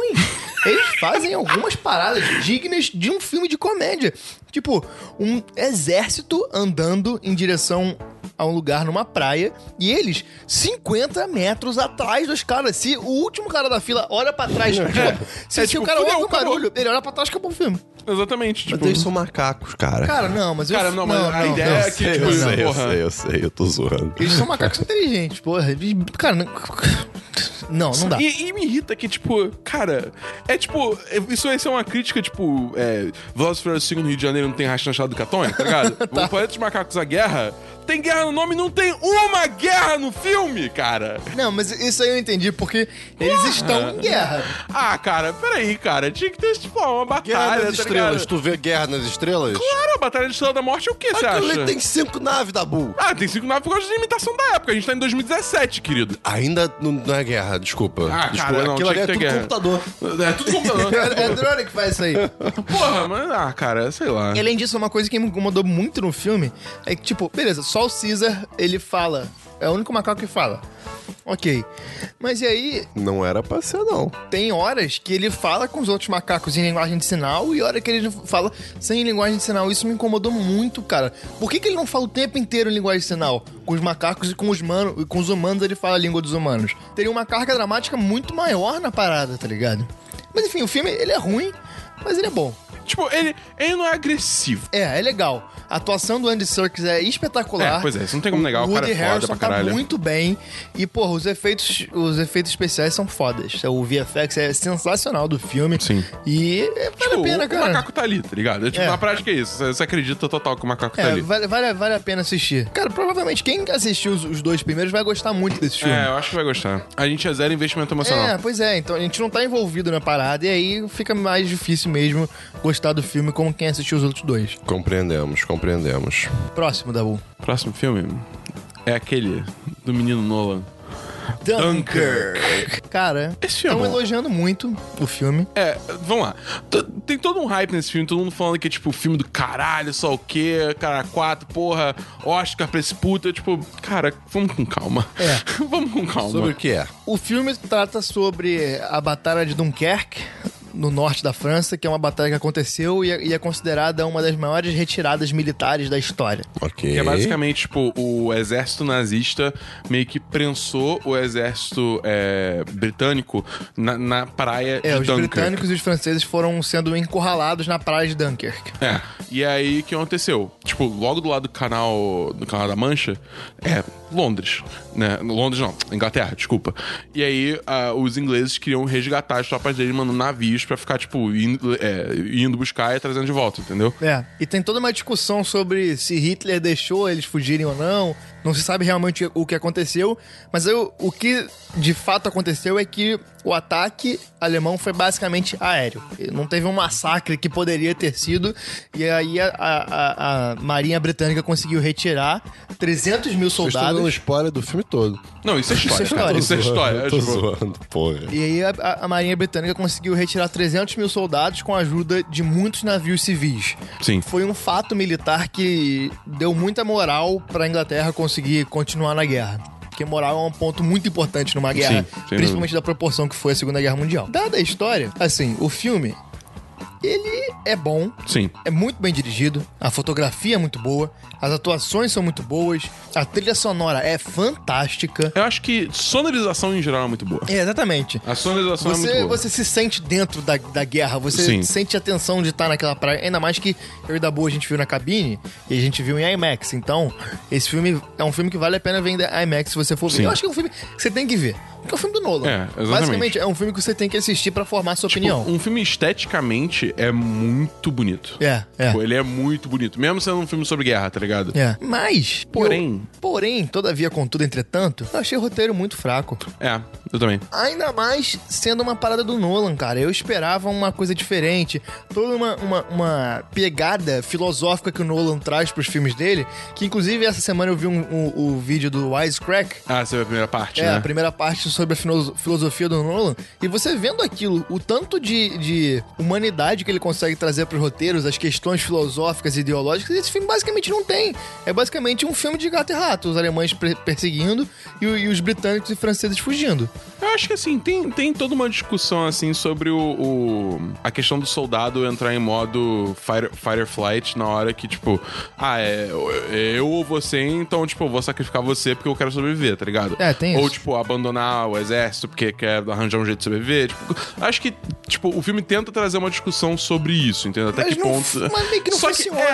[SPEAKER 1] Eles fazem algumas paradas dignas de um filme de comédia. Tipo, um exército andando em direção a um lugar numa praia e eles 50 metros atrás dos caras. Se o último cara da fila olha pra trás, tipo, se, se
[SPEAKER 3] tipo,
[SPEAKER 1] o cara ouve
[SPEAKER 3] fudeu,
[SPEAKER 1] o
[SPEAKER 3] acabou.
[SPEAKER 1] barulho, ele olha pra trás, acabou o filme.
[SPEAKER 3] Exatamente.
[SPEAKER 2] Mas
[SPEAKER 3] Tipo,
[SPEAKER 2] eles são macacos, cara.
[SPEAKER 1] Cara, não, mas eu...
[SPEAKER 3] Cara, não, mas a ideia é que, tipo,
[SPEAKER 2] eu
[SPEAKER 1] não.
[SPEAKER 2] sei, eu
[SPEAKER 3] porra.
[SPEAKER 2] sei, eu sei, eu tô zoando.
[SPEAKER 1] Eles são macacos inteligentes, porra. Eles- Cara, não... Não, não dá.
[SPEAKER 3] E, e me irrita que, tipo, cara, é tipo, é- isso vai ser uma crítica, tipo, é, Velociraptor 5 no Rio de Janeiro não tem racha na Estrada do Catone, tá ligado? O Planeta dos Macacos, a guerra, tem guerra no nome, não tem uma guerra no filme, cara.
[SPEAKER 1] Não, mas isso aí eu entendi, porque eles estão em guerra.
[SPEAKER 3] Ah, cara, peraí, cara, tinha que ter, tipo,
[SPEAKER 2] Guerra
[SPEAKER 3] uma batalha, tá
[SPEAKER 2] nas Estrelas.
[SPEAKER 3] ligado?
[SPEAKER 2] Tu vê Guerra nas Estrelas?
[SPEAKER 3] Claro, a Batalha de Estrela da Morte é o que, você acha?
[SPEAKER 2] Aquilo tem cinco naves, Dabu.
[SPEAKER 3] Ah, tem cinco naves por causa de limitação da época, a gente tá em 2017, querido.
[SPEAKER 2] Ainda não, não é guerra, desculpa.
[SPEAKER 3] Ah,
[SPEAKER 2] desculpa.
[SPEAKER 3] cara, não,
[SPEAKER 2] Aquilo ali
[SPEAKER 3] tinha
[SPEAKER 2] é
[SPEAKER 3] que ter
[SPEAKER 2] tudo
[SPEAKER 3] guerra.
[SPEAKER 2] computador.
[SPEAKER 3] É tudo computador.
[SPEAKER 1] É, é drone que faz isso aí.
[SPEAKER 3] Porra, mas, ah, cara, sei lá.
[SPEAKER 1] E além disso, é uma coisa que me incomodou muito no filme é que, tipo, beleza, só o Caesar, ele fala. É o único macaco que fala. Ok. Mas e aí,
[SPEAKER 2] Não era pra ser, não.
[SPEAKER 1] tem horas que ele fala com os outros macacos em linguagem de sinal e hora que ele fala sem linguagem de sinal. Isso me incomodou muito, cara. Por que, que ele não fala o tempo inteiro em linguagem de sinal? Com os macacos e com os, mano, e com os humanos ele fala a língua dos humanos. Teria uma carga dramática muito maior na parada, tá ligado? Mas enfim, o filme, ele é ruim, mas ele é bom.
[SPEAKER 3] Tipo, ele, ele não é agressivo.
[SPEAKER 1] É, é legal. A atuação do Andy Serkis é espetacular.
[SPEAKER 3] É, pois é, isso não tem como negar, o cara
[SPEAKER 1] Woody
[SPEAKER 3] é foda
[SPEAKER 1] Harrelson
[SPEAKER 3] pra
[SPEAKER 1] tá
[SPEAKER 3] caralho.
[SPEAKER 1] muito bem. E, porra, os efeitos, os efeitos especiais são fodas. O VFX é sensacional do filme.
[SPEAKER 3] Sim.
[SPEAKER 1] E é, vale
[SPEAKER 3] Tipo,
[SPEAKER 1] a pena,
[SPEAKER 3] o
[SPEAKER 1] cara.
[SPEAKER 3] macaco tá ali, tá ligado? É, Tipo,
[SPEAKER 1] É.
[SPEAKER 3] na prática é isso. Você- Você acredita total que o macaco tá
[SPEAKER 1] É,
[SPEAKER 3] ali.
[SPEAKER 1] vale, vale, vale a pena assistir. Cara, provavelmente quem assistiu os, os dois primeiros vai gostar muito desse filme.
[SPEAKER 3] É, eu acho que vai gostar. A gente é zero investimento emocional.
[SPEAKER 1] É, pois é, então a gente não tá envolvido na parada e aí fica mais difícil mesmo gostar do filme como quem assistiu os outros dois.
[SPEAKER 2] Compreendemos, compreendemos.
[SPEAKER 1] Próximo, Dabu.
[SPEAKER 3] Próximo filme é aquele do menino Nolan. Dunker.
[SPEAKER 1] Cara,
[SPEAKER 3] Esse filme é
[SPEAKER 1] estão
[SPEAKER 3] bom.
[SPEAKER 1] elogiando muito o filme.
[SPEAKER 3] É, vamos lá. T- tem todo um hype nesse filme, todo mundo falando que é tipo filme do caralho, só o quê, cara, quatro, porra, Oscar pra esse puto. Eu, tipo, cara, vamos com calma.
[SPEAKER 1] É.
[SPEAKER 3] vamos com calma.
[SPEAKER 2] Sobre o que é?
[SPEAKER 1] O filme trata sobre a Batalha de Dunkerque, no norte da França, que é uma batalha que aconteceu e é, e é considerada uma das maiores retiradas militares da história.
[SPEAKER 2] Ok.
[SPEAKER 3] Que é basicamente, tipo, o exército nazista meio que prensou o exército é, britânico na, na praia
[SPEAKER 1] É,
[SPEAKER 3] de
[SPEAKER 1] os
[SPEAKER 3] Dunkirk.
[SPEAKER 1] britânicos e os franceses foram sendo encurralados na praia de Dunkirk.
[SPEAKER 3] É. E aí, o que aconteceu? Tipo, logo do lado do canal do canal da Mancha, é Londres, né? Londres não, Inglaterra, desculpa. E aí, ah, os ingleses queriam resgatar as tropas dele mandando navios pra ficar, tipo, indo, é, indo buscar e trazendo de volta, entendeu?
[SPEAKER 1] É, e tem toda uma discussão sobre se Hitler deixou eles fugirem ou não. Não se sabe realmente o que aconteceu, mas eu- o que de fato aconteceu é que o ataque alemão foi basicamente aéreo. Não teve um massacre que poderia ter sido, e aí a, a- a- a Marinha Britânica conseguiu retirar 300 mil
[SPEAKER 2] Vocês estão dando um
[SPEAKER 1] soldados.
[SPEAKER 2] spoiler do filme todo.
[SPEAKER 3] Não, isso é história.
[SPEAKER 1] Isso é
[SPEAKER 3] cara.
[SPEAKER 1] história.
[SPEAKER 3] Isso é história.
[SPEAKER 2] Eu Tô
[SPEAKER 3] tipo,
[SPEAKER 2] zoando, porra.
[SPEAKER 1] E aí a, a- a Marinha Britânica conseguiu retirar 300 mil soldados com a ajuda de muitos navios civis.
[SPEAKER 3] Sim.
[SPEAKER 1] Foi um fato militar que deu muita moral pra Inglaterra conseguir continuar na guerra. Porque moral é um ponto muito importante numa guerra,
[SPEAKER 3] sem dúvida.
[SPEAKER 1] principalmente da proporção que foi a Segunda Guerra Mundial. Dada a história, assim, o filme, ele é bom,
[SPEAKER 3] Sim.
[SPEAKER 1] é muito bem dirigido, a fotografia é muito boa, as atuações são muito boas, a trilha sonora é fantástica.
[SPEAKER 3] Eu acho que sonorização em geral é muito boa.
[SPEAKER 1] É, exatamente.
[SPEAKER 3] A sonorização é muito
[SPEAKER 1] Você,
[SPEAKER 3] boa.
[SPEAKER 1] você se sente dentro da, da guerra, você
[SPEAKER 3] Sim.
[SPEAKER 1] sente a tensão de estar naquela praia. Ainda mais que eu e da Boa a gente viu na cabine e a gente viu em IMAX. Então, esse filme é um filme que vale a pena ver em IMAX se você for ver.
[SPEAKER 3] Sim.
[SPEAKER 1] Eu acho que é um filme que você tem que ver. Porque é um filme do Nolan.
[SPEAKER 3] É, exatamente.
[SPEAKER 1] Basicamente, é um filme que você tem que assistir pra formar sua
[SPEAKER 3] Tipo,
[SPEAKER 1] opinião.
[SPEAKER 3] um filme esteticamente é muito bonito.
[SPEAKER 1] É, é.
[SPEAKER 3] Pô, Ele é muito bonito. Mesmo sendo um filme sobre guerra, tá ligado?
[SPEAKER 1] É. Mas,
[SPEAKER 3] Porém.
[SPEAKER 1] eu- porém, todavia, contudo, entretanto, eu achei o roteiro muito fraco.
[SPEAKER 3] É, eu também.
[SPEAKER 1] Ainda mais sendo uma parada do Nolan, cara. Eu esperava uma coisa diferente. Toda uma, uma, uma pegada filosófica que o Nolan traz pros filmes dele. Que inclusive essa semana eu vi um, um- o vídeo do Wisecrack.
[SPEAKER 3] Ah, você viu a primeira parte,
[SPEAKER 1] É,
[SPEAKER 3] né?
[SPEAKER 1] a primeira parte sobre a filo- filosofia do Nolan. E você vendo aquilo, o tanto de, de humanidade que ele consegue trazer pros roteiros, as questões filosóficas e ideológicas, esse filme basicamente não tem. É basicamente um filme de gato e rato. Os alemães pre- perseguindo e, o- e os britânicos e franceses fugindo.
[SPEAKER 3] Eu acho que assim, tem, tem toda uma discussão assim sobre o, o- a questão do soldado entrar em modo fight, fight or flight na hora que, tipo, ah, é, eu ou você, então, tipo, eu vou sacrificar você porque eu quero sobreviver, tá ligado?
[SPEAKER 1] É, tem
[SPEAKER 3] Ou,
[SPEAKER 1] isso.
[SPEAKER 3] tipo, abandonar o exército porque quer arranjar um jeito de sobreviver. Tipo, acho que, tipo, o filme tenta trazer uma discussão sobre isso, entendeu? Até
[SPEAKER 1] Mas
[SPEAKER 3] que
[SPEAKER 1] não-
[SPEAKER 3] ponto.
[SPEAKER 1] mas meio que não
[SPEAKER 3] Só
[SPEAKER 1] funciona.
[SPEAKER 3] é,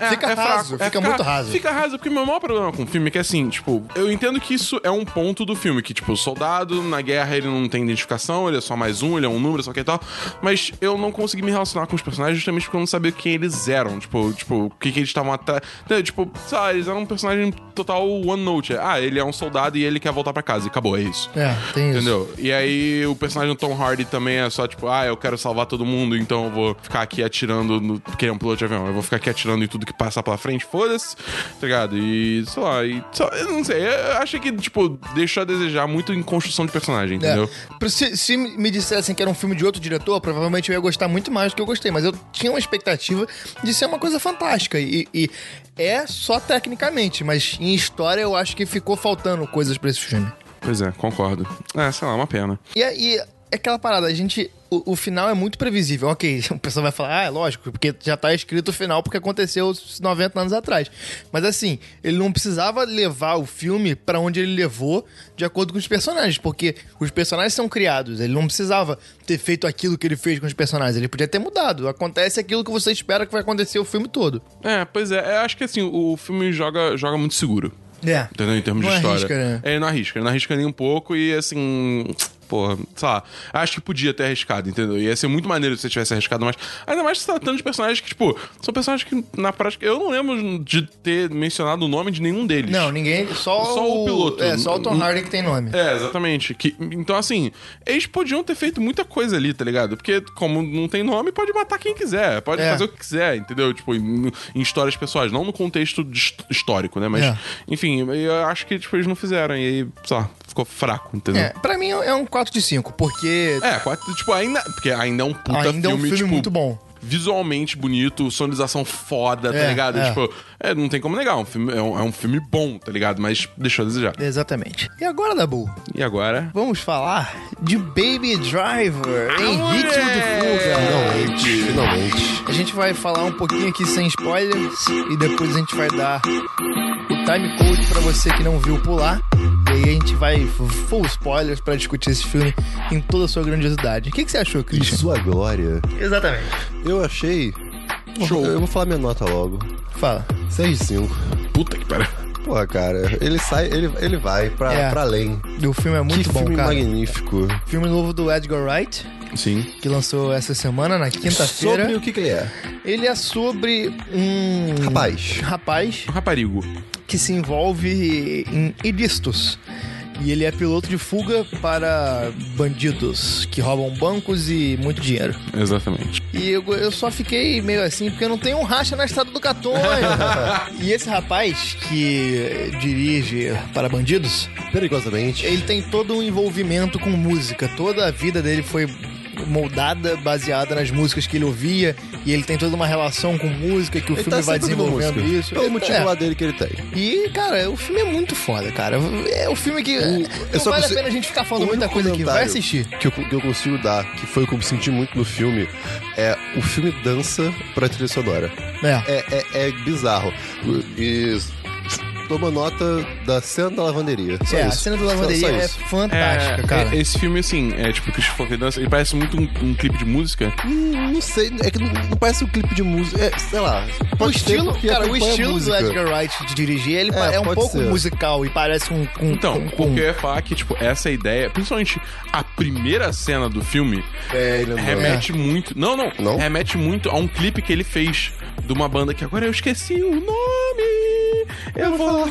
[SPEAKER 3] é, é,
[SPEAKER 1] Fica
[SPEAKER 3] é fraco,
[SPEAKER 1] raso,
[SPEAKER 3] é
[SPEAKER 1] fica muito raso.
[SPEAKER 3] Fica raso, porque o meu maior problema com o filme é que, assim, tipo, eu entendo que isso é um ponto do filme, que, tipo, o soldado na guerra ele não tem identificação, ele é só mais um, ele é um número, só que e tal, mas eu não consegui me relacionar com os personagens justamente porque eu não sabia quem eles eram, tipo, tipo o que, que eles estavam atrás. Não, Tipo, sei lá, eles eram um personagem total One Note. Ah, ele é um soldado e ele quer voltar pra casa, e acabou, é isso.
[SPEAKER 1] É, tem isso.
[SPEAKER 3] Entendeu? E aí o personagem do Tom Hardy também é só tipo, ah, eu quero salvar todo mundo, então eu vou ficar aqui atirando no. Porque ele é um piloto de avião, eu vou ficar aqui atirando em tudo que passar pela frente, foda-se, tá ligado? E sei lá, e só, eu não sei, eu achei que, tipo, deixou a desejar muito em construção de personagem, entendeu?
[SPEAKER 1] É. Pro- Se, se me dissessem que era um filme de outro diretor, provavelmente eu ia gostar muito mais do que eu gostei, mas eu tinha uma expectativa de ser uma coisa fantástica. E, e é só tecnicamente, mas em história eu acho que ficou faltando coisas pra esse filme.
[SPEAKER 3] Pois é, concordo. É, sei lá, uma pena.
[SPEAKER 1] E aí, é aquela parada, a gente. O, o final é muito previsível. Ok, o pessoal vai falar, ah, é lógico, porque já tá escrito o final porque aconteceu 90 anos atrás. Mas assim, ele não precisava levar o filme pra onde ele levou de acordo com os personagens, porque os personagens são criados. Ele não precisava ter feito aquilo que ele fez com os personagens. Ele podia ter mudado. Acontece aquilo que você espera que vai acontecer o filme todo.
[SPEAKER 3] É, pois é, eu acho que assim, o filme joga, joga muito seguro.
[SPEAKER 1] É.
[SPEAKER 3] Entendeu? Em termos
[SPEAKER 1] Não
[SPEAKER 3] de história. É
[SPEAKER 1] arrisca, né?
[SPEAKER 3] Ele não arrisca, ele não arrisca nem um pouco e assim. Porra, sei lá. Acho que podia ter arriscado, entendeu? Ia ser muito maneiro se você tivesse arriscado mais. Ainda mais se tratando de personagens que, tipo, são personagens que, na prática, eu não lembro de ter mencionado o nome de nenhum deles.
[SPEAKER 1] Não, ninguém. Só,
[SPEAKER 3] Só o piloto.
[SPEAKER 1] É, só o Tom Hardy que tem nome.
[SPEAKER 3] É, exatamente. Que, então, assim, eles podiam ter feito muita coisa ali, tá ligado? Porque, como não tem nome, pode matar quem quiser, pode
[SPEAKER 1] É.
[SPEAKER 3] fazer o que quiser, entendeu? Tipo, em, em histórias pessoais, não no contexto de his- histórico, né? Mas,
[SPEAKER 1] É.
[SPEAKER 3] enfim, eu acho que tipo, eles não fizeram, e aí, sei lá, ficou fraco, entendeu?
[SPEAKER 1] É, pra mim é um 4 de 5, porque
[SPEAKER 3] É, quatro, tipo, ainda. Porque ainda é um puta
[SPEAKER 1] ainda é um
[SPEAKER 3] filme,
[SPEAKER 1] filme
[SPEAKER 3] tipo,
[SPEAKER 1] muito bom.
[SPEAKER 3] visualmente bonito, sonorização foda, tá
[SPEAKER 1] É,
[SPEAKER 3] ligado?
[SPEAKER 1] é.
[SPEAKER 3] Tipo, é, não tem como negar, é um filme, é, um, é um filme bom, tá ligado? Mas deixou a desejar.
[SPEAKER 1] Exatamente. E agora, Dabu,
[SPEAKER 3] E agora?
[SPEAKER 1] vamos falar de Baby Driver em ritmo de fuga.
[SPEAKER 2] Finalmente, finalmente.
[SPEAKER 1] A gente vai falar um pouquinho aqui sem spoilers e depois a gente vai dar o time code pra você que não viu pular. E aí a gente vai full spoilers pra discutir esse filme em toda a sua grandiosidade. O que, que você achou,
[SPEAKER 2] E
[SPEAKER 1] Christian?
[SPEAKER 2] sua glória.
[SPEAKER 1] Exatamente.
[SPEAKER 2] Eu achei.
[SPEAKER 3] Show.
[SPEAKER 2] Eu vou falar minha nota logo.
[SPEAKER 1] Fala.
[SPEAKER 2] 6 de 5.
[SPEAKER 3] Puta que pariu.
[SPEAKER 2] Porra, cara, ele sai, ele, ele vai pra,
[SPEAKER 1] É.
[SPEAKER 2] pra além.
[SPEAKER 1] O filme é muito
[SPEAKER 2] que
[SPEAKER 1] bom,
[SPEAKER 2] filme
[SPEAKER 1] cara.
[SPEAKER 2] magnífico.
[SPEAKER 1] Filme novo do Edgar Wright,
[SPEAKER 3] Sim.
[SPEAKER 1] que lançou essa semana, na quinta-feira.
[SPEAKER 2] Sobre o que, que ele é?
[SPEAKER 1] Ele é sobre um
[SPEAKER 2] Rapaz.
[SPEAKER 1] rapaz
[SPEAKER 3] Um Raparigo.
[SPEAKER 1] que se envolve em ilícitos. E ele é piloto de fuga para bandidos que roubam bancos e muito dinheiro.
[SPEAKER 3] Exatamente.
[SPEAKER 1] E eu, eu só fiquei meio assim porque eu não tenho um racha na estrada do Catonho. e esse rapaz que dirige para bandidos,
[SPEAKER 2] Perigosamente.
[SPEAKER 1] ele tem todo um envolvimento com música. Toda a vida dele foi moldada, baseada nas músicas que ele ouvia. E ele tem toda uma relação com música que o
[SPEAKER 2] Ele
[SPEAKER 1] filme vai
[SPEAKER 2] tá sempre ouvindo
[SPEAKER 1] desenvolvendo
[SPEAKER 2] música.
[SPEAKER 1] isso.
[SPEAKER 2] Pelo motivo
[SPEAKER 1] É.
[SPEAKER 2] lá dele que ele tem.
[SPEAKER 1] E, cara, o filme é muito foda, cara. É o filme que. não
[SPEAKER 2] só
[SPEAKER 1] vale
[SPEAKER 2] consigo-
[SPEAKER 1] a pena a gente ficar falando
[SPEAKER 2] o
[SPEAKER 1] muita
[SPEAKER 2] único
[SPEAKER 1] coisa aqui. Vai
[SPEAKER 2] comentário
[SPEAKER 1] assistir.
[SPEAKER 2] Que eu, que eu consigo dar, que foi o que eu me senti muito no filme, é o filme dança pra trilha sonora.
[SPEAKER 1] É.
[SPEAKER 2] É, é, é bizarro. E toma nota da cena da lavanderia. Só
[SPEAKER 1] É, a
[SPEAKER 2] isso.
[SPEAKER 1] cena do
[SPEAKER 2] Só-
[SPEAKER 1] lavanderia
[SPEAKER 2] só
[SPEAKER 1] é
[SPEAKER 2] isso.
[SPEAKER 1] fantástica, cara.
[SPEAKER 3] é- Esse filme, assim, é tipo o Christian falou que ele dança, ele parece muito um, um clipe de música.
[SPEAKER 2] Hum, não sei, é que não, não parece um clipe de música. É, sei lá.
[SPEAKER 1] o
[SPEAKER 2] pode ser
[SPEAKER 1] estilo,
[SPEAKER 2] porque
[SPEAKER 1] cara, o
[SPEAKER 2] acompanha a
[SPEAKER 1] estilo do
[SPEAKER 2] música.
[SPEAKER 1] Edgar Wright de dirigir, ele
[SPEAKER 2] É,
[SPEAKER 1] pa- é, um
[SPEAKER 2] pode
[SPEAKER 1] pouco
[SPEAKER 2] ser.
[SPEAKER 1] musical e parece um. um-
[SPEAKER 3] Então,
[SPEAKER 1] um-
[SPEAKER 3] porque eu ia falar que, tipo, essa ideia, principalmente a primeira cena do filme,
[SPEAKER 2] É, ele não-
[SPEAKER 3] remete muito. Não, não,
[SPEAKER 2] Não?
[SPEAKER 3] Remete muito a um clipe que ele fez de uma banda que agora eu esqueci o nome. Eu vou.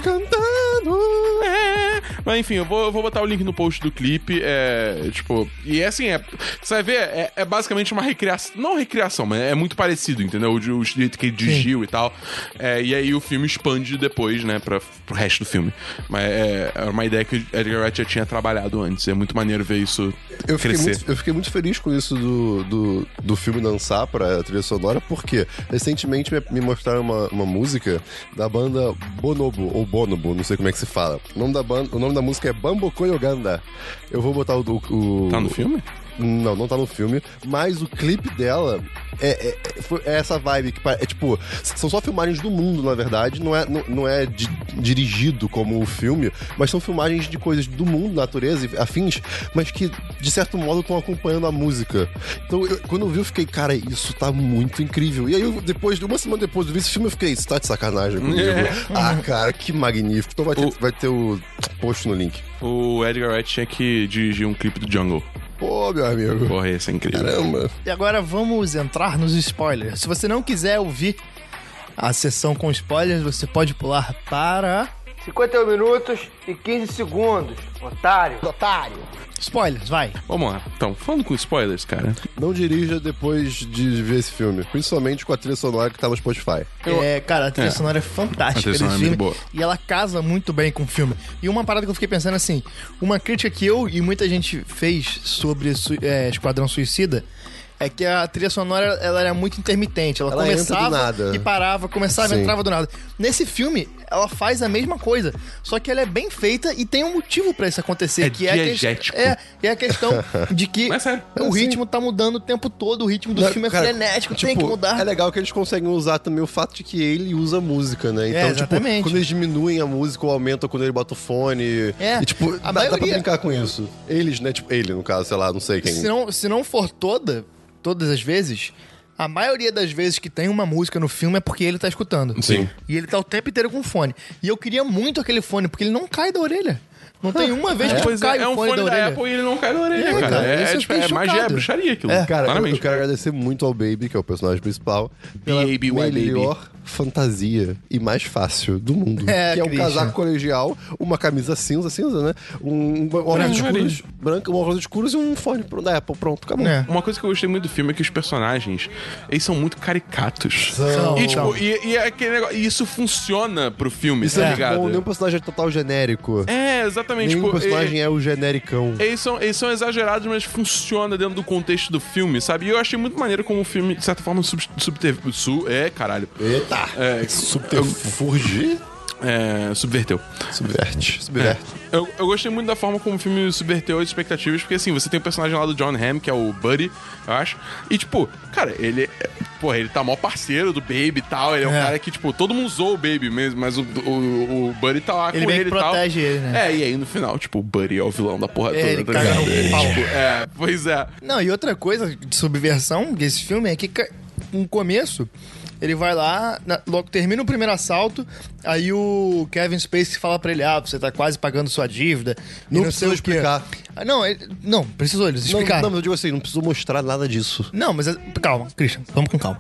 [SPEAKER 2] cantando.
[SPEAKER 3] É. Mas enfim, eu vou, eu vou botar o link no post do clipe. É, tipo, e é assim, é, você vai ver, é, é basicamente uma recriação. Não recriação, mas é muito parecido, entendeu? O, de- o jeito que ele dirigiu e tal. É, e aí o filme expande depois, né, pra, pro resto do filme. Mas é, é uma ideia que o Edgar Wright já tinha trabalhado antes. É muito maneiro ver isso
[SPEAKER 2] Eu fiquei,
[SPEAKER 3] crescer.
[SPEAKER 2] muito, eu fiquei muito feliz com isso do, do, do filme dançar pra trilha sonora, porque recentemente me, me mostraram uma, uma música da banda Bonobo, ou Bonobo, não sei como é que se fala. O nome da, banda, o nome da música é Bambo Koyoganda. Eu vou botar o, do- o.
[SPEAKER 3] Tá no filme?
[SPEAKER 2] Não, não tá no filme, mas o clipe dela é, é- é- foi- é essa vibe que pa- é tipo, s- são só filmagens do mundo, na verdade, não é, não, não é di- dirigido como o filme, mas são filmagens de coisas do mundo, natureza e afins, mas que de certo modo estão acompanhando a música. Então, eu- quando eu vi, eu fiquei, cara, isso tá muito incrível. E aí, eu, depois, de- uma semana depois eu vi esse filme, eu fiquei, isso tá de sacanagem comigo.
[SPEAKER 3] É.
[SPEAKER 2] Ah, cara, que magnífico. Então vai ter,
[SPEAKER 3] O-
[SPEAKER 2] vai ter o post no link.
[SPEAKER 3] O Edgar Wright tinha que dirigir um clipe do Jungle.
[SPEAKER 2] Pô, meu amigo.
[SPEAKER 3] Porra, esse é incrível.
[SPEAKER 2] Caramba.
[SPEAKER 1] E agora vamos entrar nos spoilers. Se você não quiser ouvir a sessão com spoilers, você pode pular para.
[SPEAKER 6] 51 minutos e 15 segundos, otário. Otário.
[SPEAKER 1] Spoilers, vai.
[SPEAKER 3] Vamos lá. Então, falando com spoilers, cara. Tipo,
[SPEAKER 2] Não dirija depois de ver esse filme, principalmente com a trilha sonora que tá no Spotify.
[SPEAKER 3] Eu-
[SPEAKER 1] É, cara, a trilha
[SPEAKER 3] É.
[SPEAKER 1] sonora é
[SPEAKER 3] A
[SPEAKER 1] fantástica
[SPEAKER 3] trilha
[SPEAKER 1] desse
[SPEAKER 3] sonora é
[SPEAKER 1] filme.
[SPEAKER 3] muito boa.
[SPEAKER 1] E ela casa muito bem com o filme. E uma parada que eu fiquei pensando assim: uma crítica que eu e muita gente fez sobre su- é, Esquadrão Suicida. É que a trilha sonora ela era muito intermitente. Ela,
[SPEAKER 2] Ela entra do
[SPEAKER 1] começava
[SPEAKER 2] nada.
[SPEAKER 1] e parava, começava
[SPEAKER 2] Sim.
[SPEAKER 1] e entrava do nada. Nesse filme, ela faz a mesma coisa, só que ela é bem feita e tem um motivo pra isso acontecer,
[SPEAKER 3] É
[SPEAKER 1] que é a, que-
[SPEAKER 3] diegético.
[SPEAKER 1] é, é a questão de que
[SPEAKER 3] Mas é, assim.
[SPEAKER 1] o
[SPEAKER 3] sério.
[SPEAKER 1] ritmo tá mudando o tempo todo, o ritmo do
[SPEAKER 2] Não,
[SPEAKER 1] filme é
[SPEAKER 2] cara,
[SPEAKER 1] frenético, tem
[SPEAKER 2] Tipo,
[SPEAKER 1] que mudar.
[SPEAKER 2] É legal que eles conseguem usar também o fato de que ele usa música, né? Então, tipo,
[SPEAKER 1] É, exatamente.
[SPEAKER 2] quando eles diminuem a música ou aumentam quando ele bota o fone.
[SPEAKER 1] É,
[SPEAKER 2] E, tipo,
[SPEAKER 1] a
[SPEAKER 2] dá, dá pra
[SPEAKER 1] maioria-
[SPEAKER 2] brincar com isso. Eles, né? Tipo, ele, no caso, sei lá, não sei quem.
[SPEAKER 1] se não, se não for toda, todas as vezes, a maioria das vezes que tem uma música no filme é porque ele tá escutando.
[SPEAKER 3] Sim.
[SPEAKER 1] E ele tá o tempo inteiro com fone. E eu queria muito aquele fone, porque ele não cai da orelha. Não tem uma vez que
[SPEAKER 3] Pois é,
[SPEAKER 1] cai
[SPEAKER 3] é
[SPEAKER 1] o
[SPEAKER 3] um
[SPEAKER 1] fone, da, orelha.
[SPEAKER 3] Apple e ele não cai na orelha,
[SPEAKER 1] É,
[SPEAKER 3] cara.
[SPEAKER 1] cara,
[SPEAKER 3] É,
[SPEAKER 1] isso eu
[SPEAKER 3] tipo,
[SPEAKER 1] fiquei
[SPEAKER 3] é magia, é
[SPEAKER 1] chocado.
[SPEAKER 3] bruxaria aquilo.
[SPEAKER 1] É.
[SPEAKER 2] Cara, eu,
[SPEAKER 3] claramente.
[SPEAKER 2] eu quero agradecer muito ao Baby, que é o personagem principal, pela
[SPEAKER 3] Baby, why
[SPEAKER 2] melhor fantasia e mais fácil do mundo.
[SPEAKER 1] É,
[SPEAKER 2] que é um
[SPEAKER 1] Christian.
[SPEAKER 2] casaco colegial, uma camisa cinza, cinza, né? Um, um óculos escuros, branco, um óculos escuros e um fone pro- da Apple. Pronto, acabou.
[SPEAKER 1] É.
[SPEAKER 3] Uma coisa que eu gostei muito do filme é que os personagens, eles são muito caricatos.
[SPEAKER 1] São.
[SPEAKER 3] E, tipo,
[SPEAKER 1] São.
[SPEAKER 3] e, e é aquele negócio, e isso funciona pro filme,
[SPEAKER 2] Isso
[SPEAKER 3] tá
[SPEAKER 2] é, muito
[SPEAKER 3] ligado?
[SPEAKER 1] né?
[SPEAKER 2] bom, nenhum personagem é total genérico.
[SPEAKER 3] É, exatamente.
[SPEAKER 2] Nenhum
[SPEAKER 3] tipo,
[SPEAKER 2] personagem é o genericão.
[SPEAKER 3] Eles são, eles são exagerados, mas funciona dentro do contexto do filme, sabe? E eu achei muito maneiro como o filme, de certa forma, sub, subter- su- é, caralho.
[SPEAKER 2] Eita!
[SPEAKER 3] É,
[SPEAKER 2] Subterfuge?
[SPEAKER 3] é, subverteu.
[SPEAKER 2] Subverte, subverte.
[SPEAKER 1] É.
[SPEAKER 3] Eu, eu gostei muito da forma como o filme subverteu as expectativas, porque assim, você tem o personagem lá do John Hamm, que é o Buddy, eu acho. E tipo, cara, ele. é- Porra, ele tá mó parceiro do Baby e tal. Ele é um
[SPEAKER 1] É.
[SPEAKER 3] cara que, tipo, todo mundo usou o Baby mesmo, mas o, o, o Buddy tá lá
[SPEAKER 1] Ele
[SPEAKER 3] com
[SPEAKER 1] meio
[SPEAKER 3] ele e
[SPEAKER 1] que
[SPEAKER 3] tal.
[SPEAKER 1] protege ele, né?
[SPEAKER 3] É, e aí no final, tipo, o Buddy é o vilão da porra toda.
[SPEAKER 1] ele
[SPEAKER 3] tá
[SPEAKER 1] caga
[SPEAKER 3] ligado?
[SPEAKER 1] no
[SPEAKER 3] É,
[SPEAKER 1] pau.
[SPEAKER 3] tipo, é, pois é.
[SPEAKER 1] Não, e outra coisa de subversão desse filme é que ca- no começo ele vai lá, na- logo termina o primeiro assalto, aí o Kevin Spacey fala pra ele: Ah, você tá quase pagando sua dívida. e
[SPEAKER 2] Não
[SPEAKER 1] não sei o
[SPEAKER 2] precisou
[SPEAKER 1] quê."
[SPEAKER 2] explicar.
[SPEAKER 1] Ah, não, ele- não, precisou, eles
[SPEAKER 2] Não,
[SPEAKER 1] explicaram. Não,
[SPEAKER 2] não, mas eu digo assim, não preciso mostrar nada disso.
[SPEAKER 1] mas é- calma, Christian, vamos com calma.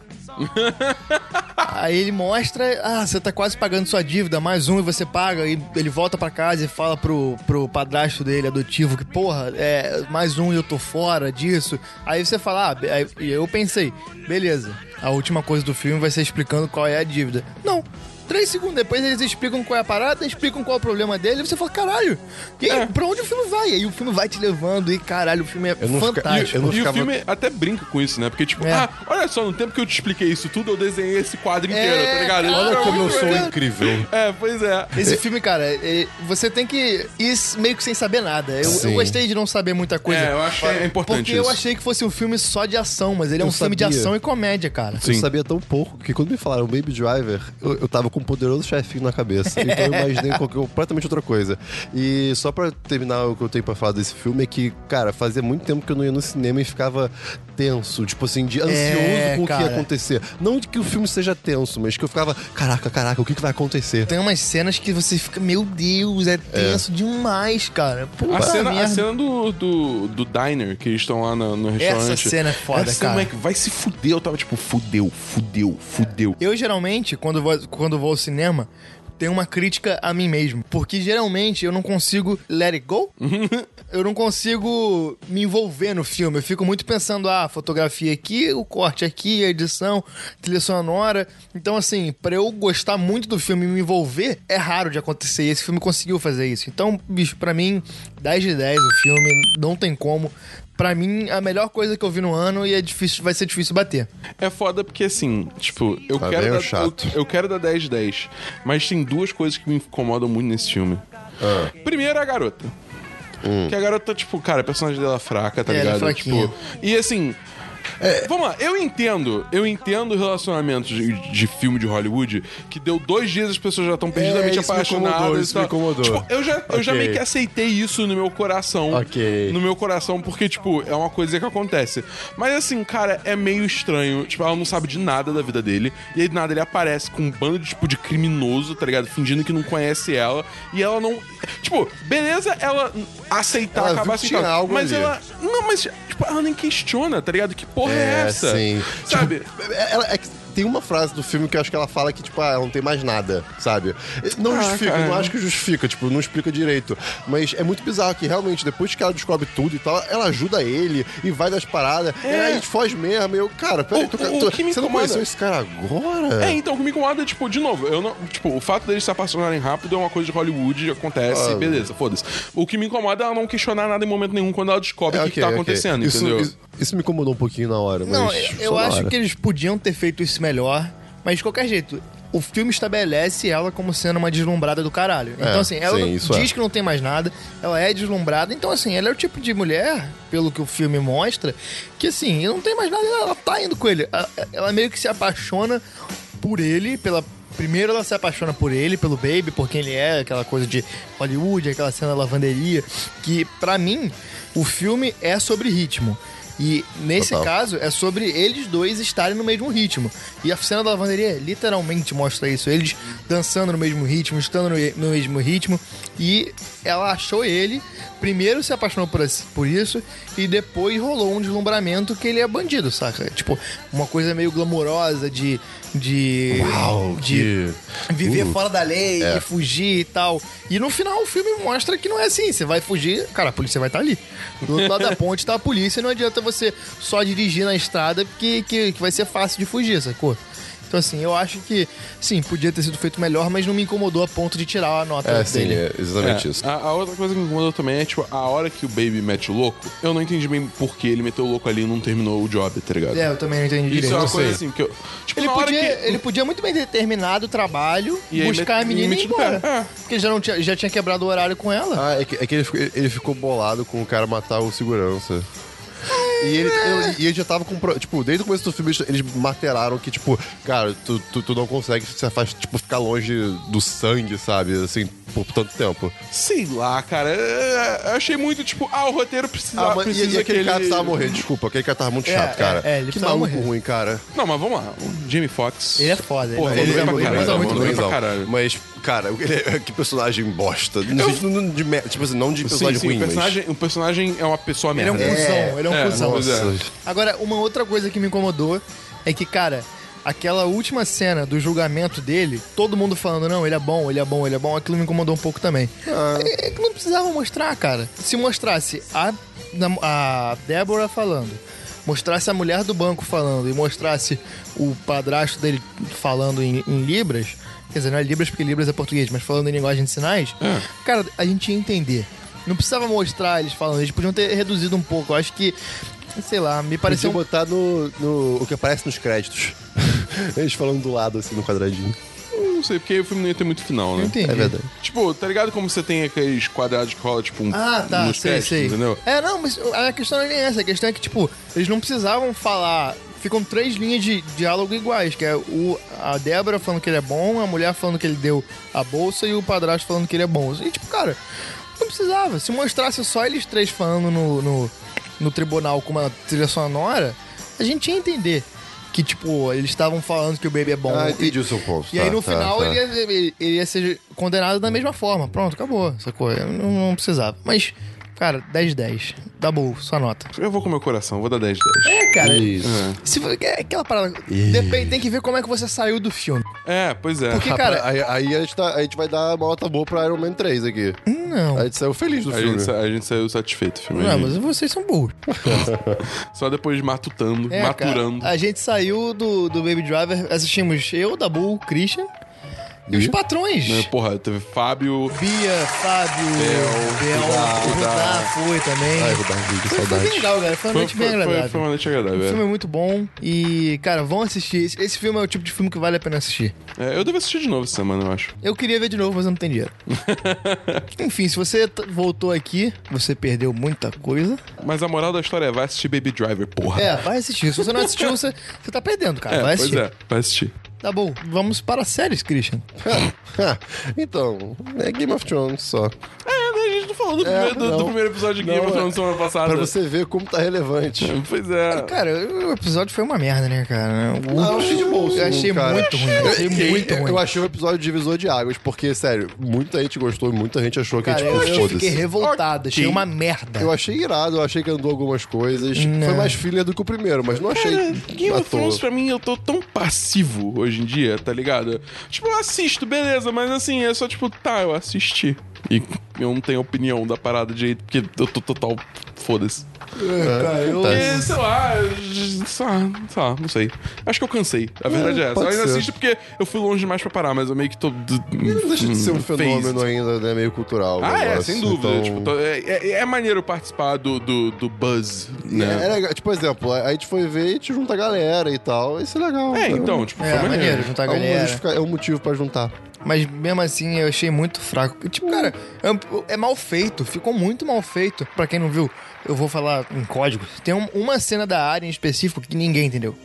[SPEAKER 1] Aí ele mostra, ah, você tá quase pagando sua dívida, mais um e você paga. E ele volta pra casa e fala pro, pro padrasto dele, adotivo, que porra, é, mais um e eu tô fora disso. Aí você fala, ah, be- aí- e eu pensei, beleza, a última coisa do filme vai ser explicando qual é a dívida. Não. Três segundos depois eles explicam qual é a parada, explicam qual é o problema dele, e você fala, caralho, e
[SPEAKER 2] É.
[SPEAKER 1] aí, pra onde o filme vai? E aí o filme vai te levando, e caralho, o filme é
[SPEAKER 2] Eu não fica-
[SPEAKER 1] fantástico.
[SPEAKER 2] eu não
[SPEAKER 3] E o
[SPEAKER 2] ficava-
[SPEAKER 3] filme até brinca com isso, né? Porque, tipo,
[SPEAKER 1] É.
[SPEAKER 3] ah, olha só, no tempo que eu te expliquei isso tudo, eu desenhei esse quadro inteiro,
[SPEAKER 1] É,
[SPEAKER 3] tá ligado?
[SPEAKER 1] olha
[SPEAKER 3] Tipo, é
[SPEAKER 1] como eu
[SPEAKER 3] muito
[SPEAKER 1] sou
[SPEAKER 3] maneiro.
[SPEAKER 2] incrível.
[SPEAKER 3] É, pois é.
[SPEAKER 1] Esse filme, cara, é- você tem que ir meio que sem saber nada. Eu, eu
[SPEAKER 2] Sim.
[SPEAKER 1] gostei de não saber muita coisa.
[SPEAKER 3] É, eu acho que é importante
[SPEAKER 1] Porque
[SPEAKER 3] isso.
[SPEAKER 1] eu achei que fosse um filme só de ação, mas ele é
[SPEAKER 2] Eu
[SPEAKER 1] um filme de
[SPEAKER 2] sabia.
[SPEAKER 1] ação e comédia, cara.
[SPEAKER 2] Eu sabia tão pouco que quando me falaram Baby Driver, eu, eu tava com um poderoso chefinho na cabeça. Então eu imaginei qualquer- completamente outra coisa. E só pra terminar o que eu tenho pra falar desse filme é que, cara, fazia muito tempo que eu não ia no cinema e ficava tenso, tipo assim, de ansioso
[SPEAKER 1] É,
[SPEAKER 2] com o que
[SPEAKER 1] cara.
[SPEAKER 2] ia acontecer. Não de que o filme seja tenso, mas que eu ficava, caraca, caraca, o que, que vai acontecer?
[SPEAKER 1] Tem umas cenas que você fica, meu Deus, é tenso demais, cara. Puta
[SPEAKER 3] A cena, a
[SPEAKER 1] é merda.
[SPEAKER 3] cena do, do, do diner, que eles estão lá no, no restaurante.
[SPEAKER 1] Essa cena é foda,
[SPEAKER 3] Essa cena,
[SPEAKER 1] cara.
[SPEAKER 3] moleque, vai se fuder. Eu tava tipo, fudeu, fudeu, fudeu.
[SPEAKER 1] Eu geralmente, quando vou, quando vou ao cinema, tenho uma crítica a mim mesmo. Porque geralmente eu não consigo let it go. eu não consigo me envolver no filme. Eu fico muito pensando, ah, fotografia aqui, o corte aqui, a edição, trilha sonora. Então, assim, pra eu gostar muito do filme e me envolver, é raro de acontecer. E esse filme conseguiu fazer isso. Então, bicho, pra mim, 10 de 10 o filme, não tem como. Pra mim, a melhor coisa que eu vi no ano e é difícil, vai ser difícil bater.
[SPEAKER 3] É foda porque assim, tipo, eu
[SPEAKER 2] Tá
[SPEAKER 3] quero
[SPEAKER 2] meio
[SPEAKER 3] dar,
[SPEAKER 2] chato.
[SPEAKER 3] Eu, eu quero dar 10 de 10, mas tem duas coisas que me incomodam muito nesse filme.
[SPEAKER 2] Ah.
[SPEAKER 3] Primeiro é a garota.
[SPEAKER 2] Hum.
[SPEAKER 3] Que a garota, tipo, cara, a personagem dela é fraca, tá
[SPEAKER 1] É, ela é
[SPEAKER 3] ligado?
[SPEAKER 1] fraquinha.
[SPEAKER 3] tipo, e assim,
[SPEAKER 2] É.
[SPEAKER 3] Vamos lá, eu entendo, eu entendo o relacionamento de, de filme de Hollywood que deu dois dias e as pessoas já estão perdidamente
[SPEAKER 2] É, isso me
[SPEAKER 3] apaixonadas.
[SPEAKER 2] incomodou,
[SPEAKER 3] e
[SPEAKER 2] isso me
[SPEAKER 3] tal.
[SPEAKER 2] incomodou.
[SPEAKER 3] Tipo, eu já, eu já
[SPEAKER 2] Ok.
[SPEAKER 3] meio que aceitei isso no meu coração.
[SPEAKER 2] Ok.
[SPEAKER 3] No meu coração, porque, tipo, é uma coisa que acontece. Mas assim, cara, é meio estranho. Tipo, ela não sabe de nada da vida dele. E aí, do nada, ele aparece com um bando de, tipo, de criminoso, tá ligado? Fingindo que não conhece ela. E ela não. Tipo, beleza ela aceitar
[SPEAKER 2] Ela viu
[SPEAKER 3] acabar
[SPEAKER 2] que tinha algo
[SPEAKER 3] Mas
[SPEAKER 2] ali.
[SPEAKER 3] ela. Não, mas, tipo, ela nem questiona, tá ligado? Que porra é,
[SPEAKER 2] É,
[SPEAKER 3] essa?
[SPEAKER 2] sim.
[SPEAKER 3] Sabe?
[SPEAKER 2] Ela- é que tem uma frase do filme que eu acho que ela fala que, tipo, ah, ela não tem mais nada, sabe? Não justifica,
[SPEAKER 3] cara.
[SPEAKER 2] não acho que justifica, tipo, não explica direito. Mas é muito bizarro que realmente, depois que ela descobre tudo e tal, ela ajuda ele e vai das paradas, e aí foge mesmo. E eu, cara, peraí,
[SPEAKER 3] É. O-
[SPEAKER 2] tu,
[SPEAKER 3] o
[SPEAKER 2] tu-
[SPEAKER 3] que me
[SPEAKER 2] você não
[SPEAKER 3] incomoda-
[SPEAKER 2] conheceu esse cara agora?
[SPEAKER 3] É, então, o que me incomoda é, tipo, de novo, eu não. Tipo, o fato deles se apaixonarem rápido é uma coisa de Hollywood, acontece, beleza, foda-se. O que me incomoda é ela não questionar nada em momento nenhum quando ela descobre o que, que
[SPEAKER 2] É, ok,
[SPEAKER 3] tá
[SPEAKER 2] ok.
[SPEAKER 3] acontecendo,
[SPEAKER 2] isso,
[SPEAKER 3] entendeu?
[SPEAKER 2] Isso, isso me incomodou um pouquinho na hora, mas.
[SPEAKER 1] Não,
[SPEAKER 2] só
[SPEAKER 1] eu
[SPEAKER 2] na
[SPEAKER 1] acho
[SPEAKER 2] hora.
[SPEAKER 1] que eles podiam ter feito isso melhor, mas de qualquer jeito, o filme estabelece ela como sendo uma deslumbrada do caralho. Então, assim, ela
[SPEAKER 2] É, sim,
[SPEAKER 1] não-
[SPEAKER 2] isso
[SPEAKER 1] diz
[SPEAKER 2] é.
[SPEAKER 1] que não tem mais nada, ela é deslumbrada. Então, assim, ela é o tipo de mulher, pelo que o filme mostra, que, assim, não tem mais nada, ela tá indo com ele. Ela, ela meio que se apaixona por ele, pela. Primeiro ela se apaixona por ele, pelo Baby, por quem ele é, aquela coisa de Hollywood, aquela cena da lavanderia, que pra mim o filme é sobre ritmo. E nesse
[SPEAKER 2] Total.
[SPEAKER 1] caso é sobre eles dois estarem no mesmo ritmo. E a cena da lavanderia literalmente mostra isso. Eles dançando no mesmo ritmo, estando no, no mesmo ritmo. E ela achou ele, primeiro se apaixonou por, esse- por isso, e depois rolou um deslumbramento que ele é bandido, saca? Tipo, uma coisa meio glamourosa de. de
[SPEAKER 2] Uau,
[SPEAKER 1] de
[SPEAKER 2] que-
[SPEAKER 1] viver
[SPEAKER 2] Uh.
[SPEAKER 1] fora da lei, e fugir e tal. E no final o filme mostra que não é assim. Você vai fugir, cara, a polícia vai estar ali. Do outro lado da ponte tá a polícia e não adianta você só dirigir na estrada porque que, que vai ser fácil de fugir, sacou? Então, assim, eu acho que, sim, podia ter sido feito melhor, mas não me incomodou a ponto de tirar a nota
[SPEAKER 2] É, sim,
[SPEAKER 1] dele.
[SPEAKER 2] é exatamente isso.
[SPEAKER 3] A, a outra coisa que me incomodou também é, tipo, a hora que o Baby mete o louco, eu não entendi bem por que ele meteu o louco ali e não terminou o job, tá ligado?
[SPEAKER 1] É, eu também não entendi
[SPEAKER 3] Isso
[SPEAKER 1] direito.
[SPEAKER 3] é uma
[SPEAKER 1] não
[SPEAKER 3] coisa
[SPEAKER 1] sei.
[SPEAKER 3] assim, que eu. Tipo,
[SPEAKER 1] Ele
[SPEAKER 3] na hora
[SPEAKER 1] podia,
[SPEAKER 3] que-
[SPEAKER 1] ele podia muito bem ter terminado o trabalho,
[SPEAKER 3] E aí
[SPEAKER 1] buscar
[SPEAKER 3] met-
[SPEAKER 1] a menina e ir
[SPEAKER 3] metido o pé.
[SPEAKER 1] embora.
[SPEAKER 3] É.
[SPEAKER 1] Porque ele já, não tinha, já tinha quebrado o horário com ela.
[SPEAKER 2] Ah, é que, é que ele, ficou- ele ficou bolado com o cara matar o segurança. E ele,
[SPEAKER 1] É.
[SPEAKER 2] ele- e ele já tava com. pro- Tipo, desde o começo do filme, eles- eles materaram que, tipo, cara, tu, tu, tu não consegue se afast, tipo, ficar longe do sangue, sabe? Assim, por tanto tempo.
[SPEAKER 3] Sei lá, cara. é- Eu achei muito, tipo, ah, o roteiro precisa.
[SPEAKER 2] Ah, mas e-
[SPEAKER 3] precisa
[SPEAKER 2] e, aquele
[SPEAKER 3] que
[SPEAKER 2] cara
[SPEAKER 3] ele-
[SPEAKER 2] tava morrendo, desculpa, aquele cara tava muito
[SPEAKER 1] É,
[SPEAKER 2] chato,
[SPEAKER 1] é,
[SPEAKER 2] cara.
[SPEAKER 1] é, ele
[SPEAKER 2] que
[SPEAKER 1] precisava
[SPEAKER 2] maluco
[SPEAKER 1] morrer.
[SPEAKER 2] ruim, cara.
[SPEAKER 3] Não, mas vamos lá. O Jimmy Fox.
[SPEAKER 1] Ele é foda,
[SPEAKER 3] Porra,
[SPEAKER 1] ele-
[SPEAKER 3] ele,
[SPEAKER 1] ele
[SPEAKER 3] é
[SPEAKER 1] é
[SPEAKER 3] pra
[SPEAKER 1] muito
[SPEAKER 3] caralho.
[SPEAKER 1] bom,
[SPEAKER 3] Mandou
[SPEAKER 1] muito
[SPEAKER 3] bem pra
[SPEAKER 2] bonzão.
[SPEAKER 3] caralho.
[SPEAKER 2] Mas, cara, ele é- que personagem bosta. Não, não- de mer- tipo assim, não de
[SPEAKER 3] Sim,
[SPEAKER 2] personagem
[SPEAKER 3] sim,
[SPEAKER 2] ruim,
[SPEAKER 3] o, personagem, o personagem é uma pessoa
[SPEAKER 1] Ele é um
[SPEAKER 3] merda.
[SPEAKER 1] cuzão, ele é um
[SPEAKER 3] É,
[SPEAKER 1] cuzão.
[SPEAKER 3] pois é.
[SPEAKER 2] mas... Nossa.
[SPEAKER 1] Agora, uma outra coisa que me incomodou é que, cara, aquela última cena do julgamento dele, todo mundo falando, não, ele é bom, ele é bom, ele é bom, aquilo me incomodou um pouco também. É, é que não precisava mostrar, cara. Se mostrasse a, nam- a Débora falando, mostrasse a mulher do banco falando e mostrasse o padrasto dele falando em, em Libras, quer dizer, não é Libras porque Libras é português, mas falando em linguagem de sinais, cara, a gente ia entender. Não precisava mostrar eles falando, eles podiam ter reduzido um pouco. Eu acho que, sei lá, me
[SPEAKER 2] Parecia
[SPEAKER 1] pareceu um
[SPEAKER 2] botar no, no- o que aparece nos créditos. Eles falando do lado, assim, no quadradinho.
[SPEAKER 3] Não sei, porque o filme não ia ter muito final, né?
[SPEAKER 1] um- Não entendi.
[SPEAKER 2] É verdade.
[SPEAKER 3] Tipo, tá ligado como você tem aqueles quadrados de cola, tipo, um,
[SPEAKER 1] Ah, tá,
[SPEAKER 3] nos
[SPEAKER 1] sei,
[SPEAKER 3] créditos,
[SPEAKER 1] sei.
[SPEAKER 3] entendeu?
[SPEAKER 1] É, não, mas a questão não é nem essa. A questão é que, tipo, eles não precisavam falar. Ficam três linhas de diálogo iguais, que é o, a Débora falando que ele é bom, a mulher falando que ele deu a bolsa e o padrasto falando que ele é bom. E, tipo, cara, não precisava. Se mostrasse só eles três falando no, no, no tribunal com uma trilha sonora, a gente ia entender que, tipo, eles estavam falando que o bebê é bom.
[SPEAKER 2] Ah,
[SPEAKER 1] E-
[SPEAKER 2] entendi o seu ponto.
[SPEAKER 1] e
[SPEAKER 2] Tá,
[SPEAKER 1] aí no
[SPEAKER 2] tá,
[SPEAKER 1] final
[SPEAKER 2] tá.
[SPEAKER 1] Ele, ia, ele- ele ia ser condenado da mesma forma. Pronto, acabou. Sacou? Eu Não, não precisava. Mas, cara, 10 de 10. Double, sua nota.
[SPEAKER 3] Eu vou com meu coração, vou dar 10 de 10.
[SPEAKER 1] É, cara.
[SPEAKER 2] Isso.
[SPEAKER 1] Se, for- é aquela parada. Depende, tem que ver como é que você saiu do filme.
[SPEAKER 3] É, pois é.
[SPEAKER 1] Porque,
[SPEAKER 2] Ah,
[SPEAKER 1] cara.
[SPEAKER 2] pra- aí, aí a, gente tá- a gente vai dar uma nota boa pra Iron Man 3 aqui.
[SPEAKER 1] Não.
[SPEAKER 2] A gente saiu feliz do
[SPEAKER 3] A
[SPEAKER 2] filme.
[SPEAKER 3] gente, sa- a gente saiu satisfeito do filme.
[SPEAKER 1] Não,
[SPEAKER 3] A
[SPEAKER 1] mas
[SPEAKER 3] gente-
[SPEAKER 1] vocês são burros.
[SPEAKER 3] Só depois de matutando,
[SPEAKER 1] É, cara,
[SPEAKER 3] maturando.
[SPEAKER 1] a gente saiu do, do Baby Driver, assistimos eu, Dabu, Christian e, os patrões.
[SPEAKER 2] é
[SPEAKER 3] Né, Porra, teve Fábio.
[SPEAKER 1] Bia, Fábio, Bel,
[SPEAKER 3] Rudá,
[SPEAKER 1] o Rudá
[SPEAKER 3] Rudá.
[SPEAKER 1] foi também.
[SPEAKER 2] Ai, Rodar, que
[SPEAKER 1] Foi- foi bem
[SPEAKER 2] saudade.
[SPEAKER 1] legal, cara. Foi uma
[SPEAKER 3] Foi,
[SPEAKER 1] noite
[SPEAKER 3] foi,
[SPEAKER 1] bem
[SPEAKER 3] foi,
[SPEAKER 1] agradável.
[SPEAKER 3] foi uma noite
[SPEAKER 1] O filme
[SPEAKER 3] agradável.
[SPEAKER 1] é muito bom e, cara, vão assistir. Esse, esse filme é o tipo de filme que vale a pena assistir.
[SPEAKER 3] É, eu devo assistir de novo essa semana, eu acho.
[SPEAKER 1] Eu queria ver de novo, mas eu não tenho dinheiro. Enfim, se você t- voltou aqui, você perdeu muita coisa.
[SPEAKER 3] Mas a moral da história é: vai assistir Baby Driver, porra.
[SPEAKER 1] É, vai assistir. Se você não assistiu, você, você tá perdendo, cara.
[SPEAKER 3] É,
[SPEAKER 1] vai
[SPEAKER 3] pois
[SPEAKER 1] assistir.
[SPEAKER 3] é, vai assistir.
[SPEAKER 1] Tá bom, vamos para as séries, Christian.
[SPEAKER 2] então, é Game of Thrones só.
[SPEAKER 3] É, né, a gente não falou do, primeiro, do-
[SPEAKER 2] não.
[SPEAKER 3] do primeiro episódio de Game
[SPEAKER 2] Não,
[SPEAKER 3] of
[SPEAKER 2] é-
[SPEAKER 3] Thrones semana passada.
[SPEAKER 2] Pra você ver como tá relevante.
[SPEAKER 3] Pois é.
[SPEAKER 1] Cara, o episódio foi uma merda, né, cara? O-
[SPEAKER 2] Ah, eu achei de boa o
[SPEAKER 1] Eu
[SPEAKER 2] segundo,
[SPEAKER 1] achei
[SPEAKER 2] cara.
[SPEAKER 1] muito ruim. Eu achei
[SPEAKER 2] Eu-
[SPEAKER 1] muito ruim.
[SPEAKER 2] Eu achei o episódio divisor de águas, porque, sério, muita gente gostou, muita gente achou que,
[SPEAKER 1] Cara,
[SPEAKER 2] tipo,
[SPEAKER 1] eu
[SPEAKER 2] foda-se.
[SPEAKER 1] fiquei revoltado. Achei
[SPEAKER 3] Ok.
[SPEAKER 1] uma merda.
[SPEAKER 2] Eu achei irado, eu achei que andou algumas coisas. Foi mais filler do que o primeiro, mas não achei
[SPEAKER 3] Cara, Game
[SPEAKER 2] à
[SPEAKER 3] of Thrones
[SPEAKER 2] toa.
[SPEAKER 3] pra mim eu tô tão passivo hoje em dia, tá ligado? Tipo, eu assisto, beleza, mas assim, é só tipo, tá, eu assisti. E eu não tenho opinião da parada direito, porque eu tô total. Foda-se.
[SPEAKER 1] cara, eu-
[SPEAKER 2] Acontece.
[SPEAKER 3] É, sei lá, eu- sei lá, sei lá, não sei. Acho que eu cansei. A verdade é, essa. Eu
[SPEAKER 2] pode
[SPEAKER 3] ainda
[SPEAKER 2] ser.
[SPEAKER 3] assisto porque eu fui longe demais pra parar, mas eu meio que tô.
[SPEAKER 2] Não deixa de ser um
[SPEAKER 3] Hum,
[SPEAKER 2] fenômeno
[SPEAKER 3] phased.
[SPEAKER 2] ainda, né? Meio cultural.
[SPEAKER 3] Ah, é,
[SPEAKER 2] negócio.
[SPEAKER 3] sem dúvida.
[SPEAKER 2] Então,
[SPEAKER 3] Tipo, tô- é, é- é maneiro participar do, do, do buzz,
[SPEAKER 2] é, é
[SPEAKER 3] né?
[SPEAKER 2] legal. Tipo, por exemplo, a gente foi ver e te junta a galera e tal. Isso é legal.
[SPEAKER 3] É,
[SPEAKER 2] cara.
[SPEAKER 3] então, tipo,
[SPEAKER 1] É,
[SPEAKER 3] foi
[SPEAKER 1] maneiro,
[SPEAKER 3] maneiro.
[SPEAKER 1] juntar
[SPEAKER 2] É
[SPEAKER 1] a
[SPEAKER 2] um,
[SPEAKER 1] galera.
[SPEAKER 2] justifica- é um motivo pra juntar.
[SPEAKER 1] Mas mesmo assim eu achei muito fraco. Tipo, cara, é, é mal feito, ficou muito mal feito. Pra quem não viu, eu vou falar em código. Tem um- uma cena da área em específico que ninguém entendeu.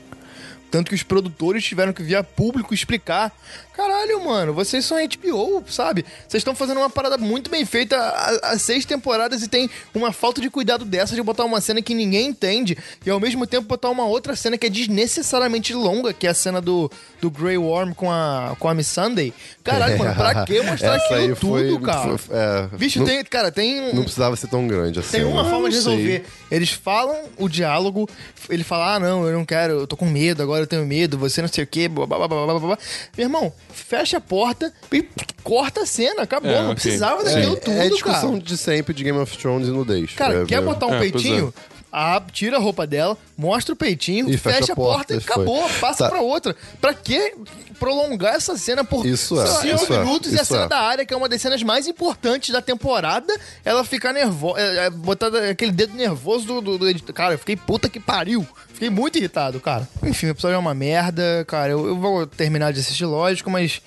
[SPEAKER 1] Tanto que os produtores tiveram que vir a público explicar. Caralho, mano, vocês são HBO, sabe? Vocês estão fazendo uma parada muito bem feita há há seis temporadas e tem uma falta de cuidado dessa de botar uma cena que ninguém entende e ao mesmo tempo botar uma outra cena que é desnecessariamente longa, que é a cena do, do Grey Worm com a, com a Miss Sunday. Caralho, mano, pra que mostrar
[SPEAKER 2] Essa aí
[SPEAKER 1] aquilo
[SPEAKER 2] foi-
[SPEAKER 1] tudo, cara?
[SPEAKER 2] foi- é,
[SPEAKER 1] Bicho,
[SPEAKER 2] não-
[SPEAKER 1] tem, cara, tem... um
[SPEAKER 2] Não precisava ser tão grande assim.
[SPEAKER 1] Tem uma
[SPEAKER 2] né?
[SPEAKER 1] forma de
[SPEAKER 3] sei.
[SPEAKER 1] resolver. Eles falam o diálogo, ele fala, ah, não, eu não quero, eu tô com medo agora, eu tenho medo, você não sei o quê, blá, blá, blá, blá, blá, blá. Meu irmão, fecha a porta e corta a cena, acabou.
[SPEAKER 3] É,
[SPEAKER 1] não
[SPEAKER 3] ok.
[SPEAKER 1] precisava daquilo tudo,
[SPEAKER 2] é a
[SPEAKER 1] cara.
[SPEAKER 2] discussão de sempre de Game of Thrones e nudez.
[SPEAKER 1] Cara,
[SPEAKER 2] É,
[SPEAKER 1] quer
[SPEAKER 2] é.
[SPEAKER 1] botar um
[SPEAKER 3] É, pois
[SPEAKER 1] peitinho? abre, tira a roupa dela, mostra o peitinho,
[SPEAKER 2] E
[SPEAKER 1] fecha, a porta, e
[SPEAKER 2] foi.
[SPEAKER 1] acabou, passa
[SPEAKER 2] Tá.
[SPEAKER 1] pra outra. Pra que prolongar essa cena por
[SPEAKER 2] Isso é,
[SPEAKER 1] cinco
[SPEAKER 2] isso é,
[SPEAKER 1] minutos e a
[SPEAKER 2] isso
[SPEAKER 1] cena
[SPEAKER 2] é.
[SPEAKER 1] da área, que é uma das cenas mais importantes da temporada, ela ficar nervosa, é, é, botar da- aquele dedo nervoso do, do, do editor. Cara, eu fiquei puta que pariu. Fiquei muito irritado, cara. Enfim, o episódio é uma merda, cara. Eu, eu vou terminar de assistir, lógico, mas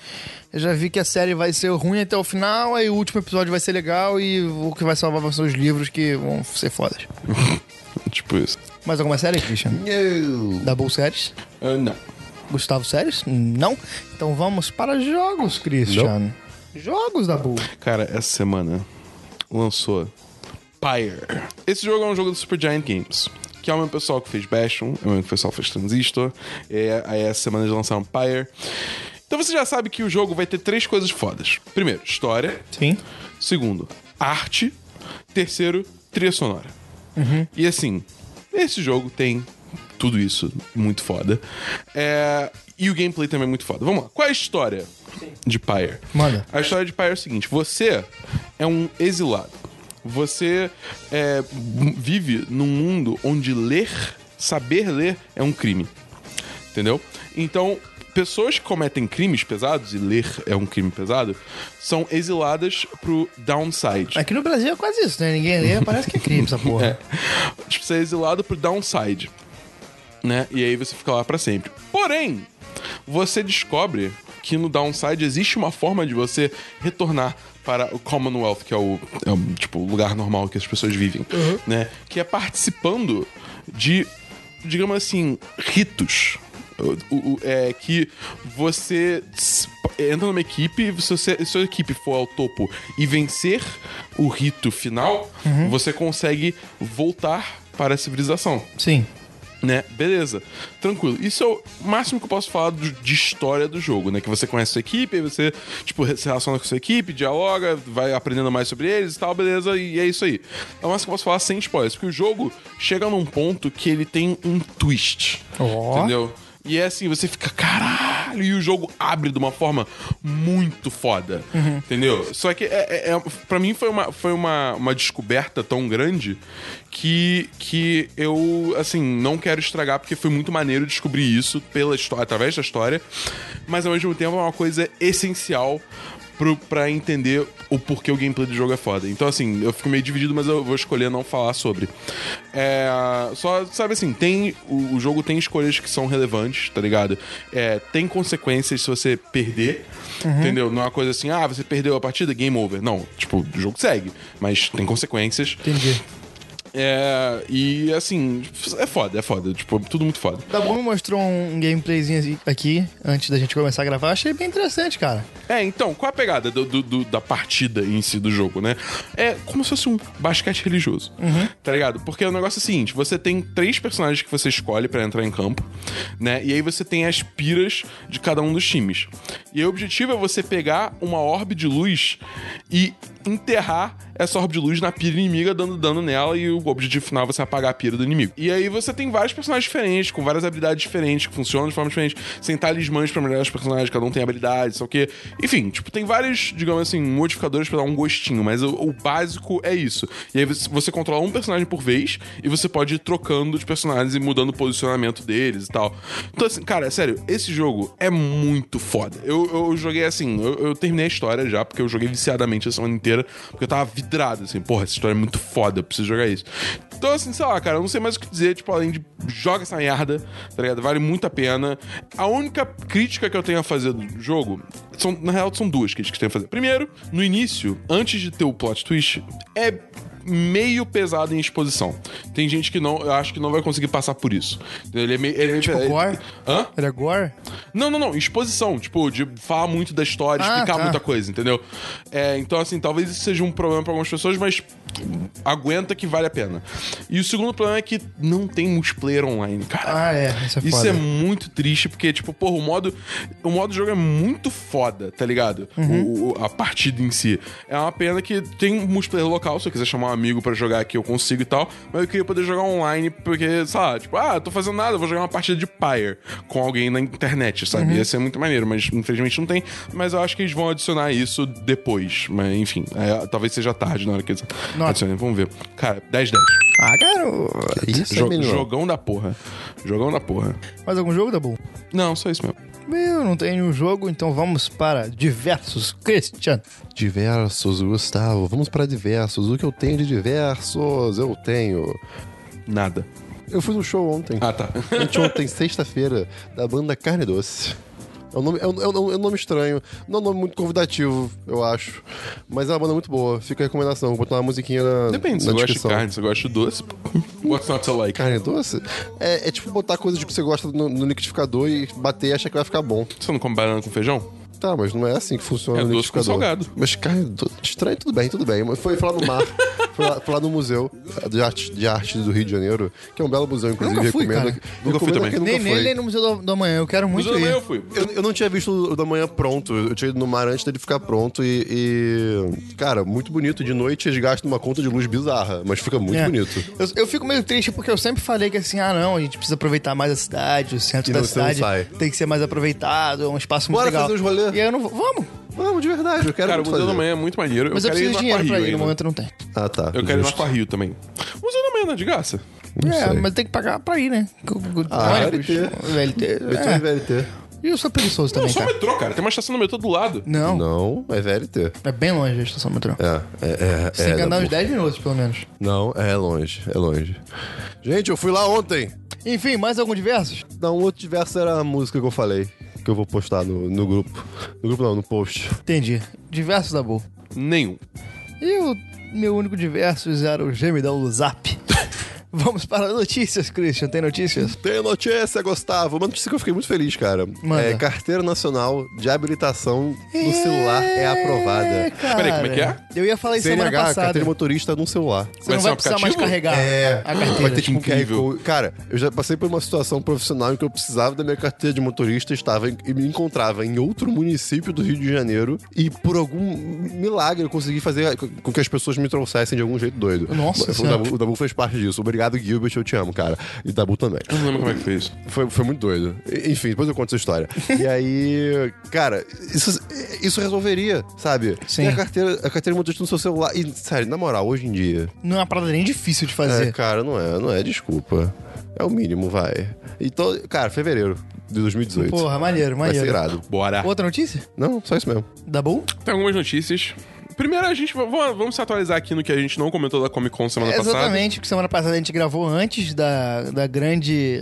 [SPEAKER 1] eu já vi que a série vai ser ruim até o final, aí o último episódio vai ser legal e o que vai salvar vão ser os livros que vão ser fodas.
[SPEAKER 3] Tipo isso.
[SPEAKER 1] Mais alguma série, Christian?
[SPEAKER 2] Eu-
[SPEAKER 1] Da Bull Séries?
[SPEAKER 3] Ah, não.
[SPEAKER 1] Gustavo Séries? Não? Então vamos para jogos, Christian. Jogos da Bull.
[SPEAKER 3] Cara, essa semana lançou Pyre. Esse jogo é um jogo do Supergiant Games, que é o mesmo pessoal que fez Bastion, é o mesmo pessoal que fez Transistor. É, aí essa semana eles lançaram Pyre. Então você já sabe que o jogo vai ter três coisas fodas. Primeiro, história.
[SPEAKER 1] Sim.
[SPEAKER 3] Segundo, arte. Terceiro, trilha sonora. E assim, esse jogo tem tudo isso muito foda. É, E o gameplay também é muito foda. Vamos lá. Qual é a história de Pyre?
[SPEAKER 1] Manda.
[SPEAKER 3] A história de Pyre é o seguinte: você é um exilado. Você é, vive num mundo onde ler, saber ler, é um crime. Entendeu? Então, pessoas que cometem crimes pesados, e ler é um crime pesado, são exiladas pro downside.
[SPEAKER 1] Aqui no Brasil é quase isso, né? Ninguém lê, parece que é crime essa porra.
[SPEAKER 3] Tipo, você é exilado pro downside. Né? E aí você fica lá pra sempre. Porém, você descobre que no downside existe uma forma de você retornar para o Commonwealth, que é o, é o, tipo, o lugar normal que as pessoas vivem, né? Que é participando de, digamos assim, ritos. O- o- o- é que você s- entra numa equipe, se, você, se sua equipe for ao topo e vencer o rito final, você consegue voltar para a civilização
[SPEAKER 1] Sim.
[SPEAKER 3] né? Beleza, tranquilo. Isso é o máximo que eu posso falar do- de história do jogo, né? Que você conhece a sua equipe, aí você, tipo, re- se relaciona com a sua equipe, dialoga, vai aprendendo mais sobre eles e tal, beleza, e é isso aí. É o máximo que eu posso falar sem spoilers, porque o jogo chega num ponto que ele tem um twist.
[SPEAKER 1] Ó.
[SPEAKER 3] Entendeu? E é assim, você fica, caralho, e o jogo abre de uma forma muito foda. Entendeu? Só que é, é, é- pra mim foi, uma, foi uma, uma descoberta tão grande que, que eu, assim, não quero estragar, porque foi muito maneiro descobrir isso pela história, através da história. Mas ao mesmo tempo é uma coisa essencial pro, pra entender o porquê o gameplay do jogo é foda. Então, assim, eu fico meio dividido, mas eu vou escolher não falar sobre. É, só, sabe assim, tem. O, o jogo tem escolhas que são relevantes, tá ligado? É, tem consequências se você perder. Entendeu? Não é uma coisa assim, ah, você perdeu a partida, game over. Não, tipo, o jogo segue. Mas tem consequências.
[SPEAKER 1] Entendi.
[SPEAKER 3] É, e assim, é foda, é foda. Tipo, tudo muito foda.
[SPEAKER 1] Da Bull Tá me mostrou um gameplayzinho assim aqui, antes da gente começar a gravar. Achei bem interessante, cara.
[SPEAKER 3] É, então, qual a pegada do- do- do- da partida em si do jogo, né? É como se fosse um basquete religioso, tá ligado? Porque o negócio é o seguinte, você tem três personagens que você escolhe pra entrar em campo, né? E aí você tem as piras de cada um dos times. E aí o objetivo é você pegar uma orbe de luz e enterrar essa é orbe de luz na pira inimiga, dando dano nela, e o objetivo final é você apagar a pira do inimigo. E aí você tem vários personagens diferentes, com várias habilidades diferentes, que funcionam de forma diferente. Sem talismãs pra melhorar os personagens, cada um tem habilidades, sei o quê. Enfim, tipo, tem vários, digamos assim, modificadores pra dar um gostinho, mas o, o básico é isso. E aí você, você controla um personagem por vez, e você pode ir trocando de personagens e mudando o posicionamento deles e tal. Então, assim, cara, sério, esse jogo é muito foda. Eu, eu joguei assim, eu, eu terminei a história já, porque eu joguei viciadamente a semana inteira, porque eu tava vidrado, assim, porra, essa história é muito foda, eu preciso jogar isso. Então, assim, sei lá, cara, eu não sei mais o que dizer, tipo, além de joga essa merda, tá ligado? Vale muito a pena. A única crítica que eu tenho a fazer do jogo, são, na real, são duas críticas que eu tenho a fazer. Primeiro, no início, antes de ter o plot twist, é meio pesado em exposição. Tem gente que não, eu acho que não vai conseguir passar por isso. Ele é meio. Ele é meio-
[SPEAKER 1] Tipo, gore?
[SPEAKER 3] Hã?
[SPEAKER 1] Ele é gore?
[SPEAKER 3] Não, não, não. Exposição. Tipo, de falar muito da história,
[SPEAKER 1] Ah,
[SPEAKER 3] explicar
[SPEAKER 1] tá.
[SPEAKER 3] muita coisa, entendeu? É, então, assim, talvez isso seja um problema pra algumas pessoas, mas aguenta que vale a pena. E o segundo problema é que não tem multiplayer online, cara.
[SPEAKER 1] Ah, é. Isso é
[SPEAKER 3] Isso
[SPEAKER 1] foda.
[SPEAKER 3] é muito triste, porque, tipo, porra, o modo. O modo de jogo é muito foda, tá ligado?
[SPEAKER 1] Uhum.
[SPEAKER 3] O- o- a partida em si. É uma pena que tem um multiplayer local, se eu quiser chamar um amigo pra jogar aqui, eu consigo e tal. Mas eu queria poder jogar online, porque, sei lá, tipo, ah, eu tô fazendo nada, eu vou jogar uma partida de Pyre com alguém na internet, sabe?
[SPEAKER 1] Uhum.
[SPEAKER 3] Ia ser muito maneiro, mas infelizmente não tem. Mas eu acho que eles vão adicionar isso depois. Mas, enfim, é, talvez seja tarde na hora que eles
[SPEAKER 1] Nota.
[SPEAKER 3] adicionem. Vamos ver. Cara, 10-10.
[SPEAKER 2] Ah, garoto. Isso é
[SPEAKER 3] Jo-
[SPEAKER 2] melhor.
[SPEAKER 3] jogão da porra. Jogão da porra.
[SPEAKER 1] Mais algum jogo, Dabu?
[SPEAKER 3] Não, só isso mesmo.
[SPEAKER 1] Bem, Eu não tenho jogo, então vamos para diversos. Christian.
[SPEAKER 2] Diversos, Gustavo. Vamos para diversos. O que eu tenho de diversos? Eu tenho.
[SPEAKER 3] Nada.
[SPEAKER 2] Eu fui no show ontem.
[SPEAKER 3] Ah, tá.
[SPEAKER 2] Anteontem, sexta-feira, da banda Carne Doce. É um, nome, é, um, é um- é um nome estranho, não é um nome muito convidativo, eu acho. Mas é uma banda muito boa, fica a recomendação. Vou botar uma musiquinha na,
[SPEAKER 3] Depende, se
[SPEAKER 2] na
[SPEAKER 3] você gosta de
[SPEAKER 2] descrição.
[SPEAKER 3] carne, se você gosta de doce, pô, what's not to like?
[SPEAKER 2] Carne doce? É, é tipo botar coisa de que você gosta no, no liquidificador e bater e achar que vai ficar bom.
[SPEAKER 3] Você não come banana com feijão?
[SPEAKER 2] Tá, mas não é assim que funciona
[SPEAKER 3] É
[SPEAKER 2] o
[SPEAKER 3] doce com
[SPEAKER 2] liquidificador.
[SPEAKER 3] salgado.
[SPEAKER 2] Mas carne doce, estranho, tudo bem, tudo bem. Mas foi, foi lá no mar, foi lá, foi lá no museu de arte, de arte do Rio de Janeiro, que é um belo museu, inclusive.
[SPEAKER 1] Nunca fui,
[SPEAKER 2] recomendo.
[SPEAKER 1] cara.
[SPEAKER 3] Nunca
[SPEAKER 2] recomendo
[SPEAKER 3] fui também.
[SPEAKER 2] quem nunca
[SPEAKER 1] nem
[SPEAKER 2] foi.
[SPEAKER 1] nele, nem no Museu do, do Amanhã. Eu quero
[SPEAKER 3] Mas
[SPEAKER 1] muito
[SPEAKER 3] eu também eu
[SPEAKER 1] ir.
[SPEAKER 3] fui.
[SPEAKER 2] Eu, eu não tinha visto o da manhã pronto. Eu tinha ido no mar antes dele ficar pronto e. e, cara, muito bonito. De noite eles gastam uma conta de luz bizarra, mas fica muito
[SPEAKER 1] É.
[SPEAKER 2] bonito.
[SPEAKER 1] Eu, eu fico meio triste porque eu sempre falei que assim, ah não, a gente precisa aproveitar mais a cidade, o centro
[SPEAKER 2] E não,
[SPEAKER 1] da
[SPEAKER 2] você não
[SPEAKER 1] cidade
[SPEAKER 2] sai.
[SPEAKER 1] tem que ser mais aproveitado, é um espaço muito
[SPEAKER 2] Bora
[SPEAKER 1] legal.
[SPEAKER 2] fazer os rolê?
[SPEAKER 1] E aí eu não vou. Vamos!
[SPEAKER 2] Vamos, de verdade, eu quero
[SPEAKER 3] Cara, o
[SPEAKER 2] muito
[SPEAKER 3] Museu da
[SPEAKER 2] fazer.
[SPEAKER 3] Manhã é muito maneiro.
[SPEAKER 1] Mas eu,
[SPEAKER 3] eu quero
[SPEAKER 1] preciso
[SPEAKER 3] ir
[SPEAKER 1] de
[SPEAKER 3] na
[SPEAKER 1] dinheiro pra
[SPEAKER 3] Aquarrio
[SPEAKER 1] ir, no
[SPEAKER 3] ainda.
[SPEAKER 1] momento não tem.
[SPEAKER 2] Ah, tá.
[SPEAKER 3] Eu quero ir na
[SPEAKER 2] justo.
[SPEAKER 3] Aquarrio também. Museu da Manhã não é de graça.
[SPEAKER 1] é,
[SPEAKER 2] sei.
[SPEAKER 1] mas tem que pagar pra ir, né? Com- com-
[SPEAKER 2] Ah,
[SPEAKER 1] ônibus,
[SPEAKER 2] VLT.
[SPEAKER 1] VLT,
[SPEAKER 2] Metrô
[SPEAKER 1] é.
[SPEAKER 2] é VLT.
[SPEAKER 1] E eu sou preguiçoso
[SPEAKER 3] Não, é
[SPEAKER 1] também,
[SPEAKER 3] só
[SPEAKER 1] cara.
[SPEAKER 3] metrô, cara. Tem uma estação no metrô do lado.
[SPEAKER 1] Não,
[SPEAKER 2] Não, é VLT.
[SPEAKER 1] é bem longe a estação do metrô.
[SPEAKER 2] É, é, é.
[SPEAKER 1] Você tem que
[SPEAKER 2] é,
[SPEAKER 1] andar
[SPEAKER 2] não,
[SPEAKER 1] uns 10 minutos, pelo menos.
[SPEAKER 2] Não, é longe, é longe. Gente, eu fui lá ontem.
[SPEAKER 1] Enfim, mais algum diversos?
[SPEAKER 2] Não, o outro diverso era a música que eu falei. Que eu vou postar no, no grupo. No grupo não, no post.
[SPEAKER 1] Entendi. Diversos da boa.
[SPEAKER 3] Nenhum.
[SPEAKER 1] E o meu único diversos era o gemidão do Zap. Vamos para notícias, Christian. Tem notícias?
[SPEAKER 2] Tem notícia, Gustavo. Uma notícia que eu fiquei muito feliz, cara.
[SPEAKER 1] Manda.
[SPEAKER 2] É, carteira nacional de habilitação no celular é aprovada.
[SPEAKER 1] cara.
[SPEAKER 3] Peraí, como é que é?
[SPEAKER 1] Eu ia falar isso semana
[SPEAKER 2] CNH,
[SPEAKER 1] passada.
[SPEAKER 2] carteira de motorista num celular.
[SPEAKER 1] Você não
[SPEAKER 3] Vai ser
[SPEAKER 1] vai
[SPEAKER 3] um
[SPEAKER 1] precisar mais
[SPEAKER 3] aplicativo?
[SPEAKER 1] carregar
[SPEAKER 2] É.
[SPEAKER 1] a carteira.
[SPEAKER 2] Vai ter tipo um QR
[SPEAKER 3] Incrível.
[SPEAKER 2] Code. Cara, eu já passei por uma situação profissional em que eu precisava da minha carteira de motorista estava em- e me encontrava em outro município do Rio de Janeiro e por algum milagre eu consegui fazer com que as pessoas me trouxessem de algum jeito doido.
[SPEAKER 1] Nossa
[SPEAKER 2] o
[SPEAKER 1] Senhora.
[SPEAKER 2] Dabu, o Dabu fez parte disso. Obrigado, Gilbert, eu te amo, cara. E Dabu também.
[SPEAKER 3] Eu não lembro como é que foi isso.
[SPEAKER 2] Foi, foi muito doido. E- Enfim, depois eu conto essa história. E aí, cara, isso, isso resolveria, sabe?
[SPEAKER 1] Sim.
[SPEAKER 2] Tem a carteira, a carteira de motorista no seu celular. E, sério, na moral, hoje em dia.
[SPEAKER 1] Não é uma parada nem difícil de fazer.
[SPEAKER 2] É, cara, não é, não é desculpa. É o mínimo, vai. Então, cara, fevereiro de 2018.
[SPEAKER 1] Porra, maneiro,
[SPEAKER 2] vai ser
[SPEAKER 1] maneiro.
[SPEAKER 2] irado.
[SPEAKER 3] Bora.
[SPEAKER 1] Outra notícia?
[SPEAKER 2] Não, só isso mesmo.
[SPEAKER 1] Da bom?
[SPEAKER 3] Tem algumas notícias. Primeiro, a gente. v- v- Vamos se atualizar aqui no que a gente não comentou da Comic Con semana passada.
[SPEAKER 1] Exatamente, porque semana passada a gente gravou antes da, da grande.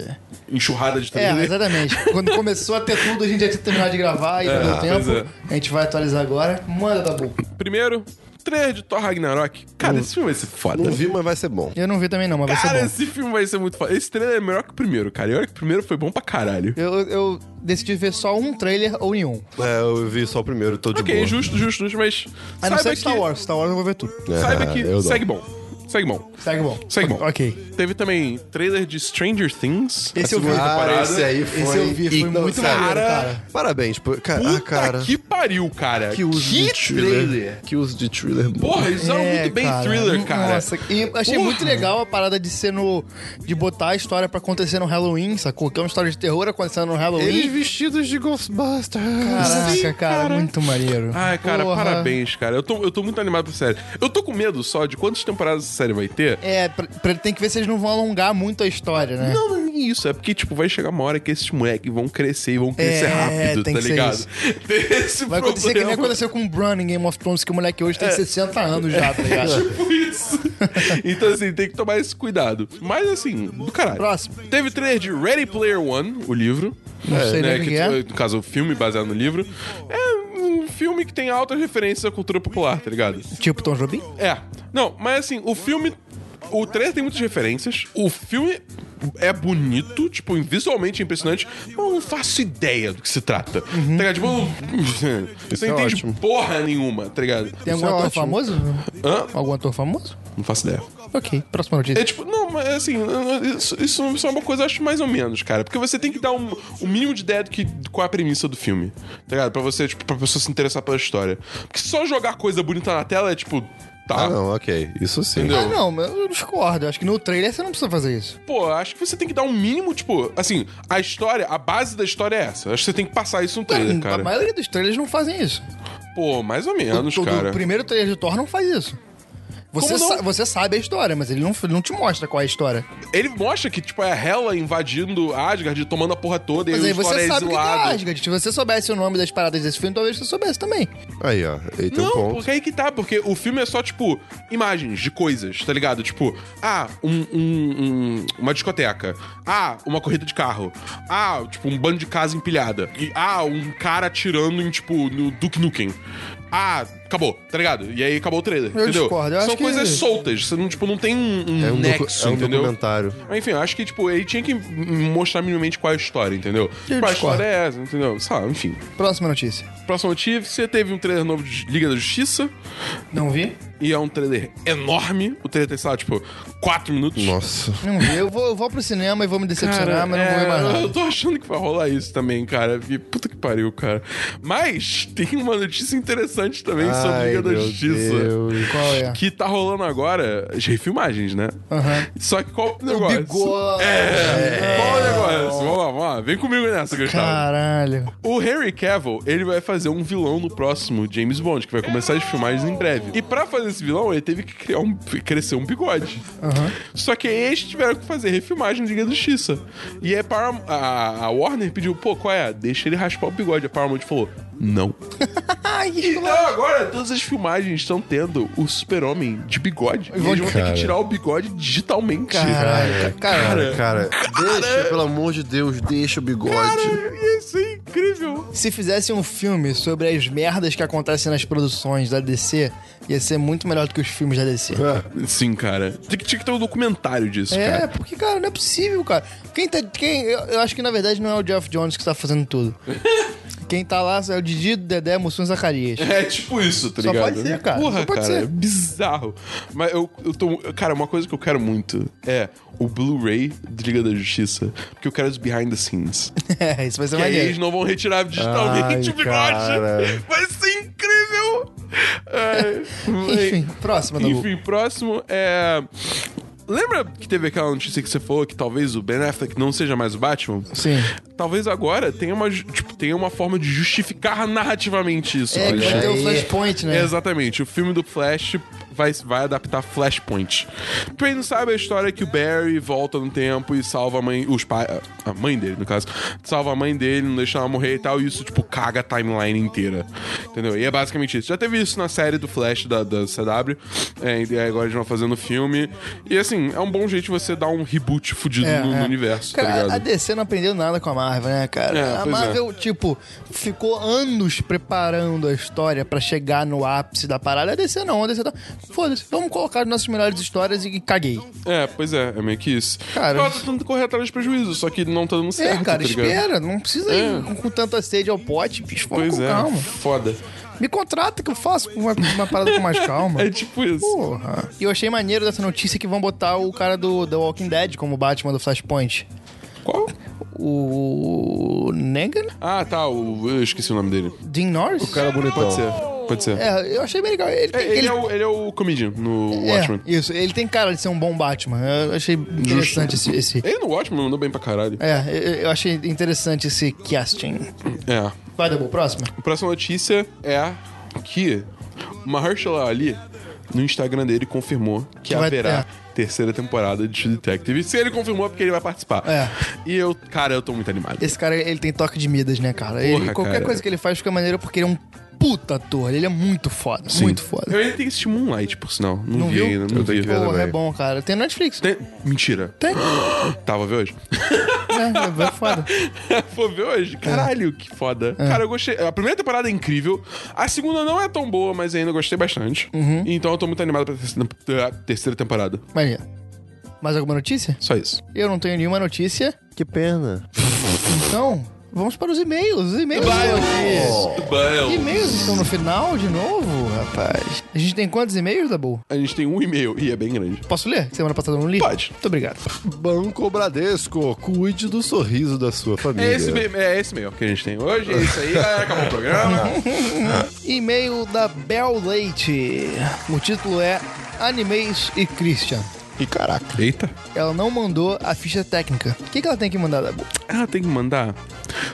[SPEAKER 3] Enxurrada de
[SPEAKER 1] É,
[SPEAKER 3] trailer.
[SPEAKER 1] exatamente. Quando começou a ter tudo, a gente já tinha terminado de gravar e não deu
[SPEAKER 3] É, pois
[SPEAKER 1] tempo. A gente vai atualizar agora. Manda, Dabu.
[SPEAKER 3] Primeiro, trailer de Thor Ragnarok. Cara,
[SPEAKER 1] Hum.
[SPEAKER 3] esse filme vai ser foda.
[SPEAKER 2] Não vi, mas vai ser bom.
[SPEAKER 1] Eu não vi também, não, mas vai
[SPEAKER 3] Cara,
[SPEAKER 1] ser bom.
[SPEAKER 3] esse filme vai ser muito foda. Esse trailer é melhor que o primeiro, cara. E olha que o primeiro foi bom pra caralho.
[SPEAKER 1] Eu, eu decidi ver só um trailer ou nenhum.
[SPEAKER 2] É, eu vi só o primeiro, tô de
[SPEAKER 3] Ok,
[SPEAKER 2] boa.
[SPEAKER 3] justo, justo, justo, mas.
[SPEAKER 1] A não
[SPEAKER 3] saiba
[SPEAKER 1] ser
[SPEAKER 3] que,
[SPEAKER 1] Star Wars. Star Wars eu vou ver tudo.
[SPEAKER 2] É,
[SPEAKER 3] Saiba que.
[SPEAKER 2] eu dou.
[SPEAKER 3] Segue bom. Segue bom.
[SPEAKER 1] Segue bom.
[SPEAKER 3] Segue bom.
[SPEAKER 1] Ok.
[SPEAKER 3] Teve também trailer de Stranger Things.
[SPEAKER 1] Esse
[SPEAKER 3] a
[SPEAKER 1] eu vi.
[SPEAKER 3] segunda
[SPEAKER 2] Cara,
[SPEAKER 3] temporada.
[SPEAKER 2] esse aí foi...
[SPEAKER 1] Esse eu vi, foi
[SPEAKER 2] Não,
[SPEAKER 1] muito
[SPEAKER 2] sério.
[SPEAKER 1] maneiro, cara.
[SPEAKER 2] Parabéns, pô. Cara, ah,
[SPEAKER 3] Puta
[SPEAKER 2] cara.
[SPEAKER 3] que pariu, cara.
[SPEAKER 2] que uso de thriller. Que uso de thriller bom.
[SPEAKER 3] Porra, eles usaram
[SPEAKER 1] É,
[SPEAKER 3] muito bem
[SPEAKER 1] cara.
[SPEAKER 3] thriller, cara.
[SPEAKER 1] Nossa, e eu achei
[SPEAKER 3] Porra.
[SPEAKER 1] muito legal a parada de ser no. de botar a história pra acontecer no Halloween, sacou? Que é uma história de terror acontecendo no
[SPEAKER 2] Eles
[SPEAKER 1] Halloween.
[SPEAKER 2] vestidos de Ghostbusters.
[SPEAKER 1] Caraca,
[SPEAKER 3] Sim,
[SPEAKER 1] cara, é
[SPEAKER 3] cara.
[SPEAKER 1] muito maneiro.
[SPEAKER 3] Ai, cara,
[SPEAKER 1] Porra.
[SPEAKER 3] parabéns, cara. Eu tô, eu tô muito animado pra série. Eu tô com medo só de quantas temporadas essa série vai ter.
[SPEAKER 1] É, pra, pra- tem que ver se eles não vão alongar muito a história, né?
[SPEAKER 3] Não, não é nem isso. É porque, tipo, vai chegar uma hora que esses moleques vão crescer e vão crescer
[SPEAKER 1] É,
[SPEAKER 3] rápido,
[SPEAKER 1] tem
[SPEAKER 3] tá
[SPEAKER 1] que ser
[SPEAKER 3] ligado?
[SPEAKER 1] isso.
[SPEAKER 3] Tem esse
[SPEAKER 1] Vai acontecer que nem
[SPEAKER 3] problema. É.
[SPEAKER 1] aconteceu com o Bran em Game of Thrones, que o moleque hoje tem 60 anos já, tá ligado?
[SPEAKER 3] Tipo isso. Então, assim, tem que tomar esse cuidado. Mas, assim, do caralho.
[SPEAKER 1] Próximo.
[SPEAKER 3] Teve trailer de Ready Player One, o livro. né,
[SPEAKER 1] Não sei nem o que
[SPEAKER 3] que,
[SPEAKER 1] que é.
[SPEAKER 3] No caso, o filme baseado no livro. É um filme que tem altas referências à cultura popular, tá ligado?
[SPEAKER 1] tipo Tom Jobim?
[SPEAKER 3] É. Não, mas assim, o filme. O trailer tem muitas referências. O filme é bonito, tipo, visualmente é impressionante, mas eu não faço ideia do que se trata. Tá ligado? Tipo, eu não-
[SPEAKER 2] Uhum. Isso
[SPEAKER 3] você
[SPEAKER 2] é
[SPEAKER 3] não entende
[SPEAKER 2] ótimo.
[SPEAKER 3] porra nenhuma, tá ligado?
[SPEAKER 1] Tem algum
[SPEAKER 2] é
[SPEAKER 1] ator
[SPEAKER 2] ótimo.
[SPEAKER 1] famoso?
[SPEAKER 3] Hã?
[SPEAKER 1] Algum ator famoso?
[SPEAKER 3] Não faço ideia.
[SPEAKER 1] Ok, próxima
[SPEAKER 3] É
[SPEAKER 1] notícia.
[SPEAKER 3] tipo, não, mas assim, isso, isso, isso é uma coisa, eu acho, mais ou menos, cara. Porque você tem que dar um, um mínimo de ideia do que, qual é a premissa do filme. Tá ligado? Pra você, tipo, pra pessoa se interessar pela história. Porque só jogar coisa bonita na tela é tipo. Tá.
[SPEAKER 2] Ah, não, ok. Isso sim.
[SPEAKER 3] Entendeu?
[SPEAKER 1] Ah, não, mas eu discordo. Acho que no trailer você não precisa fazer isso.
[SPEAKER 3] Pô, acho que você tem que dar um mínimo, tipo, assim, a história, a base da história é essa. Acho que você tem que passar isso no trailer,
[SPEAKER 1] A
[SPEAKER 3] cara.
[SPEAKER 1] maioria dos trailers não fazem isso.
[SPEAKER 3] Pô, mais ou menos,
[SPEAKER 1] tá O- o-
[SPEAKER 3] Tá cara.
[SPEAKER 1] O primeiro trailer de Thor não faz isso. Você,
[SPEAKER 3] Como não?
[SPEAKER 1] sa- você sabe a história, mas ele não, ele não te mostra qual é a história.
[SPEAKER 3] Ele mostra que, tipo, é a Hela invadindo Asgard, tomando a porra toda,
[SPEAKER 1] Mas
[SPEAKER 3] e
[SPEAKER 1] aí
[SPEAKER 3] a história
[SPEAKER 1] você
[SPEAKER 3] é
[SPEAKER 1] sabe o que que é
[SPEAKER 3] exilada.
[SPEAKER 1] Asgard. Se você soubesse o nome das paradas desse filme, talvez você soubesse também.
[SPEAKER 2] Aí, ó. Aí tem um
[SPEAKER 3] não,
[SPEAKER 2] ponto.
[SPEAKER 3] porque aí que tá, porque o filme é só, tipo, imagens de coisas, tá ligado? Tipo, ah, um, um- um- uma discoteca. Ah, uma corrida de carro. Ah, tipo, um bando de casa empilhada. E, ah, um cara atirando em, tipo, no Duke Nukem. Ah, acabou, tá ligado? E aí acabou o trailer,
[SPEAKER 1] Eu
[SPEAKER 3] entendeu?
[SPEAKER 1] discordo, eu
[SPEAKER 3] São
[SPEAKER 1] acho que-
[SPEAKER 3] coisas soltas, você não, tipo, não tem um, um
[SPEAKER 2] É um, docu-
[SPEAKER 3] nexo,
[SPEAKER 2] é um
[SPEAKER 3] entendeu?
[SPEAKER 2] documentário.
[SPEAKER 3] Mas, Enfim, eu acho que, tipo, ele tinha que m- mostrar minimamente qual é a história, entendeu?
[SPEAKER 1] Eu
[SPEAKER 3] qual
[SPEAKER 1] discordo.
[SPEAKER 3] a história é essa, entendeu? Sabe, enfim.
[SPEAKER 1] Próxima notícia.
[SPEAKER 3] Próximo notícia, teve um trailer novo de Liga da Justiça.
[SPEAKER 1] Não vi?
[SPEAKER 3] E é um trailer enorme. O trailer tem, sei lá, tipo, 4 minutos.
[SPEAKER 2] Nossa.
[SPEAKER 1] Não vi. Eu vou, eu vou pro cinema e vou me decepcionar,
[SPEAKER 3] Cara,
[SPEAKER 1] mas não vou ver mais
[SPEAKER 3] é, eu
[SPEAKER 1] nada.
[SPEAKER 3] tô achando que vai rolar isso também, cara. Porque Puta que pariu, cara. Mas tem uma notícia interessante também sobre
[SPEAKER 2] Ai,
[SPEAKER 3] Liga da
[SPEAKER 2] meu
[SPEAKER 3] Justiça.
[SPEAKER 2] Deus.
[SPEAKER 1] Qual é?
[SPEAKER 3] Que tá rolando agora as refilmagens, né?
[SPEAKER 1] Aham.
[SPEAKER 3] Só que qual o negócio?
[SPEAKER 1] bigode.
[SPEAKER 3] É. Qual o negócio? Vamos lá, vamos lá. Vem comigo nessa, Gustavo.
[SPEAKER 1] Caralho.
[SPEAKER 3] O Henry Cavill, ele vai fazer um vilão no próximo James Bond, que vai começar as filmagens em breve. E pra fazer esse vilão, ele teve que criar um, crescer um bigode. Só que aí eles tiveram que fazer refilmagem de Liga da Justiça. E aí Param- a, a Warner pediu, pô, qual é? Deixa ele raspar o bigode. A Paramount falou, não.
[SPEAKER 1] Ai, que
[SPEAKER 3] Então agora todas as filmagens estão tendo o super-homem de bigode. E eles vão ter
[SPEAKER 2] Cara.
[SPEAKER 3] que tirar o bigode digitalmente.
[SPEAKER 1] Caralho. Cara,
[SPEAKER 2] Cara, cara, deixa, pelo amor de Deus, deixa o bigode.
[SPEAKER 3] Cara, isso é incrível.
[SPEAKER 1] se fizesse um filme sobre as merdas que acontecem nas produções da DC, ia ser muito melhor do que os filmes da DC.
[SPEAKER 2] É,
[SPEAKER 3] Sim, cara. Tinha que- tinha que ter um documentário disso, cara.
[SPEAKER 1] É, porque, cara, não é possível, cara. Quem tá. Quem, eu, eu acho que na verdade não é o Jeff Jones que tá fazendo tudo. quem tá lá é o Didi, Dedé, Mussum e Zacarias.
[SPEAKER 3] É tipo isso, tá
[SPEAKER 1] Só
[SPEAKER 3] ligado?
[SPEAKER 1] pode ser, cara.
[SPEAKER 3] Porra,
[SPEAKER 1] Só pode
[SPEAKER 3] cara,
[SPEAKER 1] ser.
[SPEAKER 3] é bizarro. Mas eu, eu tô... Cara, uma coisa que eu quero muito é o Blu-ray de Liga da Justiça. Porque eu quero os behind the scenes.
[SPEAKER 1] é, isso vai ser
[SPEAKER 3] E aí eles
[SPEAKER 1] maneiro.
[SPEAKER 3] não vão retirar digitalmente
[SPEAKER 2] Ai,
[SPEAKER 3] o bigode.
[SPEAKER 2] cara.
[SPEAKER 3] Vai ser incrível! É, vai-
[SPEAKER 1] Enfim, próxima, Dabu.
[SPEAKER 3] Enfim, próximo é... Lembra que teve aquela notícia que você falou que talvez o Ben Affleck não seja mais o Batman?
[SPEAKER 1] Sim.
[SPEAKER 3] Talvez agora tenha uma, ju- tipo, tenha uma forma de justificar narrativamente isso. tá
[SPEAKER 1] É, que vai
[SPEAKER 3] Alexandre.
[SPEAKER 1] ter o Flashpoint, né?
[SPEAKER 3] Exatamente. O filme do Flash vai, vai adaptar Flashpoint. Pra quem não sabe, a história é que o Barry volta no tempo e salva a mãe... Os pai, a mãe dele, no caso. Salva a mãe dele, não deixa ela morrer e tal. E isso, tipo, caga a timeline inteira. Entendeu? E é basicamente isso. Já teve isso na série do Flash da, da CW. É, e agora eles vão fazendo o filme. E, assim, é um bom jeito de você dar um reboot fudido
[SPEAKER 1] É,
[SPEAKER 3] no, no
[SPEAKER 1] é.
[SPEAKER 3] universo, tá
[SPEAKER 1] Cara,
[SPEAKER 3] ligado?
[SPEAKER 1] a DC não aprendeu nada com a Marvel, né, cara?
[SPEAKER 3] É,
[SPEAKER 1] a
[SPEAKER 3] pois é.
[SPEAKER 1] Marvel, tipo, ficou anos preparando a história pra chegar no ápice da parada. A DC não, a DC tá. Foda-se, vamos colocar as nossas melhores histórias e caguei.
[SPEAKER 3] É, pois é, é meio que isso.
[SPEAKER 1] Cara,
[SPEAKER 3] ela tá tentando correr atrás de prejuízo, só que não tá dando
[SPEAKER 1] É,
[SPEAKER 3] certo.
[SPEAKER 1] cara,
[SPEAKER 3] tá ligado?
[SPEAKER 1] espera. Não precisa
[SPEAKER 3] É.
[SPEAKER 1] ir com, com tanta sede ao pote, bicho. Vamos
[SPEAKER 3] Pois
[SPEAKER 1] com
[SPEAKER 3] é,
[SPEAKER 1] calma.
[SPEAKER 3] foda.
[SPEAKER 1] Me contrata que eu faço uma, uma parada com mais calma.
[SPEAKER 3] É tipo isso.
[SPEAKER 1] Porra. E eu achei maneiro dessa notícia que vão botar o cara do The Walking Dead como Batman do Flashpoint.
[SPEAKER 3] Qual?
[SPEAKER 1] O. Negan?
[SPEAKER 3] Ah, tá, o, eu esqueci o nome dele.
[SPEAKER 1] Dean Norris? O
[SPEAKER 2] Cara bonitão.
[SPEAKER 3] Pode ser, pode ser.
[SPEAKER 1] É, eu achei bem legal. Ele,
[SPEAKER 3] É,
[SPEAKER 1] tem,
[SPEAKER 3] ele, é o, ele é o comedian no
[SPEAKER 1] é,
[SPEAKER 3] Watchmen.
[SPEAKER 1] Isso, ele tem cara de ser um bom Batman. Eu achei interessante esse. esse-
[SPEAKER 3] Ele no Watchmen mandou bem pra caralho.
[SPEAKER 1] É, eu, eu achei interessante esse casting.
[SPEAKER 3] É.
[SPEAKER 1] Vai, Dabu, próxima.
[SPEAKER 3] A próxima notícia é que Mahershala Ali, no Instagram dele, confirmou que,
[SPEAKER 1] Que vai-
[SPEAKER 3] haverá terceira temporada de True Detective. E se ele confirmou, é porque ele vai participar.
[SPEAKER 1] É.
[SPEAKER 3] E eu, cara, eu tô muito animado.
[SPEAKER 1] Esse cara, ele tem toque de Midas, né, cara? Ele-
[SPEAKER 3] Porra,
[SPEAKER 1] qualquer
[SPEAKER 3] cara.
[SPEAKER 1] coisa que ele faz fica maneiro porque ele é um puta ator. Ele é muito foda, muito
[SPEAKER 3] Eu
[SPEAKER 1] foda.
[SPEAKER 3] ainda tenho que assistir Moonlight, por sinal. Não,
[SPEAKER 1] Não
[SPEAKER 3] vi
[SPEAKER 1] viu?
[SPEAKER 3] ainda, não
[SPEAKER 2] Eu
[SPEAKER 3] vi.
[SPEAKER 2] tenho que ver
[SPEAKER 1] Porra,
[SPEAKER 2] também.
[SPEAKER 1] é bom, cara. Tem no Netflix. né?
[SPEAKER 3] Tem- Mentira.
[SPEAKER 1] Tem.
[SPEAKER 3] Tava ver hoje?
[SPEAKER 1] É, é foda.
[SPEAKER 3] Vou ver hoje. Caralho, que foda. Cara, eu gostei. A primeira temporada é incrível. A segunda não é tão boa,
[SPEAKER 1] Uhum.
[SPEAKER 3] mas ainda gostei bastante. Então eu tô muito animado pra terceira- pra terceira temporada.
[SPEAKER 1] Maneiro. é. Mais alguma notícia?
[SPEAKER 3] Só isso.
[SPEAKER 1] Eu não tenho nenhuma notícia.
[SPEAKER 2] Que pena.
[SPEAKER 1] Então, vamos para os e-mails. Os e-mails. estão aqui. E-mails estão no final de novo, rapaz. A gente tem quantos e-mails, Dabu?
[SPEAKER 3] A gente tem um e-mail e é bem grande.
[SPEAKER 1] Posso ler? Semana passada eu não li?
[SPEAKER 3] Pode.
[SPEAKER 1] Muito obrigado.
[SPEAKER 2] Banco Bradesco, cuide do sorriso da sua família.
[SPEAKER 3] É esse, e-mail- é esse e-mail que a gente tem hoje, é isso aí, galera, acabou o programa.
[SPEAKER 1] E-mail da Bel Leite. O título é Animes e Christian.
[SPEAKER 2] E caraca.
[SPEAKER 3] Eita.
[SPEAKER 1] Ela não mandou a ficha técnica. O que, que ela tem que mandar, Dabu?
[SPEAKER 3] Ah, tem que mandar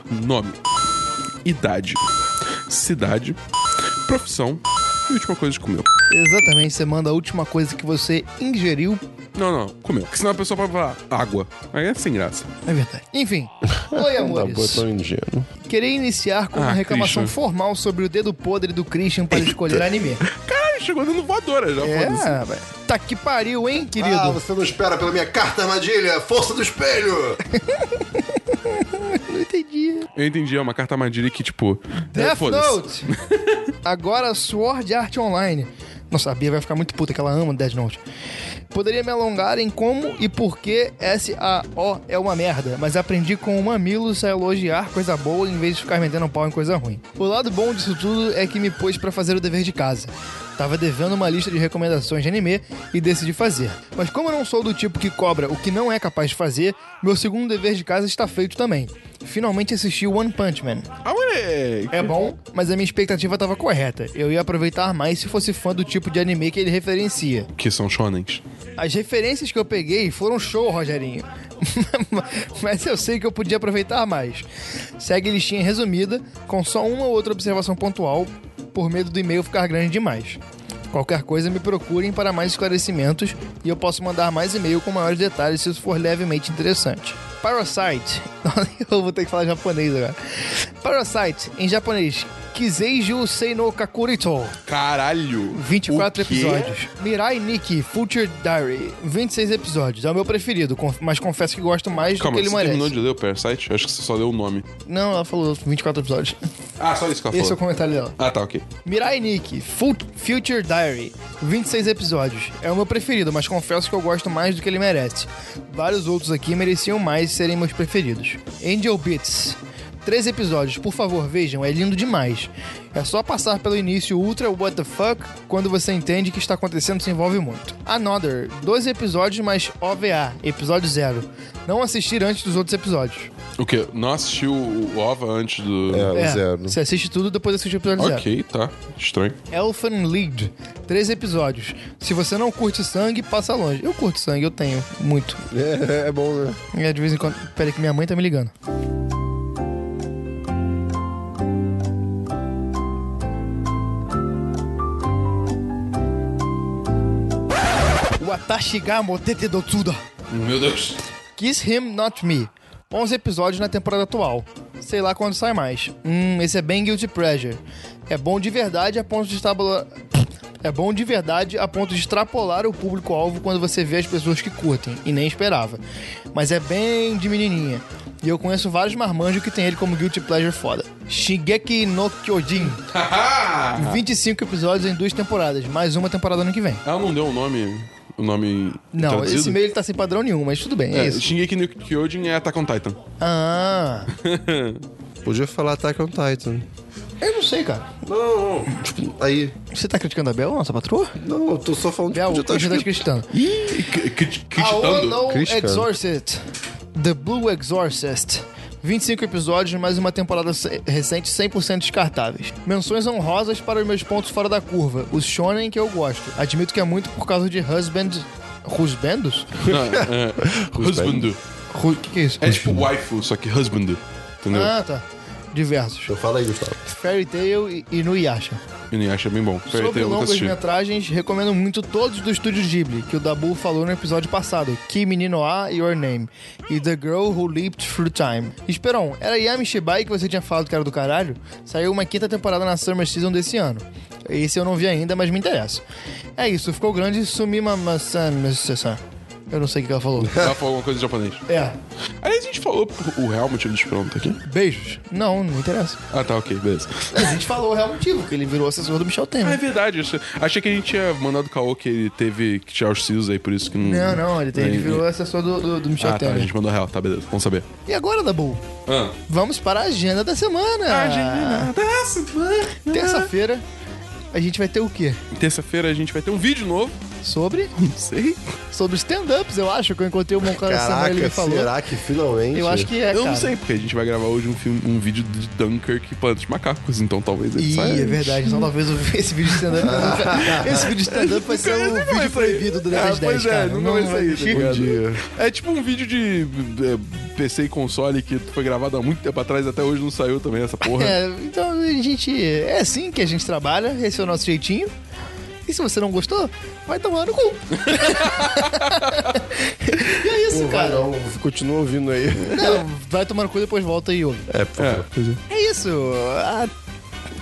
[SPEAKER 3] nome, idade, cidade, profissão e última coisa que comeu.
[SPEAKER 1] Exatamente, você manda a última coisa que você ingeriu.
[SPEAKER 3] Não, não, comeu. Porque senão a pessoa pode falar água. Aí é sem graça.
[SPEAKER 1] É verdade. Enfim. Oi,
[SPEAKER 2] Tá boa,
[SPEAKER 1] amores.
[SPEAKER 2] tão ingênuo.
[SPEAKER 1] Queria iniciar com uma
[SPEAKER 3] Ah,
[SPEAKER 1] reclamação
[SPEAKER 3] Christian.
[SPEAKER 1] formal sobre o dedo podre do Christian para escolher anime.
[SPEAKER 3] Caralho, chegou dando voadora já,
[SPEAKER 1] É,
[SPEAKER 3] foda-se.
[SPEAKER 1] rapaz. Tá que pariu, hein, querido?
[SPEAKER 2] Ah, você não espera pela minha carta armadilha, força do espelho!
[SPEAKER 1] Não entendi.
[SPEAKER 3] Eu entendi, é uma carta armadilha que, tipo...
[SPEAKER 1] Death
[SPEAKER 3] foda-se.
[SPEAKER 1] Note. Agora Sword Art Online. Nossa, a Bia vai ficar muito puta que ela ama Death Note. Poderia me alongar em como e por que SAO é uma merda, mas aprendi com o Mamilos a elogiar coisa boa em vez de ficar metendo pau em coisa ruim. O lado bom disso tudo é que me pôs pra fazer o dever de casa. Tava devendo uma lista de recomendações de anime e decidi fazer. Mas como eu não sou do tipo que cobra o que não é capaz de fazer, meu segundo dever de casa está feito também. Finalmente assisti One Punch Man.
[SPEAKER 3] Ah, moleque.
[SPEAKER 1] É bom, mas a minha expectativa tava correta. Eu ia aproveitar mais se fosse fã do tipo de anime que ele referencia.
[SPEAKER 3] Que são shonens.
[SPEAKER 1] As referências que eu peguei foram show, Rogerinho. mas eu sei que eu podia aproveitar mais. Segue listinha resumida, com só uma ou outra observação pontual, por medo do e-mail ficar grande demais. Qualquer coisa, me procurem para mais esclarecimentos e eu posso mandar mais e-mail com maiores detalhes se isso for levemente interessante. Parasite. eu vou ter que falar japonês agora. Parasite, em japonês, Kiseiju Seino Kakurito.
[SPEAKER 3] Caralho.
[SPEAKER 1] 24
[SPEAKER 3] O quê?
[SPEAKER 1] episódios. Mirai Nikki Future Diary, 26 episódios. É o meu preferido, conf- mas confesso que gosto mais
[SPEAKER 3] Calma,
[SPEAKER 1] do que ele
[SPEAKER 3] você
[SPEAKER 1] merece.
[SPEAKER 3] terminou de ler o Parasite? Eu Acho que você só leu o nome.
[SPEAKER 1] Não, ela falou 24 episódios.
[SPEAKER 3] Ah, só isso que ela
[SPEAKER 1] Esse é o
[SPEAKER 3] falou.
[SPEAKER 1] comentário dela.
[SPEAKER 3] Ah, tá, ok.
[SPEAKER 1] Mirai Nikki Fu- Future Diary, 26 episódios. É o meu preferido, mas confesso que eu gosto mais do que ele merece. Vários outros aqui mereciam mais serem meus preferidos. Angel Beats. Três episódios, por favor, vejam, é lindo demais. É só passar pelo início ultra what the fuck quando você entende que está acontecendo se envolve muito. Another, dois episódios, mas OVA, episódio zero. Não assistir antes dos outros episódios.
[SPEAKER 3] O quê? Não assistiu o o OVA antes do...
[SPEAKER 2] É, o zero.
[SPEAKER 1] Você assiste tudo depois assiste o episódio zero.
[SPEAKER 3] Ok, tá. Estranho.
[SPEAKER 1] Elfen Lead. Três episódios. Se você não curte sangue, passa longe. Eu curto sangue, eu tenho. Muito.
[SPEAKER 2] É, é bom, né?
[SPEAKER 1] É, de vez em quando. Peraí, que minha mãe tá me ligando. Watashigamo Tetedotsuda.
[SPEAKER 3] Meu Deus.
[SPEAKER 1] Kiss Him Not Me. 11 episódios na temporada atual. Sei lá quando sai mais. Hum, esse é bem Guilty Pleasure. É bom de verdade a ponto de estabular... É bom de verdade a ponto de extrapolar o público-alvo quando você vê as pessoas que curtem, e nem esperava. Mas é bem de menininha. E eu conheço vários marmanjos que tem ele como Guilty Pleasure foda. Shigeki no Kyojin. 25 episódios em duas temporadas, mais uma temporada ano que vem.
[SPEAKER 3] Ela Ah, não deu o nome... O nome
[SPEAKER 1] Não,
[SPEAKER 3] traduzido?
[SPEAKER 1] esse meio ele tá sem padrão nenhum, mas tudo bem, é,
[SPEAKER 3] Então É,
[SPEAKER 1] isso.
[SPEAKER 3] Shingeki no Kyojin é Attack on Titan.
[SPEAKER 1] Ah,
[SPEAKER 2] Podia falar Attack on Titan.
[SPEAKER 1] eu não sei, cara.
[SPEAKER 2] Não, não. Tipo, aí.
[SPEAKER 1] Você tá criticando a Bel, nossa patroa?
[SPEAKER 2] Não, eu tô só falando que
[SPEAKER 1] Bel,
[SPEAKER 2] podia
[SPEAKER 1] você
[SPEAKER 2] estar
[SPEAKER 1] tá
[SPEAKER 2] escrito.
[SPEAKER 1] criticando. Ah,
[SPEAKER 3] Criticando?
[SPEAKER 1] no
[SPEAKER 2] Criticando.
[SPEAKER 1] Exorcist. The Blue Exorcist. 25 episódios, mais uma temporada se- recente 100% descartáveis. Menções honrosas para os meus pontos fora da curva. Os shonen que eu gosto. Admito que é muito por causa de Husband... Husbandos?
[SPEAKER 3] Não, é, husband.
[SPEAKER 1] O que, que é isso?
[SPEAKER 3] É tipo waifu, só que husband. Entendeu?
[SPEAKER 1] Ah, tá. Diversos.
[SPEAKER 2] Então fala aí, Gustavo.
[SPEAKER 1] Fairy Tail e Inuyasha.
[SPEAKER 3] E nem acha bem bom. Fairy
[SPEAKER 1] Sobre
[SPEAKER 3] Tail, nunca
[SPEAKER 1] longas
[SPEAKER 3] assisti.
[SPEAKER 1] metragens, recomendo muito todos do estúdio Ghibli, que o Dabu falou no episódio passado, Kimi ni no A, Your Name, e The Girl Who Leaped Through Time. Esperon, era Yami Shibai que você tinha falado que era do caralho? Saiu uma quinta temporada na Summer Season desse ano. Esse eu não vi ainda, mas me interessa. É isso, ficou grande Sumima Masan. Eu não sei o que ela falou.
[SPEAKER 3] Ela falou alguma coisa em japonês.
[SPEAKER 1] É.
[SPEAKER 3] Aliás, a gente falou o real motivo do Esperon tá aqui?
[SPEAKER 1] Beijos? Não, não interessa.
[SPEAKER 3] Ah, tá, ok, beleza.
[SPEAKER 1] A gente falou o real motivo, que ele virou assessor do Michel
[SPEAKER 3] Ah, é
[SPEAKER 1] Temer.
[SPEAKER 3] verdade. isso- Achei que a gente tinha mandado o caô que ele teve que tirar os cílios aí, por isso que não.
[SPEAKER 1] Não, não, ele, tem, ele virou assessor do, do, do Michel
[SPEAKER 3] Ah, tá, a
[SPEAKER 1] Temer.
[SPEAKER 3] gente mandou real, tá, beleza. Vamos saber.
[SPEAKER 1] E agora, Dabu?
[SPEAKER 3] Ah.
[SPEAKER 1] Vamos para a agenda da semana. Terça-feira, a gente vai ter o quê?
[SPEAKER 3] Terça-feira a gente vai ter um vídeo novo.
[SPEAKER 1] Sobre?
[SPEAKER 3] Não sei.
[SPEAKER 1] Sobre stand-ups, eu acho, que eu encontrei um cara essa semana
[SPEAKER 2] Caraca,
[SPEAKER 1] ele me falou.
[SPEAKER 2] será que finalmente?
[SPEAKER 1] Eu acho que é,
[SPEAKER 3] Eu
[SPEAKER 1] cara.
[SPEAKER 3] não sei, porque a gente vai gravar hoje um, filme, um vídeo de Dunkirk e Plantas Macacos, então talvez ele
[SPEAKER 1] Ih,
[SPEAKER 3] saia.
[SPEAKER 1] é verdade. Então talvez eu- esse vídeo de stand-up. nunca- esse vídeo de stand-up vai ser um
[SPEAKER 3] Nunca vai
[SPEAKER 1] vídeo
[SPEAKER 3] sair.
[SPEAKER 1] proibido do 10
[SPEAKER 3] Ah,
[SPEAKER 1] 10,
[SPEAKER 3] pois é,
[SPEAKER 1] cara.
[SPEAKER 3] nunca vai sair, tá ligado?
[SPEAKER 2] dia.
[SPEAKER 3] É tipo um vídeo de é, PC e console que foi gravado há muito tempo atrás, até hoje não saiu também essa porra.
[SPEAKER 1] É, então a gente. É assim que a gente trabalha, esse é o nosso jeitinho. E se você não gostou, vai tomar no cu. e é isso, cara.
[SPEAKER 2] Não, continua ouvindo aí.
[SPEAKER 1] Não, vai tomar no cu depois volta e ouve.
[SPEAKER 2] É, por favor.
[SPEAKER 1] É isso. Ah,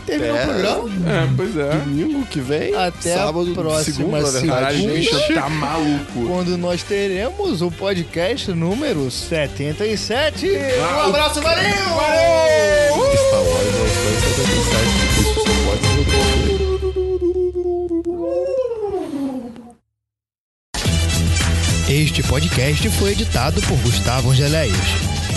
[SPEAKER 1] terminou
[SPEAKER 2] É.
[SPEAKER 1] o programa.
[SPEAKER 3] É, pois é.
[SPEAKER 2] Domingo que vem.
[SPEAKER 1] Até a
[SPEAKER 2] sábado,
[SPEAKER 1] próxima
[SPEAKER 2] segunda, na verdade.
[SPEAKER 3] Caralho, o
[SPEAKER 1] segunda.
[SPEAKER 2] gente.
[SPEAKER 3] bicho tá maluco.
[SPEAKER 1] Quando nós teremos o podcast número 77. Um abraço, valeu! Uh!
[SPEAKER 2] Star Wars é o fã 77, isso só pode ser o povo.
[SPEAKER 1] Este podcast foi editado por Gustavo Angeléias.